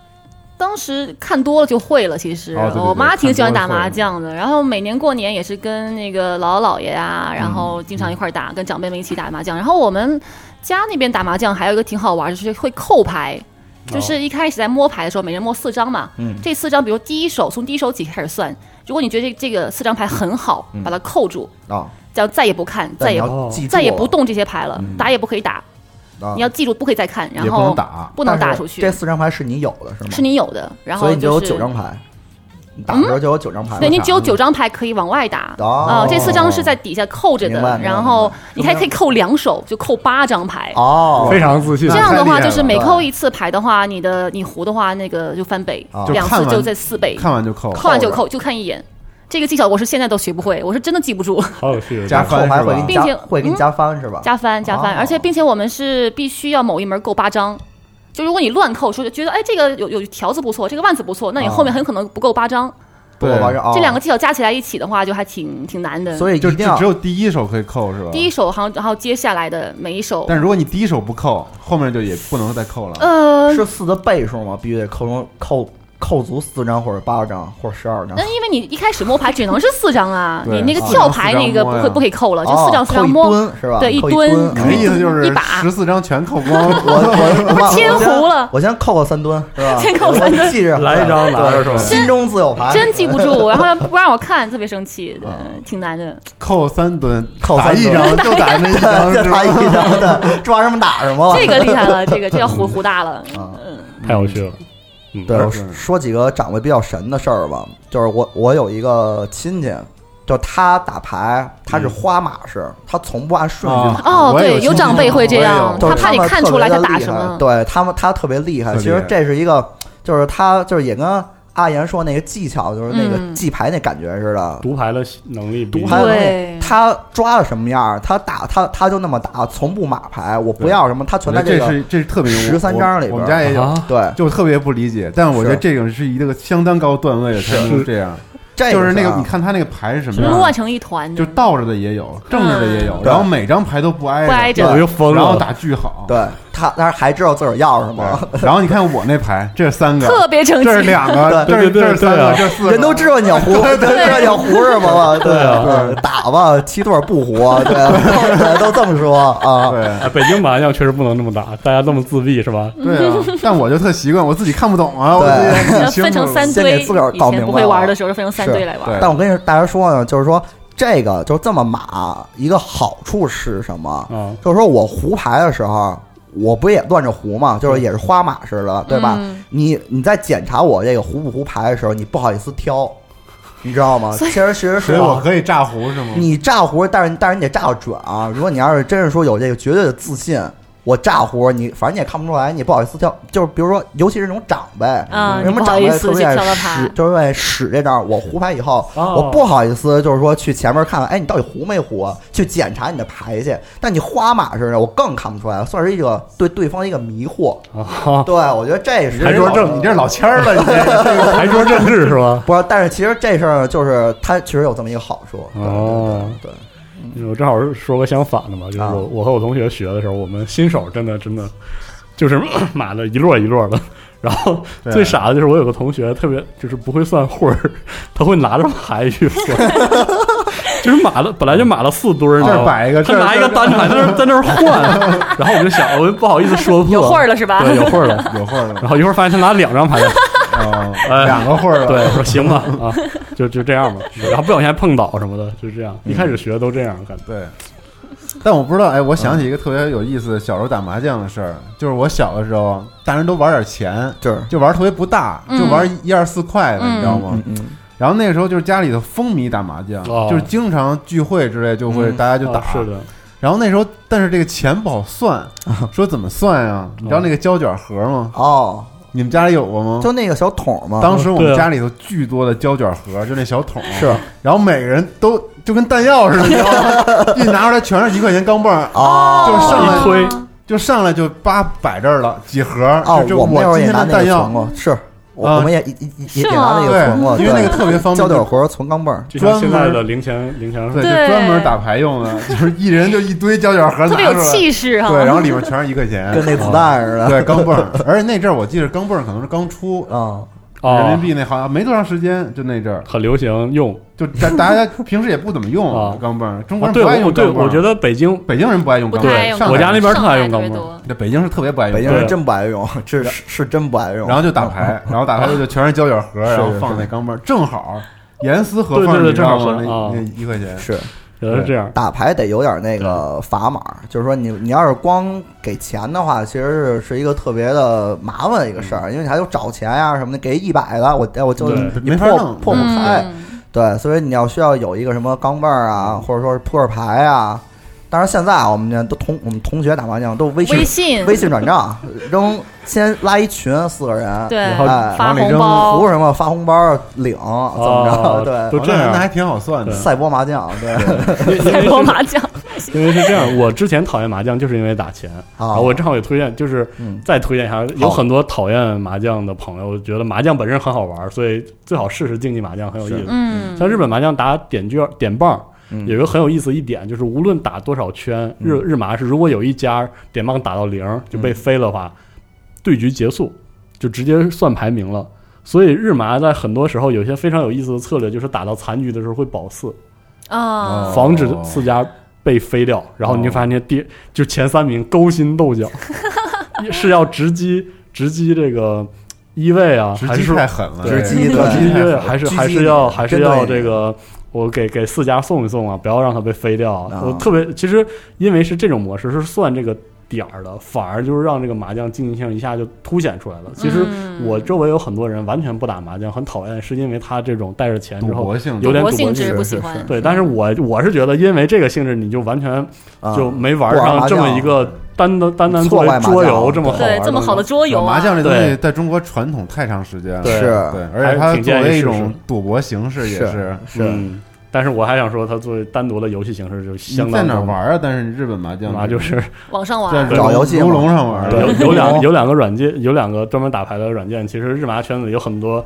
Speaker 4: 当时看多了就会了，其实、
Speaker 1: 哦对对对
Speaker 4: 我妈挺喜欢打
Speaker 1: 看多了会
Speaker 4: 麻将的，然后每年过年也是跟那个姥姥姥爷啊，然后经常一块儿打，跟长辈们一起打麻将。然后我们家那边打麻将还有一个挺好玩，就是会扣牌。就是一开始在摸牌的时候，每人摸四张嘛。
Speaker 3: 嗯
Speaker 4: 这四张，比如第一手从第一手起开始算，如果你觉得这这个四张牌很好，把它扣住，
Speaker 3: 啊，
Speaker 4: 这样再也不看，
Speaker 3: 嗯但
Speaker 4: 再
Speaker 3: 你
Speaker 4: 也
Speaker 3: 要
Speaker 4: 不
Speaker 3: 记住
Speaker 4: 再也
Speaker 3: 了
Speaker 4: 不，动这些牌了，打也不可以打，
Speaker 3: 啊
Speaker 4: 你要记住不可以再看，然
Speaker 1: 也不
Speaker 4: 后
Speaker 1: 能打
Speaker 4: 不能
Speaker 3: 但
Speaker 4: 打
Speaker 3: 是
Speaker 4: 出去
Speaker 3: 这。四张牌是你有的是吗？
Speaker 4: 是你有的，然后
Speaker 3: 所以你就有
Speaker 4: 是嗯
Speaker 3: 九张牌，你打的时候就有九张牌了。
Speaker 4: 对你只有九张牌可以往外打，
Speaker 3: 哦
Speaker 4: 啊，这四张是在底下扣着
Speaker 3: 明白
Speaker 4: 的，
Speaker 3: 明白
Speaker 4: 然后你还可以扣两手，就扣八张牌。
Speaker 3: 哦，
Speaker 2: 非常自信，
Speaker 4: 这样的
Speaker 1: 太厉害
Speaker 4: 话，
Speaker 1: 了
Speaker 4: 就是每扣一次牌的话，你的你胡的话，那个就翻倍
Speaker 3: 啊，
Speaker 4: 两
Speaker 1: 就看
Speaker 4: 次
Speaker 1: 完
Speaker 4: 就在四倍，
Speaker 1: 看完就扣，
Speaker 4: 扣完就扣，就看一眼。这个技巧我是现在都学不会，我是真的记 不住，
Speaker 2: 好有趣。
Speaker 1: 加
Speaker 3: 后
Speaker 1: 分
Speaker 3: 排
Speaker 1: 是
Speaker 3: 会给
Speaker 1: 吧
Speaker 3: 你？
Speaker 4: 并且
Speaker 3: 加会给你
Speaker 4: 嗯
Speaker 3: 加翻是吧？
Speaker 4: 加翻加翻，
Speaker 3: 哦
Speaker 4: 而且并且我们是必须要某一门够八张。就如果你乱扣，说觉得哎这个有有条子不错，这个腕子不错，那你
Speaker 3: 啊
Speaker 4: 后面很可能不够八张。
Speaker 1: 哦
Speaker 3: 不过完事
Speaker 4: 这两个嗯
Speaker 3: 哦
Speaker 4: 技巧加起来一起的话，就还挺挺难的。
Speaker 3: 所以
Speaker 1: 就
Speaker 3: 一定
Speaker 1: 就
Speaker 3: 要
Speaker 1: 只有第一手可以扣是吧？
Speaker 4: 第一手好像，然后接下来的每一手，
Speaker 1: 但如果你第一手不扣，后面就也不能再扣了。
Speaker 4: 呃，
Speaker 3: 是四的倍数吗？必须得扣中扣扣足四张或者八张或者十二张
Speaker 4: 那。因为你一开始摸牌只能是四张啊，
Speaker 1: 对
Speaker 4: 你那个
Speaker 1: 四张
Speaker 4: 跳牌那
Speaker 1: 四
Speaker 4: 个
Speaker 1: 张摸
Speaker 4: 不
Speaker 1: 呀
Speaker 4: 会不可以扣了，就
Speaker 3: 哦
Speaker 4: 四张四
Speaker 3: 扣
Speaker 4: 张
Speaker 3: 一
Speaker 4: 摸，
Speaker 3: 吨是吧？
Speaker 4: 对一
Speaker 3: 扣
Speaker 4: 吨
Speaker 3: 吨
Speaker 1: 你
Speaker 4: 可
Speaker 1: 的
Speaker 4: 能
Speaker 1: 意思就
Speaker 4: 一
Speaker 1: 是
Speaker 4: 把
Speaker 1: 十四张全扣光，
Speaker 3: 我我我
Speaker 4: 千
Speaker 3: 我
Speaker 4: 胡了，
Speaker 3: 我先扣个三吨是吧？
Speaker 4: 先扣三吨
Speaker 3: 我记着
Speaker 2: 来一张拿着是吧
Speaker 3: 心中自有牌。
Speaker 4: 真记 不住，然后不让我看，特别生气，
Speaker 1: 嗯
Speaker 4: 对挺难的。
Speaker 1: 扣三吨，
Speaker 3: 扣
Speaker 1: 打
Speaker 3: 三
Speaker 1: 一
Speaker 3: 吨
Speaker 1: 张就打那一 张，
Speaker 3: 就是
Speaker 1: 吧
Speaker 3: 他一张的，抓什么打什么。
Speaker 4: 这个厉害了，这 个这要胡胡大了。
Speaker 2: 太有 趣了。嗯，
Speaker 3: 啊对，我
Speaker 1: 是是
Speaker 3: 说几个长辈比较神的事儿吧，就是我我有一个亲戚，就他打牌，他
Speaker 2: 嗯
Speaker 3: 是花马式，他从不按顺序
Speaker 1: 啊
Speaker 3: 码。
Speaker 4: 哦，
Speaker 1: 我也有亲
Speaker 4: 对，
Speaker 1: 戚
Speaker 4: 有长辈会这
Speaker 1: 我也
Speaker 4: 样，
Speaker 1: 有
Speaker 3: 就是
Speaker 4: 啊他怕你
Speaker 3: 们
Speaker 4: 看
Speaker 3: 特
Speaker 4: 出
Speaker 3: 别
Speaker 4: 来
Speaker 3: 的
Speaker 4: 他打
Speaker 3: 厉
Speaker 4: 什
Speaker 3: 害
Speaker 4: 么。
Speaker 3: 对他们，他特别厉害。
Speaker 1: 特
Speaker 3: 其
Speaker 1: 别厉害
Speaker 3: 实这是一个，就是他就是也跟阿岩说那个技巧，就是那个
Speaker 4: 嗯
Speaker 3: 记牌那感觉似的。
Speaker 2: 读牌的能力比，啊
Speaker 3: 读牌的东西
Speaker 4: 对，
Speaker 3: 他抓了什么样儿，他打他他就那么打，从不码牌，我不
Speaker 1: 对
Speaker 3: 要什么，他
Speaker 1: 我
Speaker 3: 全
Speaker 1: 觉
Speaker 3: 在
Speaker 1: 得这
Speaker 3: 个
Speaker 1: 是这是特别牛
Speaker 3: 13张里边
Speaker 1: 我我们家也有，
Speaker 2: 啊，
Speaker 3: 对，
Speaker 1: 就特别不理解。但我觉得
Speaker 3: 是
Speaker 1: 这个是一个相当高段位的才能
Speaker 2: 是
Speaker 1: 这样，
Speaker 3: 这
Speaker 1: 就是那
Speaker 3: 个
Speaker 1: 个
Speaker 3: 啊
Speaker 1: 你看他那个牌是什么
Speaker 4: 就乱
Speaker 1: 样，
Speaker 4: 成一团的
Speaker 1: 就倒着的也有，正着的也有，
Speaker 4: 嗯
Speaker 1: 然后每张牌都不挨
Speaker 4: 不挨
Speaker 1: 着，
Speaker 4: 着
Speaker 2: 我就疯了。
Speaker 1: 然后打巨好。
Speaker 3: 对他，但是还知道自个儿要什么，
Speaker 1: 对，然后你看我那牌，这是三个，
Speaker 4: 特别生气
Speaker 1: 这。是两个，
Speaker 2: 对
Speaker 1: 这是
Speaker 2: 对对
Speaker 1: 这是三个，
Speaker 2: 对啊
Speaker 1: 这是四个，
Speaker 3: 人都知道你要胡，都知道你要胡是吧？对
Speaker 1: 啊
Speaker 3: 打吧，七对儿不胡，对，对都这么说啊。
Speaker 1: 对。
Speaker 2: 哎，北京麻将确实不能那么打，大家那么自闭是吧？
Speaker 1: 对啊，但我就特习惯，我自己看不懂啊，我
Speaker 3: 对
Speaker 1: 自己
Speaker 4: 要
Speaker 1: 很清
Speaker 4: 分成
Speaker 1: 楚
Speaker 4: 三
Speaker 3: 先给
Speaker 4: 堆，以
Speaker 3: 自个儿搞明
Speaker 4: 前不
Speaker 3: 白
Speaker 4: 会
Speaker 3: 了
Speaker 4: 玩的时候就分成三
Speaker 3: 是
Speaker 4: 堆来玩。
Speaker 1: 对
Speaker 3: 但我跟大家说呢，就是说这个就这么码，一个好处是什么？
Speaker 2: 啊，
Speaker 3: 就是说我胡牌的时候，我不也乱着胡嘛，就是也是花马似的，对吧？
Speaker 4: 嗯
Speaker 3: 你你在检查我这个胡不胡牌的时候，你不好意思挑。 你知道吗？
Speaker 4: 所
Speaker 3: 其实其实是
Speaker 1: 所以
Speaker 3: 啊
Speaker 1: 我可以炸胡是吗？
Speaker 3: 你炸活，但是但是你得炸的准啊！如果你要是真是说有这个绝对的自信，我炸活你，反正你也看不出来，你也不好意思跳。就是比如说，尤其是那种长辈，
Speaker 4: 啊，
Speaker 3: 什
Speaker 4: 你
Speaker 3: 么
Speaker 4: 不好
Speaker 3: 长
Speaker 4: 意
Speaker 3: 辈
Speaker 4: 思
Speaker 3: 特
Speaker 4: 去
Speaker 3: 别爱
Speaker 4: 跳个
Speaker 3: 使
Speaker 4: 牌，，
Speaker 3: 就是爱使这招。我胡牌以后，
Speaker 2: 哦
Speaker 3: 我不好意思，就是说去前面看看，哎，你到底胡没胡啊？去检查你的牌去。但你花马似的，我更看不出来，算是一个对对方的一个迷惑。
Speaker 2: 啊，
Speaker 3: 对，我觉得这是
Speaker 1: 你这
Speaker 2: 是
Speaker 1: 说正，你这是老千 儿了，你这
Speaker 2: 还说政治是吧？
Speaker 3: 不是，但是其实这事儿就是它确实有这么一个好处。对
Speaker 2: 哦
Speaker 3: 对对对
Speaker 2: 我正好是说个相反的嘛，就是
Speaker 3: 啊
Speaker 2: 我我和我同学学的时候，我们新手真的真的就是 码的一摞一摞的。然后
Speaker 1: 对啊
Speaker 2: 最傻的就是我有个同学特别就是不会算会儿，他会拿着牌去算， 就是码了本来就码了四堆儿，你知
Speaker 1: 这
Speaker 2: 道
Speaker 1: 儿
Speaker 2: 吗？
Speaker 1: 啊摆一个，
Speaker 2: 他
Speaker 1: 这儿
Speaker 2: 拿一个
Speaker 1: 这儿
Speaker 2: 单牌在那儿在那儿换，然后我就想，我就不好意思说破，
Speaker 4: 有会儿了是吧？
Speaker 2: 对，有会儿 了。
Speaker 1: 有会儿
Speaker 2: 然
Speaker 1: 了，
Speaker 2: 后一会儿发现他拿两张牌，
Speaker 1: 哦
Speaker 2: 哎
Speaker 1: 两个会儿了，
Speaker 2: 对，我说行吧，啊，就就这样吧。然后不小心还碰倒什么的，就这样。一开始学都这样，感觉
Speaker 1: 对。但我不知道，哎，我想起一个特别有意思的小时候打麻将的事儿，
Speaker 2: 嗯
Speaker 1: 就是我小的时候，大人都玩点钱，
Speaker 3: 就是
Speaker 1: 就玩特别不大，
Speaker 4: 嗯
Speaker 1: 就玩一一二四块的，
Speaker 4: 嗯
Speaker 1: 你知道吗？
Speaker 3: 嗯。
Speaker 1: 然后那个时候就是家里头风靡打麻将，
Speaker 2: 哦
Speaker 1: 就是经常聚会之类就会
Speaker 3: 嗯
Speaker 1: 大家就打。
Speaker 2: 啊是的，
Speaker 1: 然后那时候，但是这个钱不好 算，说怎么算呀？你知道那个胶卷盒吗？
Speaker 3: 哦，
Speaker 1: 你们家里有过吗？
Speaker 3: 就那个小桶嘛，
Speaker 1: 当时我
Speaker 2: 对
Speaker 1: 们
Speaker 2: 啊
Speaker 1: 家里头巨多的胶卷盒，就那小桶，
Speaker 3: 是
Speaker 1: 然后每个人都就跟弹药似的，你知道吗？ 一拿出来全是一块钱钢镚儿，
Speaker 3: 哦，
Speaker 1: 就是上来
Speaker 2: 一推
Speaker 1: 就上来就叭摆这儿了，几盒
Speaker 3: 哦，
Speaker 1: 就就
Speaker 3: 我们那会
Speaker 1: 我
Speaker 3: 儿
Speaker 1: 今
Speaker 3: 也
Speaker 1: 天的
Speaker 3: 拿那
Speaker 1: 弹
Speaker 3: 个
Speaker 1: 药
Speaker 3: 存，过，是我
Speaker 1: 啊
Speaker 3: 我们也也也也
Speaker 4: 是
Speaker 3: 也
Speaker 4: 吗
Speaker 3: 拿那个存过，
Speaker 1: 对，因为那个特别方
Speaker 3: 胶
Speaker 1: 便，
Speaker 3: 卷盒存钢镚儿，
Speaker 2: 就像现
Speaker 1: 专门
Speaker 2: 在的零钱零钱
Speaker 1: 对，
Speaker 2: 盒，
Speaker 1: 就
Speaker 4: 对
Speaker 1: 专门打牌用的， 就是一人就一堆胶卷盒拿
Speaker 4: 特别
Speaker 1: 出
Speaker 4: 有
Speaker 1: 来，
Speaker 4: 气势
Speaker 2: 啊
Speaker 4: 哈。
Speaker 1: 对，然后里面全是一块钱，
Speaker 3: 跟那子弹似的。
Speaker 1: 对钢镚儿，而且那阵儿我记得钢镚儿可能是刚出。
Speaker 3: 啊，
Speaker 1: 人民
Speaker 2: 币
Speaker 1: 币那好像没多长时间，就那阵儿，
Speaker 2: 哦很流行用。
Speaker 1: 就大大家平时也不怎么
Speaker 2: 啊
Speaker 1: 用钢镚儿，中国
Speaker 2: 啊
Speaker 1: 人
Speaker 2: 对，
Speaker 1: 不爱
Speaker 2: 我
Speaker 1: 用
Speaker 2: 对
Speaker 1: 钢镚儿。
Speaker 2: 我觉得北京
Speaker 1: 北京人不爱用
Speaker 4: 不
Speaker 1: 钢镚
Speaker 4: 太
Speaker 1: 儿，
Speaker 4: 用
Speaker 1: 上
Speaker 4: 钢
Speaker 1: 海
Speaker 4: 镚
Speaker 2: 我家那边特爱用
Speaker 4: 上海
Speaker 2: 钢
Speaker 4: 特别
Speaker 2: 镚儿
Speaker 4: 多
Speaker 1: 那北京是特别不爱用钢
Speaker 3: 北
Speaker 1: 镚
Speaker 3: 京
Speaker 1: 儿，
Speaker 3: 人真不爱用，这是是真不爱用。嗯
Speaker 1: 然后就打牌，然后打牌就全是胶卷 盒，
Speaker 3: 是
Speaker 1: 然后放那钢镚儿，正好严丝合
Speaker 2: 对
Speaker 1: 缝，
Speaker 2: 对对
Speaker 1: 你知道
Speaker 2: 正好
Speaker 1: 吗？
Speaker 2: 是啊
Speaker 1: 那那一块钱，
Speaker 3: 是
Speaker 2: 有的是这样，
Speaker 3: 打牌得有点那个砝码，就是说你你要是光给钱的话，其实是是一个特别的麻烦的一个事
Speaker 1: 嗯
Speaker 3: 儿，因为你还有找钱呀什么的，给一百的我哎我就
Speaker 2: 对
Speaker 3: 你
Speaker 1: 没法
Speaker 3: 破
Speaker 1: 弄
Speaker 3: 破不开。
Speaker 4: 嗯
Speaker 3: 对，所以你要需要有一个什么钢镚儿
Speaker 1: 嗯
Speaker 3: 啊，或者说是扑克牌啊。当然，现在啊，我们呢都同我们同学打麻将都微信
Speaker 4: 微信
Speaker 3: 微信转账，扔先拉一群四个人，
Speaker 4: 对
Speaker 2: 然后
Speaker 3: 哎，
Speaker 4: 发
Speaker 1: 往里
Speaker 4: 红
Speaker 1: 扔
Speaker 3: 服务
Speaker 4: 包，
Speaker 3: 什么发红包领怎么
Speaker 2: 哦
Speaker 3: 着？对，
Speaker 2: 都这
Speaker 1: 那那
Speaker 2: 样
Speaker 1: 还。挺好算的。
Speaker 3: 赛博麻将，对
Speaker 4: 赛博麻将，
Speaker 2: 因为是这样，我之前讨厌麻将就是因为打钱
Speaker 3: 啊
Speaker 1: 哦
Speaker 2: 我正好也推荐，就是
Speaker 3: 嗯
Speaker 2: 再推荐一下，有很多讨厌麻将的朋友，我觉得麻将本身很好玩，所以最好试试竞技麻将，很有意思。
Speaker 4: 嗯，
Speaker 2: 像日本麻将打点券、点棒，
Speaker 3: 嗯
Speaker 2: 有一个很有意思一点，就是无论打多少圈，日
Speaker 1: 嗯
Speaker 2: 日麻是如果有一家点棒打到零就被飞了的话，对局结束，就直接算排名了。所以日麻在很多时候有一些非常有意思的策略，就是打到残局的时候会保四，
Speaker 1: 哦
Speaker 4: 啊，
Speaker 2: 防止四家被飞掉。然后你就发现第就前三名勾心斗角，是要直击直击这个一位啊，
Speaker 1: 直
Speaker 2: 还是
Speaker 1: 击
Speaker 2: 说
Speaker 1: 太狠了，
Speaker 3: 直击
Speaker 1: 对
Speaker 3: 对
Speaker 1: 直击太狠了
Speaker 2: 还是
Speaker 3: 狙击
Speaker 2: 还是要还是
Speaker 3: 针对
Speaker 2: 要
Speaker 3: 你
Speaker 2: 这个，我给给四家送一送啊，不要让它被飞掉啊。
Speaker 3: 啊
Speaker 2: 我特别其实因为是这种模式是算这个点儿的，反而就是让这个麻将竞技性一下就凸显出来了。其实
Speaker 4: 嗯
Speaker 2: 我周围有很多人完全不打麻将，很讨厌，是因为他这种带着钱
Speaker 1: 赌
Speaker 2: 之后
Speaker 4: 嗯
Speaker 1: 博性质
Speaker 2: 有点
Speaker 4: 我
Speaker 2: 赌博性
Speaker 4: 性质
Speaker 3: 是
Speaker 4: 不
Speaker 3: 是
Speaker 4: 喜
Speaker 3: 是
Speaker 4: 欢，
Speaker 2: 对，但是我我是觉得，因为这个性质，你就完全
Speaker 3: 啊
Speaker 2: 就没玩
Speaker 3: 不玩麻
Speaker 2: 上这么
Speaker 3: 将
Speaker 2: 一个单单单单
Speaker 3: 错
Speaker 2: 作
Speaker 3: 怪
Speaker 2: 为
Speaker 3: 麻
Speaker 2: 桌
Speaker 3: 将
Speaker 2: 游这么好玩
Speaker 4: 对这么好的
Speaker 2: 东西
Speaker 4: 桌游啊
Speaker 1: 麻将这东
Speaker 2: 对
Speaker 1: 西在中国传统太长时间了，
Speaker 2: 对
Speaker 3: 是
Speaker 1: 对，而且它
Speaker 2: 还挺
Speaker 1: 作
Speaker 2: 建议
Speaker 1: 为一
Speaker 2: 试试
Speaker 1: 种赌博形式也是。
Speaker 3: 是
Speaker 2: 嗯，但是我还想说，它作为单独的游戏形式，就
Speaker 1: 你
Speaker 2: 相当
Speaker 1: 在哪
Speaker 2: 多
Speaker 1: 玩啊？但是日本麻将
Speaker 2: 嘛，就是
Speaker 4: 网上
Speaker 1: 在
Speaker 4: 玩
Speaker 1: 如
Speaker 3: 找游戏嘛
Speaker 1: 如龙上玩
Speaker 2: 有
Speaker 1: 的，
Speaker 2: 有
Speaker 3: 哦
Speaker 2: 两有两个软件，有两个专门打牌的软件。其实日麻圈子里有很多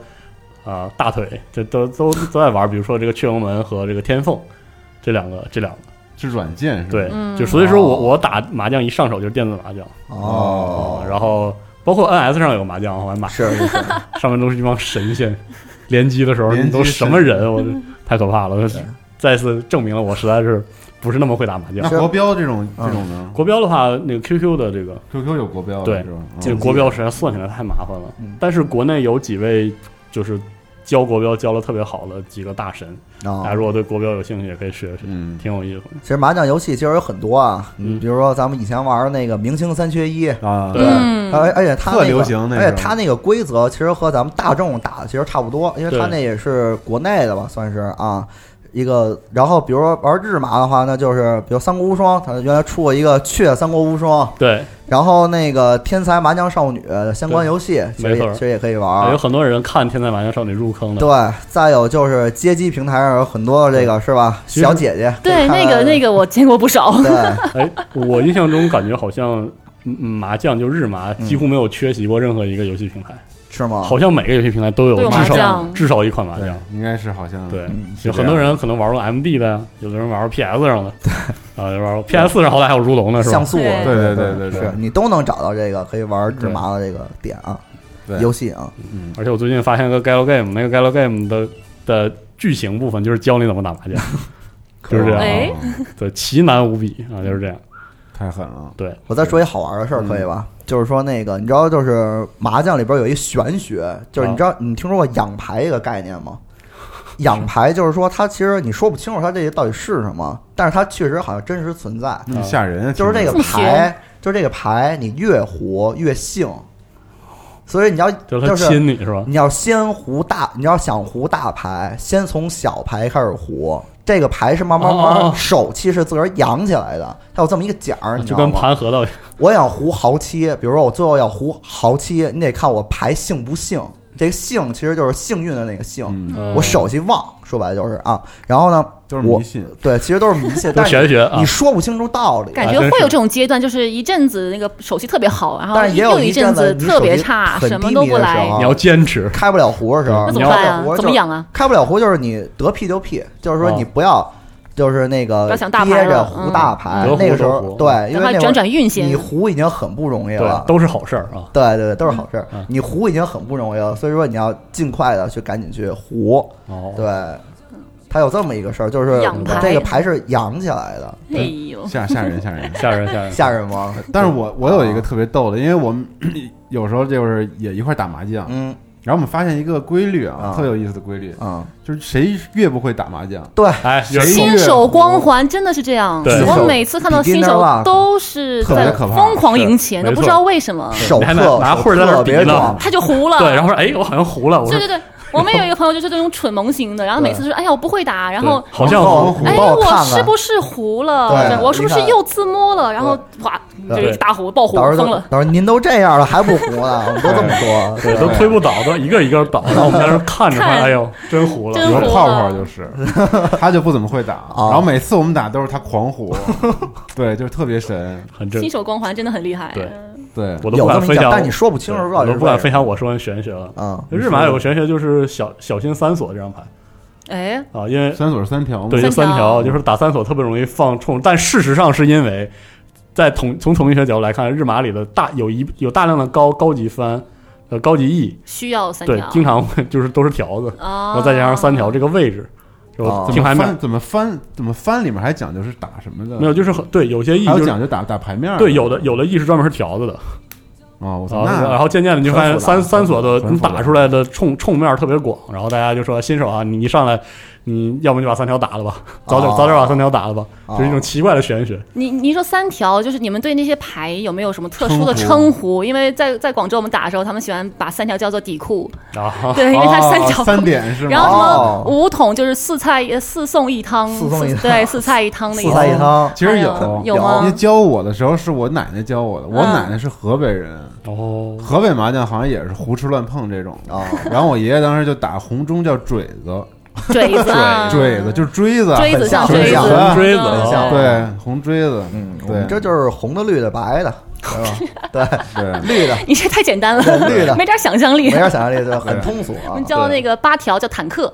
Speaker 2: 啊、大腿，这都都都在玩，比如说这个雀龙门和这个天凤这两个这两个。
Speaker 1: 是软件是吧？
Speaker 2: 对，
Speaker 4: 嗯
Speaker 2: 就所以说
Speaker 1: 哦
Speaker 2: 我我打麻将一上手就是电子麻将呃
Speaker 3: 哦，
Speaker 2: 然后包括 NS 上有个麻将，我还买，
Speaker 3: 是是是，
Speaker 2: 上面都是一帮神仙，联机的时候
Speaker 1: 联机
Speaker 2: 都什么
Speaker 1: 神
Speaker 2: 人，我太可怕了。再次证明了我实在是不是那么会打麻
Speaker 1: 那
Speaker 2: 将。
Speaker 1: 国标这种
Speaker 3: 嗯
Speaker 1: 这种呢
Speaker 2: 国标的话，那个 QQ 的这个
Speaker 1: ？QQ 有国标的
Speaker 2: 对
Speaker 1: 这种，
Speaker 2: 这个
Speaker 1: 嗯
Speaker 2: 国标实在算起来太麻烦了
Speaker 3: 啊嗯。
Speaker 2: 但是国内有几位就是教国标教的特别好的几个大神。大家
Speaker 3: 啊。
Speaker 2: 如果对国标有兴趣，也可以学学，
Speaker 1: 嗯，
Speaker 2: 挺有意思
Speaker 3: 其实麻将游戏其实有很多啊，
Speaker 2: 嗯
Speaker 3: 比如说咱们以前玩那个明星三缺一，
Speaker 1: 啊，
Speaker 2: 对
Speaker 4: 嗯
Speaker 3: 而而且它
Speaker 1: 特
Speaker 3: 那
Speaker 1: 流
Speaker 3: 个，
Speaker 1: 行那
Speaker 3: 而且
Speaker 1: 时候
Speaker 3: 它那个规则其实和咱们大众打的其实差不多，因为它
Speaker 2: 对
Speaker 3: 那也是国内的吧，算是啊一个。然后比如说玩日麻的话，那就是比如三国无双，它原来出过一个雀三国无双，
Speaker 2: 对，
Speaker 3: 然后那个天才麻将少女的相关游戏，其实
Speaker 2: 没错哎
Speaker 3: 也其实也可以
Speaker 2: 有
Speaker 3: 玩。
Speaker 2: 很多人看《天才麻将少女》入坑的。
Speaker 3: 对，再有就是街机平台上有很多这个是吧，
Speaker 2: 其实
Speaker 3: 小姐姐。
Speaker 4: 对，那个那
Speaker 3: 个。
Speaker 4: 个我见过不少。
Speaker 3: 对，
Speaker 2: 哎，我印象中感觉好像。嗯嗯麻将就日麻，
Speaker 3: 嗯
Speaker 2: 几乎没有缺席过任何一个游戏平台，
Speaker 3: 是吗？
Speaker 2: 好像每个游戏平台都
Speaker 4: 都有
Speaker 2: 有
Speaker 4: 麻
Speaker 2: 至少
Speaker 4: 将
Speaker 2: 至少一款麻
Speaker 1: 对
Speaker 2: 将。，
Speaker 1: 应该是好像
Speaker 3: 啊
Speaker 2: 对，
Speaker 1: 是
Speaker 3: 嗯
Speaker 2: 有
Speaker 1: 这
Speaker 2: 很多
Speaker 1: 样
Speaker 2: 人可能玩过 MD 的，有的人玩过 PS 上的，啊，有玩 PS 上好歹还有如龙呢，是吧
Speaker 3: 像？素，啊
Speaker 4: 对
Speaker 1: 对对对对
Speaker 3: 是
Speaker 1: 对
Speaker 3: 你都能找到这个可以玩日麻的这个点啊，
Speaker 1: 对
Speaker 3: 游戏啊，
Speaker 1: 嗯
Speaker 2: 而且我最近发现一个 Gal Game，那个 Gal Game 的的剧情部分就是教你怎么打麻 将，就是这样啊，
Speaker 4: 哎
Speaker 2: 对，奇难无比啊，就是这样。
Speaker 1: 太狠了，
Speaker 2: 对，
Speaker 3: 我再说一好玩的事儿，可以吧？
Speaker 2: 嗯
Speaker 3: 就是说那个，你知道，就是麻将里边有一玄学，
Speaker 2: 嗯
Speaker 3: 就是你知道，你听说过仰牌这个概念吗？ 仰牌就是说，它其实你说不清楚它这个到底是什么，但是它确实好像真实存在。
Speaker 1: 那
Speaker 2: 嗯
Speaker 1: 么吓人啊，
Speaker 3: 就是这个
Speaker 4: 这么
Speaker 3: 牌，就是这个牌，你越胡越性，所以你要
Speaker 2: 就
Speaker 3: 就是
Speaker 2: 他
Speaker 3: 是
Speaker 2: 亲你是吧？
Speaker 3: 你要先胡大，你要想胡大牌，先从小牌开始胡。这个牌是慢慢慢
Speaker 2: 哦哦哦
Speaker 3: 慢手气是自个儿扬起来的，它有这么一个奖儿，你知
Speaker 2: 就
Speaker 3: 道
Speaker 2: 跟
Speaker 3: 吗？
Speaker 2: 盘核桃一样，
Speaker 3: 我想胡豪七，比如说我最后要胡豪七，你得看我牌幸不幸。这个幸其实就是幸运的那个幸，
Speaker 1: 嗯，
Speaker 2: 嗯
Speaker 3: 我手气旺，说白了就是啊。然后呢，
Speaker 1: 就是
Speaker 3: 我
Speaker 1: 迷信，
Speaker 3: 对，其实都是迷信，
Speaker 2: 都
Speaker 3: 但是
Speaker 2: 玄学啊
Speaker 3: 你，说不清楚道理。
Speaker 4: 感觉会有这种阶段，就是一阵子那个手气特别好，然后
Speaker 3: 但是也有
Speaker 4: 又
Speaker 3: 一
Speaker 4: 阵子
Speaker 3: 阵子你
Speaker 4: 特
Speaker 3: 手
Speaker 4: 别
Speaker 3: 气
Speaker 4: 差，
Speaker 3: 很
Speaker 4: 什么
Speaker 3: 低
Speaker 4: 都
Speaker 3: 迷
Speaker 4: 不
Speaker 3: 的时
Speaker 4: 来
Speaker 3: 候，
Speaker 2: 你要坚持，
Speaker 3: 开不了胡的时候，
Speaker 4: 那
Speaker 2: 你
Speaker 4: 怎
Speaker 2: 要
Speaker 4: 么办呀
Speaker 3: 我？就
Speaker 4: 怎么养啊？
Speaker 3: 开不了胡就是你得屁就屁，就是说你不要，就是那个
Speaker 4: 不要想大牌
Speaker 3: 憋着
Speaker 4: 了
Speaker 3: 胡大牌
Speaker 2: 嗯得。胡
Speaker 3: 那个时
Speaker 2: 得
Speaker 3: 候
Speaker 2: 胡
Speaker 3: 对，因为
Speaker 4: 让它
Speaker 3: 那会
Speaker 4: 转
Speaker 3: 儿
Speaker 4: 转运先
Speaker 3: 你。胡已经很不容易了
Speaker 2: 对，。都是好事儿啊。
Speaker 3: 对对对，都是好事儿
Speaker 2: 嗯。
Speaker 3: 你胡已经很不容易了，所以说你要尽快的去赶紧去胡。
Speaker 2: 哦，
Speaker 3: 对，它有这么一个事儿，就是
Speaker 4: 养牌
Speaker 3: 这个牌是养起来的，
Speaker 4: 哎呦，
Speaker 1: 吓吓人吓 人。
Speaker 2: 吓人吓人
Speaker 3: 吓人吗？
Speaker 2: 嗯
Speaker 1: 但是我我有一个特别逗的，因为我们 有时候就是也一块儿打麻将，
Speaker 3: 嗯
Speaker 1: 然后我们发现一个规律啊，
Speaker 3: 啊
Speaker 1: 特有意思的规律，
Speaker 3: 嗯，
Speaker 1: 就是谁越不会打麻将，
Speaker 3: 对，
Speaker 2: 哎，人
Speaker 1: 谁
Speaker 4: 新手光环真的是这样，
Speaker 2: 对
Speaker 4: 我每次看到新
Speaker 3: Beginner
Speaker 4: 手
Speaker 3: luck
Speaker 4: 都是
Speaker 1: 特别
Speaker 4: 在
Speaker 1: 可怕
Speaker 4: 疯狂赢钱，
Speaker 2: 是
Speaker 4: 都
Speaker 2: 没
Speaker 4: 不
Speaker 2: 错
Speaker 4: 知道为什么，
Speaker 3: 手
Speaker 2: 嗯你还
Speaker 3: 特
Speaker 2: 拿拿
Speaker 3: 手
Speaker 2: 会儿在那
Speaker 3: 特
Speaker 2: 比
Speaker 3: 别
Speaker 2: 呢
Speaker 3: 壮，
Speaker 4: 他就糊了。
Speaker 2: 对，然后说哎，我好像糊了，我
Speaker 4: 对
Speaker 2: 说
Speaker 4: 对对，我们有一个朋友就是这种蠢萌型的，然后每次说哎呀我不会打，然后
Speaker 2: 对好像
Speaker 3: 帮我
Speaker 1: 糊
Speaker 4: 哎
Speaker 3: 帮我
Speaker 4: 我
Speaker 3: 看
Speaker 4: 是
Speaker 3: 看
Speaker 4: 不是糊
Speaker 3: 对
Speaker 4: 了？我是不是
Speaker 3: 你看
Speaker 4: 又自摸了？然后哇，
Speaker 3: 对
Speaker 4: 这个大糊爆糊
Speaker 3: 到时
Speaker 4: 疯
Speaker 3: 候
Speaker 4: 了。
Speaker 3: 到时候您都这样了还不胡呢？我们都这么说，
Speaker 2: 对，都推不倒，都一个一个倒，然后我们在那儿看着
Speaker 4: 看
Speaker 2: 他，哎呦，真糊了，
Speaker 4: 真
Speaker 1: 有
Speaker 4: 糊
Speaker 1: 个
Speaker 4: 了
Speaker 1: 泡泡 就是，他就不怎么会打，
Speaker 3: 啊
Speaker 1: 然后每次我们打都是他狂胡， 对，就是特别神，
Speaker 2: 很正
Speaker 4: 新。手光环真的很厉害。嗯
Speaker 2: 对
Speaker 1: 对，
Speaker 2: 我都不
Speaker 3: 有这
Speaker 2: 敢
Speaker 3: 么一
Speaker 2: 分
Speaker 3: 讲，
Speaker 2: 享，
Speaker 3: 但你说不清楚
Speaker 2: 对
Speaker 3: 到
Speaker 2: 我
Speaker 3: 底
Speaker 2: 都
Speaker 3: 是
Speaker 2: 不
Speaker 3: 为
Speaker 2: 敢
Speaker 3: 什
Speaker 2: 分享我说完玄学了。
Speaker 4: 啊
Speaker 3: 么。嗯，
Speaker 2: 日麻有个玄学就是小小心三锁这张牌
Speaker 4: 哎，
Speaker 2: 啊，因为
Speaker 1: 三锁是三条嘛，
Speaker 2: 对就三
Speaker 4: 三条
Speaker 2: 条，就是打三锁特别容易放冲，但事实上是因为在统从统计学角度来看，日麻里的大有一有大量的高高级番呃高级 E
Speaker 4: 需要三
Speaker 2: 对
Speaker 4: 条，
Speaker 2: 经常会就是都是条子，然
Speaker 4: 啊，
Speaker 2: 后再加上三条这个位置，然后
Speaker 3: 哦
Speaker 1: 怎
Speaker 2: 听牌
Speaker 1: 么
Speaker 2: 面
Speaker 1: 翻怎么翻怎么翻里面还讲究是打什么的，
Speaker 2: 没有就是很对有些 E
Speaker 1: 还
Speaker 2: 就
Speaker 1: 有
Speaker 2: 是
Speaker 1: 讲究打打牌面儿，
Speaker 2: 对有的有的 E 是专门是条子的。
Speaker 1: 啊，我操，
Speaker 2: 啊，然
Speaker 1: 那
Speaker 2: 后渐渐的你就发现
Speaker 3: 很复杂
Speaker 2: 三三所的
Speaker 1: 很
Speaker 2: 你
Speaker 1: 复杂
Speaker 2: 打出来的冲冲面儿特别广，然后大家就说新手啊，你一上来，你要不你把三条打了吧，早点、
Speaker 3: 哦
Speaker 2: 早点把三条打了吧，
Speaker 3: 哦
Speaker 2: 就是一种奇怪的玄学。
Speaker 4: 你你说三条，就是你们对那些牌有没有什么特殊的
Speaker 1: 称
Speaker 4: 称呼？因为在在广州我们打的时候，他们喜欢把三条叫做底裤，
Speaker 2: 然后
Speaker 4: 对，因为它是
Speaker 1: 哦
Speaker 4: 三条。
Speaker 1: 三点是吗？
Speaker 4: 然后什
Speaker 3: 哦
Speaker 4: 么五桶就是四菜呃四送一汤，
Speaker 3: 四送一汤
Speaker 4: 对四菜一汤的意
Speaker 3: 四
Speaker 4: 思。
Speaker 3: 菜一汤，
Speaker 1: 其实
Speaker 4: 还嗯
Speaker 2: 哦
Speaker 4: 有
Speaker 1: 有
Speaker 4: 有吗
Speaker 2: 啊
Speaker 1: 你教我的时候是我奶奶教我的，我
Speaker 4: 嗯
Speaker 1: 奶奶是河北人，
Speaker 2: 哦，
Speaker 1: 河北麻将好像也是胡吃乱碰这种
Speaker 4: 嗯
Speaker 1: 的。
Speaker 3: 哦
Speaker 1: 然后我爷爷当时就打红中叫锥子，
Speaker 4: 锥子啊，
Speaker 1: 锥子就是锥子，啊
Speaker 4: 锥子
Speaker 3: 很像
Speaker 4: 像锥
Speaker 1: 很
Speaker 4: 子，
Speaker 1: 像啊
Speaker 2: 锥子
Speaker 4: 嗯
Speaker 2: 很
Speaker 3: 像
Speaker 1: 对，红锥子，
Speaker 3: 嗯，我
Speaker 1: 对
Speaker 3: 们，这就是红的、绿的、白的，对 吧？对，
Speaker 1: 对，
Speaker 3: 绿的
Speaker 4: 你这太简单了
Speaker 3: 对，绿的
Speaker 4: 没点想象力
Speaker 3: 没。啥想象力，对，很通俗
Speaker 4: 我
Speaker 3: 啊
Speaker 4: 们。叫那个八条叫坦克，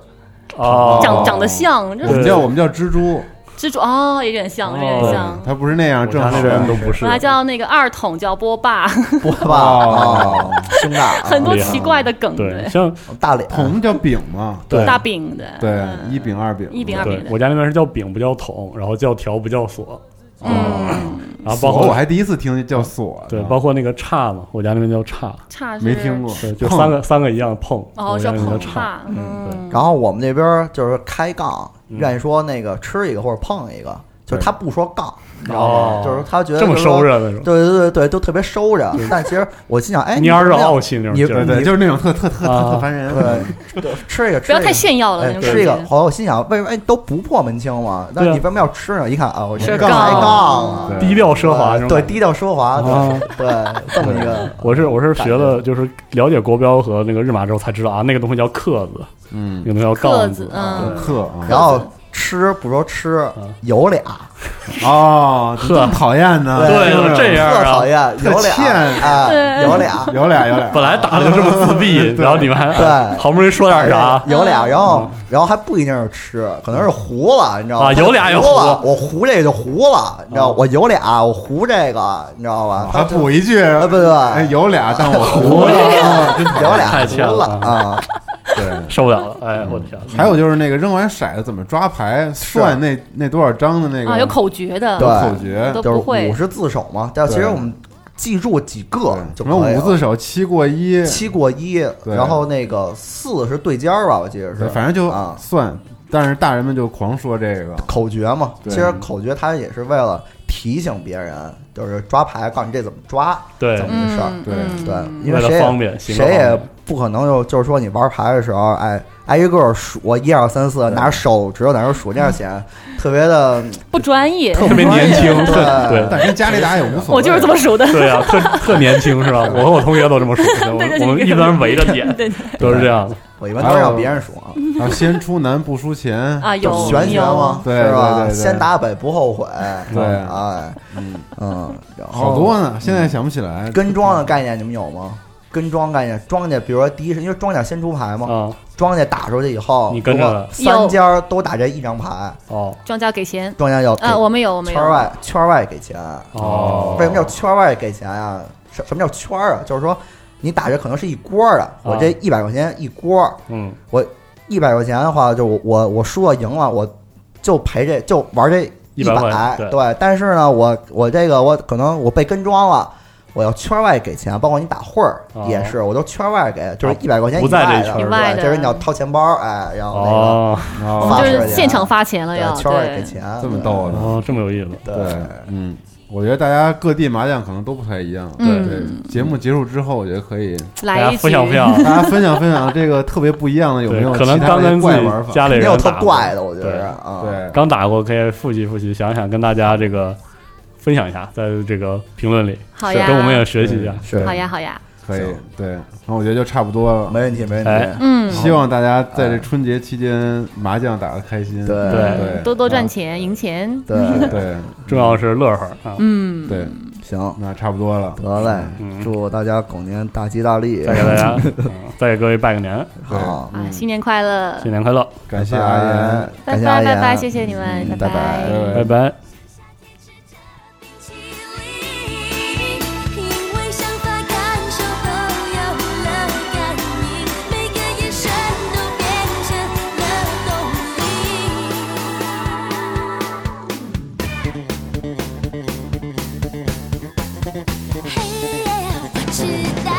Speaker 2: 哦，
Speaker 4: 长长得像，就
Speaker 1: 我们
Speaker 4: 是
Speaker 1: 叫我们叫蜘蛛，
Speaker 4: 蜘蛛哦，有点像，有点
Speaker 2: 哦
Speaker 1: 对
Speaker 4: 像，。
Speaker 1: 它不是那样，
Speaker 2: 我
Speaker 1: 正
Speaker 2: 家
Speaker 1: 好
Speaker 2: 那边都不是
Speaker 4: 我。还叫那个二筒叫波霸，
Speaker 3: 波霸哦，胸大，
Speaker 4: 很多
Speaker 2: 厉害
Speaker 4: 奇怪的梗，
Speaker 2: 对，像
Speaker 3: 大脸，
Speaker 1: 桶叫饼嘛，
Speaker 2: 对
Speaker 4: 大饼的，
Speaker 1: 对，
Speaker 4: 嗯
Speaker 1: 一饼二饼，
Speaker 4: 一饼二
Speaker 2: 对
Speaker 4: 饼的
Speaker 2: 我家那边是叫饼不叫桶，然后叫条不叫锁。
Speaker 4: 嗯，
Speaker 2: 然然后包
Speaker 1: 锁我
Speaker 2: 括
Speaker 1: 还第一次听叫锁呢，
Speaker 2: 对，包括那个叉嘛，我家那边叫叉，
Speaker 4: 差是
Speaker 1: 没听过，
Speaker 2: 对，就三
Speaker 1: 碰
Speaker 2: 个三个一样碰，
Speaker 4: 哦，
Speaker 2: 我家
Speaker 4: 叫
Speaker 2: 那边叫
Speaker 4: 捧
Speaker 2: 叉，
Speaker 4: 差，
Speaker 2: 嗯对
Speaker 4: 嗯，
Speaker 3: 然后我们那边儿就是开杠，
Speaker 2: 嗯
Speaker 3: 愿意说那个吃一个或者碰一个，就是他不说杠，你知道
Speaker 2: 哦
Speaker 3: 吗？就是他觉得
Speaker 2: 这么
Speaker 3: 就是说
Speaker 2: 收，着那种，
Speaker 3: 对对对对，都特别收着。但其实我心想，哎，
Speaker 2: 蔫儿
Speaker 3: 你
Speaker 2: 着
Speaker 3: 怎么样
Speaker 2: 傲气那种
Speaker 3: 你
Speaker 2: 劲
Speaker 1: 对
Speaker 2: 儿，
Speaker 1: 对，就是那种特特特特
Speaker 2: 啊
Speaker 1: 特烦人，
Speaker 3: 对，对吃一个，
Speaker 4: 不要
Speaker 3: 吃一个
Speaker 4: 太炫耀了
Speaker 3: 哎
Speaker 4: 那，种
Speaker 3: 吃一个
Speaker 4: 感，觉。
Speaker 3: 后来我心想，为什么哎都不破门清嘛？那
Speaker 2: 对
Speaker 3: 你
Speaker 2: 啊
Speaker 3: 为什么要吃呢？一看啊，我这
Speaker 4: 是
Speaker 3: 刚
Speaker 4: 杠
Speaker 3: 才杠
Speaker 4: 嗯
Speaker 3: 了，
Speaker 1: 对
Speaker 2: 低调奢华是
Speaker 3: 对
Speaker 2: 吗？
Speaker 3: 对，低调奢华，
Speaker 2: 啊
Speaker 3: 对对，这么 一个，
Speaker 2: 我是我是学
Speaker 3: 感
Speaker 2: 了，就是了解国标和那个日马之后才知道啊，那个东西叫刻子，那
Speaker 1: 嗯，
Speaker 2: 个东西叫
Speaker 4: 克
Speaker 2: 杠
Speaker 4: 子，
Speaker 1: 对
Speaker 4: 嗯，
Speaker 1: 克啊，
Speaker 3: 然后吃不说吃，
Speaker 2: 嗯
Speaker 3: 有俩，
Speaker 1: 哦，
Speaker 2: 呵
Speaker 1: 这么讨厌呢，
Speaker 2: 对
Speaker 1: 就是
Speaker 2: 这样
Speaker 3: 特
Speaker 2: 啊
Speaker 3: 讨厌，
Speaker 1: 特
Speaker 3: 有俩
Speaker 1: 欠
Speaker 3: 哎，
Speaker 4: 对
Speaker 3: 有俩，
Speaker 1: 有俩有俩，
Speaker 2: 本来打的就这么自闭，
Speaker 1: 对
Speaker 2: 然后你们还
Speaker 3: 对
Speaker 2: 好不容易说点啥，
Speaker 3: 哎有俩，
Speaker 4: 嗯
Speaker 3: 然后然后还不一定是吃，可能是糊了，你知道吗？
Speaker 2: 啊有俩也糊
Speaker 3: 糊了，我糊这个就糊了，你知道吗，我有俩，我糊这个，你知道吧？
Speaker 1: 哦还补一句，
Speaker 3: 哎，不对，
Speaker 1: 哎，
Speaker 3: 有
Speaker 1: 有俩，但 我服 了，真讨厌
Speaker 3: 有俩
Speaker 2: 太欠
Speaker 3: 糊
Speaker 2: 了
Speaker 3: 了
Speaker 2: 啊
Speaker 3: 啊，
Speaker 1: 对。
Speaker 2: 受不了 了，哎，我的天，
Speaker 3: 嗯
Speaker 1: 还有就是那个扔完骰子怎么抓牌，算那那多少张的那个
Speaker 4: 啊，有口诀的，
Speaker 1: 有
Speaker 3: 对
Speaker 1: 口诀，
Speaker 4: 都
Speaker 3: 就
Speaker 4: 不
Speaker 3: 是
Speaker 4: 会
Speaker 3: 五十字手嘛，但其实
Speaker 1: 对
Speaker 3: 我们记住几个
Speaker 1: 对
Speaker 3: 就
Speaker 1: 什么
Speaker 3: 可以
Speaker 1: 五
Speaker 3: 了
Speaker 1: 字手七过一，
Speaker 3: 七过一，然后那个四是对尖儿吧，我记得是，
Speaker 1: 对反正就
Speaker 3: 啊
Speaker 1: 算，但是大人们就狂说这个，
Speaker 3: 口诀嘛。
Speaker 1: 对
Speaker 3: 其实口诀它也是为了提醒别人，就是抓牌告诉你这怎么抓，
Speaker 2: 对
Speaker 3: 怎么回事儿
Speaker 4: 嗯，
Speaker 1: 对
Speaker 4: 嗯
Speaker 3: 对，因
Speaker 2: 为了
Speaker 3: 谁也
Speaker 2: 方便行动
Speaker 3: 谁
Speaker 2: 方
Speaker 3: 也
Speaker 2: 便
Speaker 3: 不可能就就是说你玩牌的时候，哎，挨一个数一二三四，拿着手指头在那儿数，这样显特别 的
Speaker 4: 不专业，
Speaker 2: 特别年轻，
Speaker 3: 对
Speaker 2: 对对
Speaker 1: 但跟家里打也无所谓。
Speaker 4: 我就是这么数的，
Speaker 2: 对啊， 特特年轻是吧？我和我同学都这么说， 我
Speaker 4: 对对
Speaker 2: 们我们一般围着点
Speaker 4: 对
Speaker 2: 都是这样的，
Speaker 3: 我一般都是让别人数啊，
Speaker 1: 然后先出南不输前
Speaker 4: 啊，有
Speaker 3: 玄学嘛，
Speaker 1: 对
Speaker 3: 是
Speaker 1: 对
Speaker 3: 吧？
Speaker 1: 对对
Speaker 3: 先打北不后悔，
Speaker 1: 对
Speaker 3: 哎，
Speaker 1: 嗯
Speaker 3: 嗯，然后
Speaker 1: 好多啊呢，现在想不起来。
Speaker 3: 嗯跟庄的概念你们有吗？跟庄概念，庄家比如说第一是因为庄家先出牌嘛，
Speaker 2: 啊，
Speaker 3: 庄家打出去以后，
Speaker 2: 你跟着
Speaker 3: 如果三家儿都打这一张牌，
Speaker 2: 哦
Speaker 4: 有庄家给钱
Speaker 3: 庄家要给
Speaker 4: 啊，我们有，我们有
Speaker 3: 圈外圈外给钱。
Speaker 2: 哦，
Speaker 3: 为什么叫圈外给钱呀？什什么叫圈儿啊？就是说你打这可能是一锅儿
Speaker 2: 啊
Speaker 3: 的，我这一百块钱一锅儿，
Speaker 2: 嗯
Speaker 3: 一百块钱的话，就我我我输了赢了，我就赔这就玩这
Speaker 2: 100块
Speaker 3: 百，
Speaker 2: 对
Speaker 3: 对。但是呢，我我这个我可能我被跟庄了。我要圈外给钱，包括你打会儿
Speaker 2: 哦
Speaker 3: 也是，我都圈外给，就是
Speaker 2: 啊
Speaker 3: 一百块钱
Speaker 2: 不
Speaker 3: 以
Speaker 2: 在
Speaker 3: 外
Speaker 2: 这圈
Speaker 3: 的，
Speaker 4: 儿以外
Speaker 3: 对，
Speaker 4: 的
Speaker 3: 就是你要掏钱包，哎，然后那个
Speaker 2: 哦
Speaker 4: 我
Speaker 1: 哦
Speaker 4: 们
Speaker 3: 发出
Speaker 4: 就
Speaker 3: 来
Speaker 4: 是
Speaker 3: 的
Speaker 4: 现场发钱了要，
Speaker 3: 对圈外给
Speaker 4: 对，
Speaker 3: 钱，
Speaker 1: 这么逗啊呢。
Speaker 2: 哦，这么有意思，
Speaker 3: 对，
Speaker 1: 对，嗯，我觉得大家各地麻将可能都不太一样。对
Speaker 4: 嗯，，
Speaker 1: 节目结束之后，我觉得可以
Speaker 2: 大
Speaker 4: 来
Speaker 2: 家
Speaker 4: 一
Speaker 2: 分
Speaker 4: 局，
Speaker 2: 享分享，啊
Speaker 1: 大家分享分享这个特别不一样的有没
Speaker 2: 对
Speaker 1: 有，
Speaker 2: 可能
Speaker 1: 其他
Speaker 2: 刚
Speaker 1: 的
Speaker 2: 跟自
Speaker 1: 怪玩
Speaker 2: 己
Speaker 1: 法？
Speaker 2: 家里
Speaker 3: 没
Speaker 2: 人
Speaker 3: 有特
Speaker 2: 打过
Speaker 3: 怪的，我觉
Speaker 2: 对
Speaker 3: 得啊，
Speaker 1: 对，
Speaker 2: 刚打过，可以复习复习，想想跟大家这个分享一下，在这个评论里，
Speaker 4: 好呀，
Speaker 2: 跟我们也学习一下。
Speaker 3: 是
Speaker 4: 好呀好呀，
Speaker 1: 可以
Speaker 3: 行，
Speaker 1: 对，然后我觉得就差不多了。
Speaker 3: 没问题，没问
Speaker 2: 哎
Speaker 3: 题，
Speaker 4: 嗯，
Speaker 1: 希望大家在这春节期间麻将打得开心，
Speaker 3: 对嗯
Speaker 1: 对
Speaker 4: 多多赚钱赢钱，
Speaker 3: 对，
Speaker 1: 对
Speaker 2: 重要是乐呵啊，
Speaker 4: 嗯，
Speaker 1: 对，
Speaker 3: 行，
Speaker 1: 那差不多了，
Speaker 3: 得嘞
Speaker 2: 嗯，
Speaker 3: 祝大家狗年大吉大利
Speaker 2: 再，给大家， 嗯再给各位拜个年，
Speaker 3: 好，
Speaker 4: 啊，新年快
Speaker 1: 嗯
Speaker 4: 乐
Speaker 2: 新，年快乐，
Speaker 1: 感谢阿言。
Speaker 4: 拜
Speaker 3: 感谢阿
Speaker 4: 拜
Speaker 3: 言，
Speaker 4: 拜拜，谢谢你们，
Speaker 3: 嗯拜拜
Speaker 4: 拜
Speaker 1: 拜拜
Speaker 2: 拜拜。
Speaker 5: 起立，因为想法、感受都有了感应，每个眼神都变成了动力。嘿耶，我知道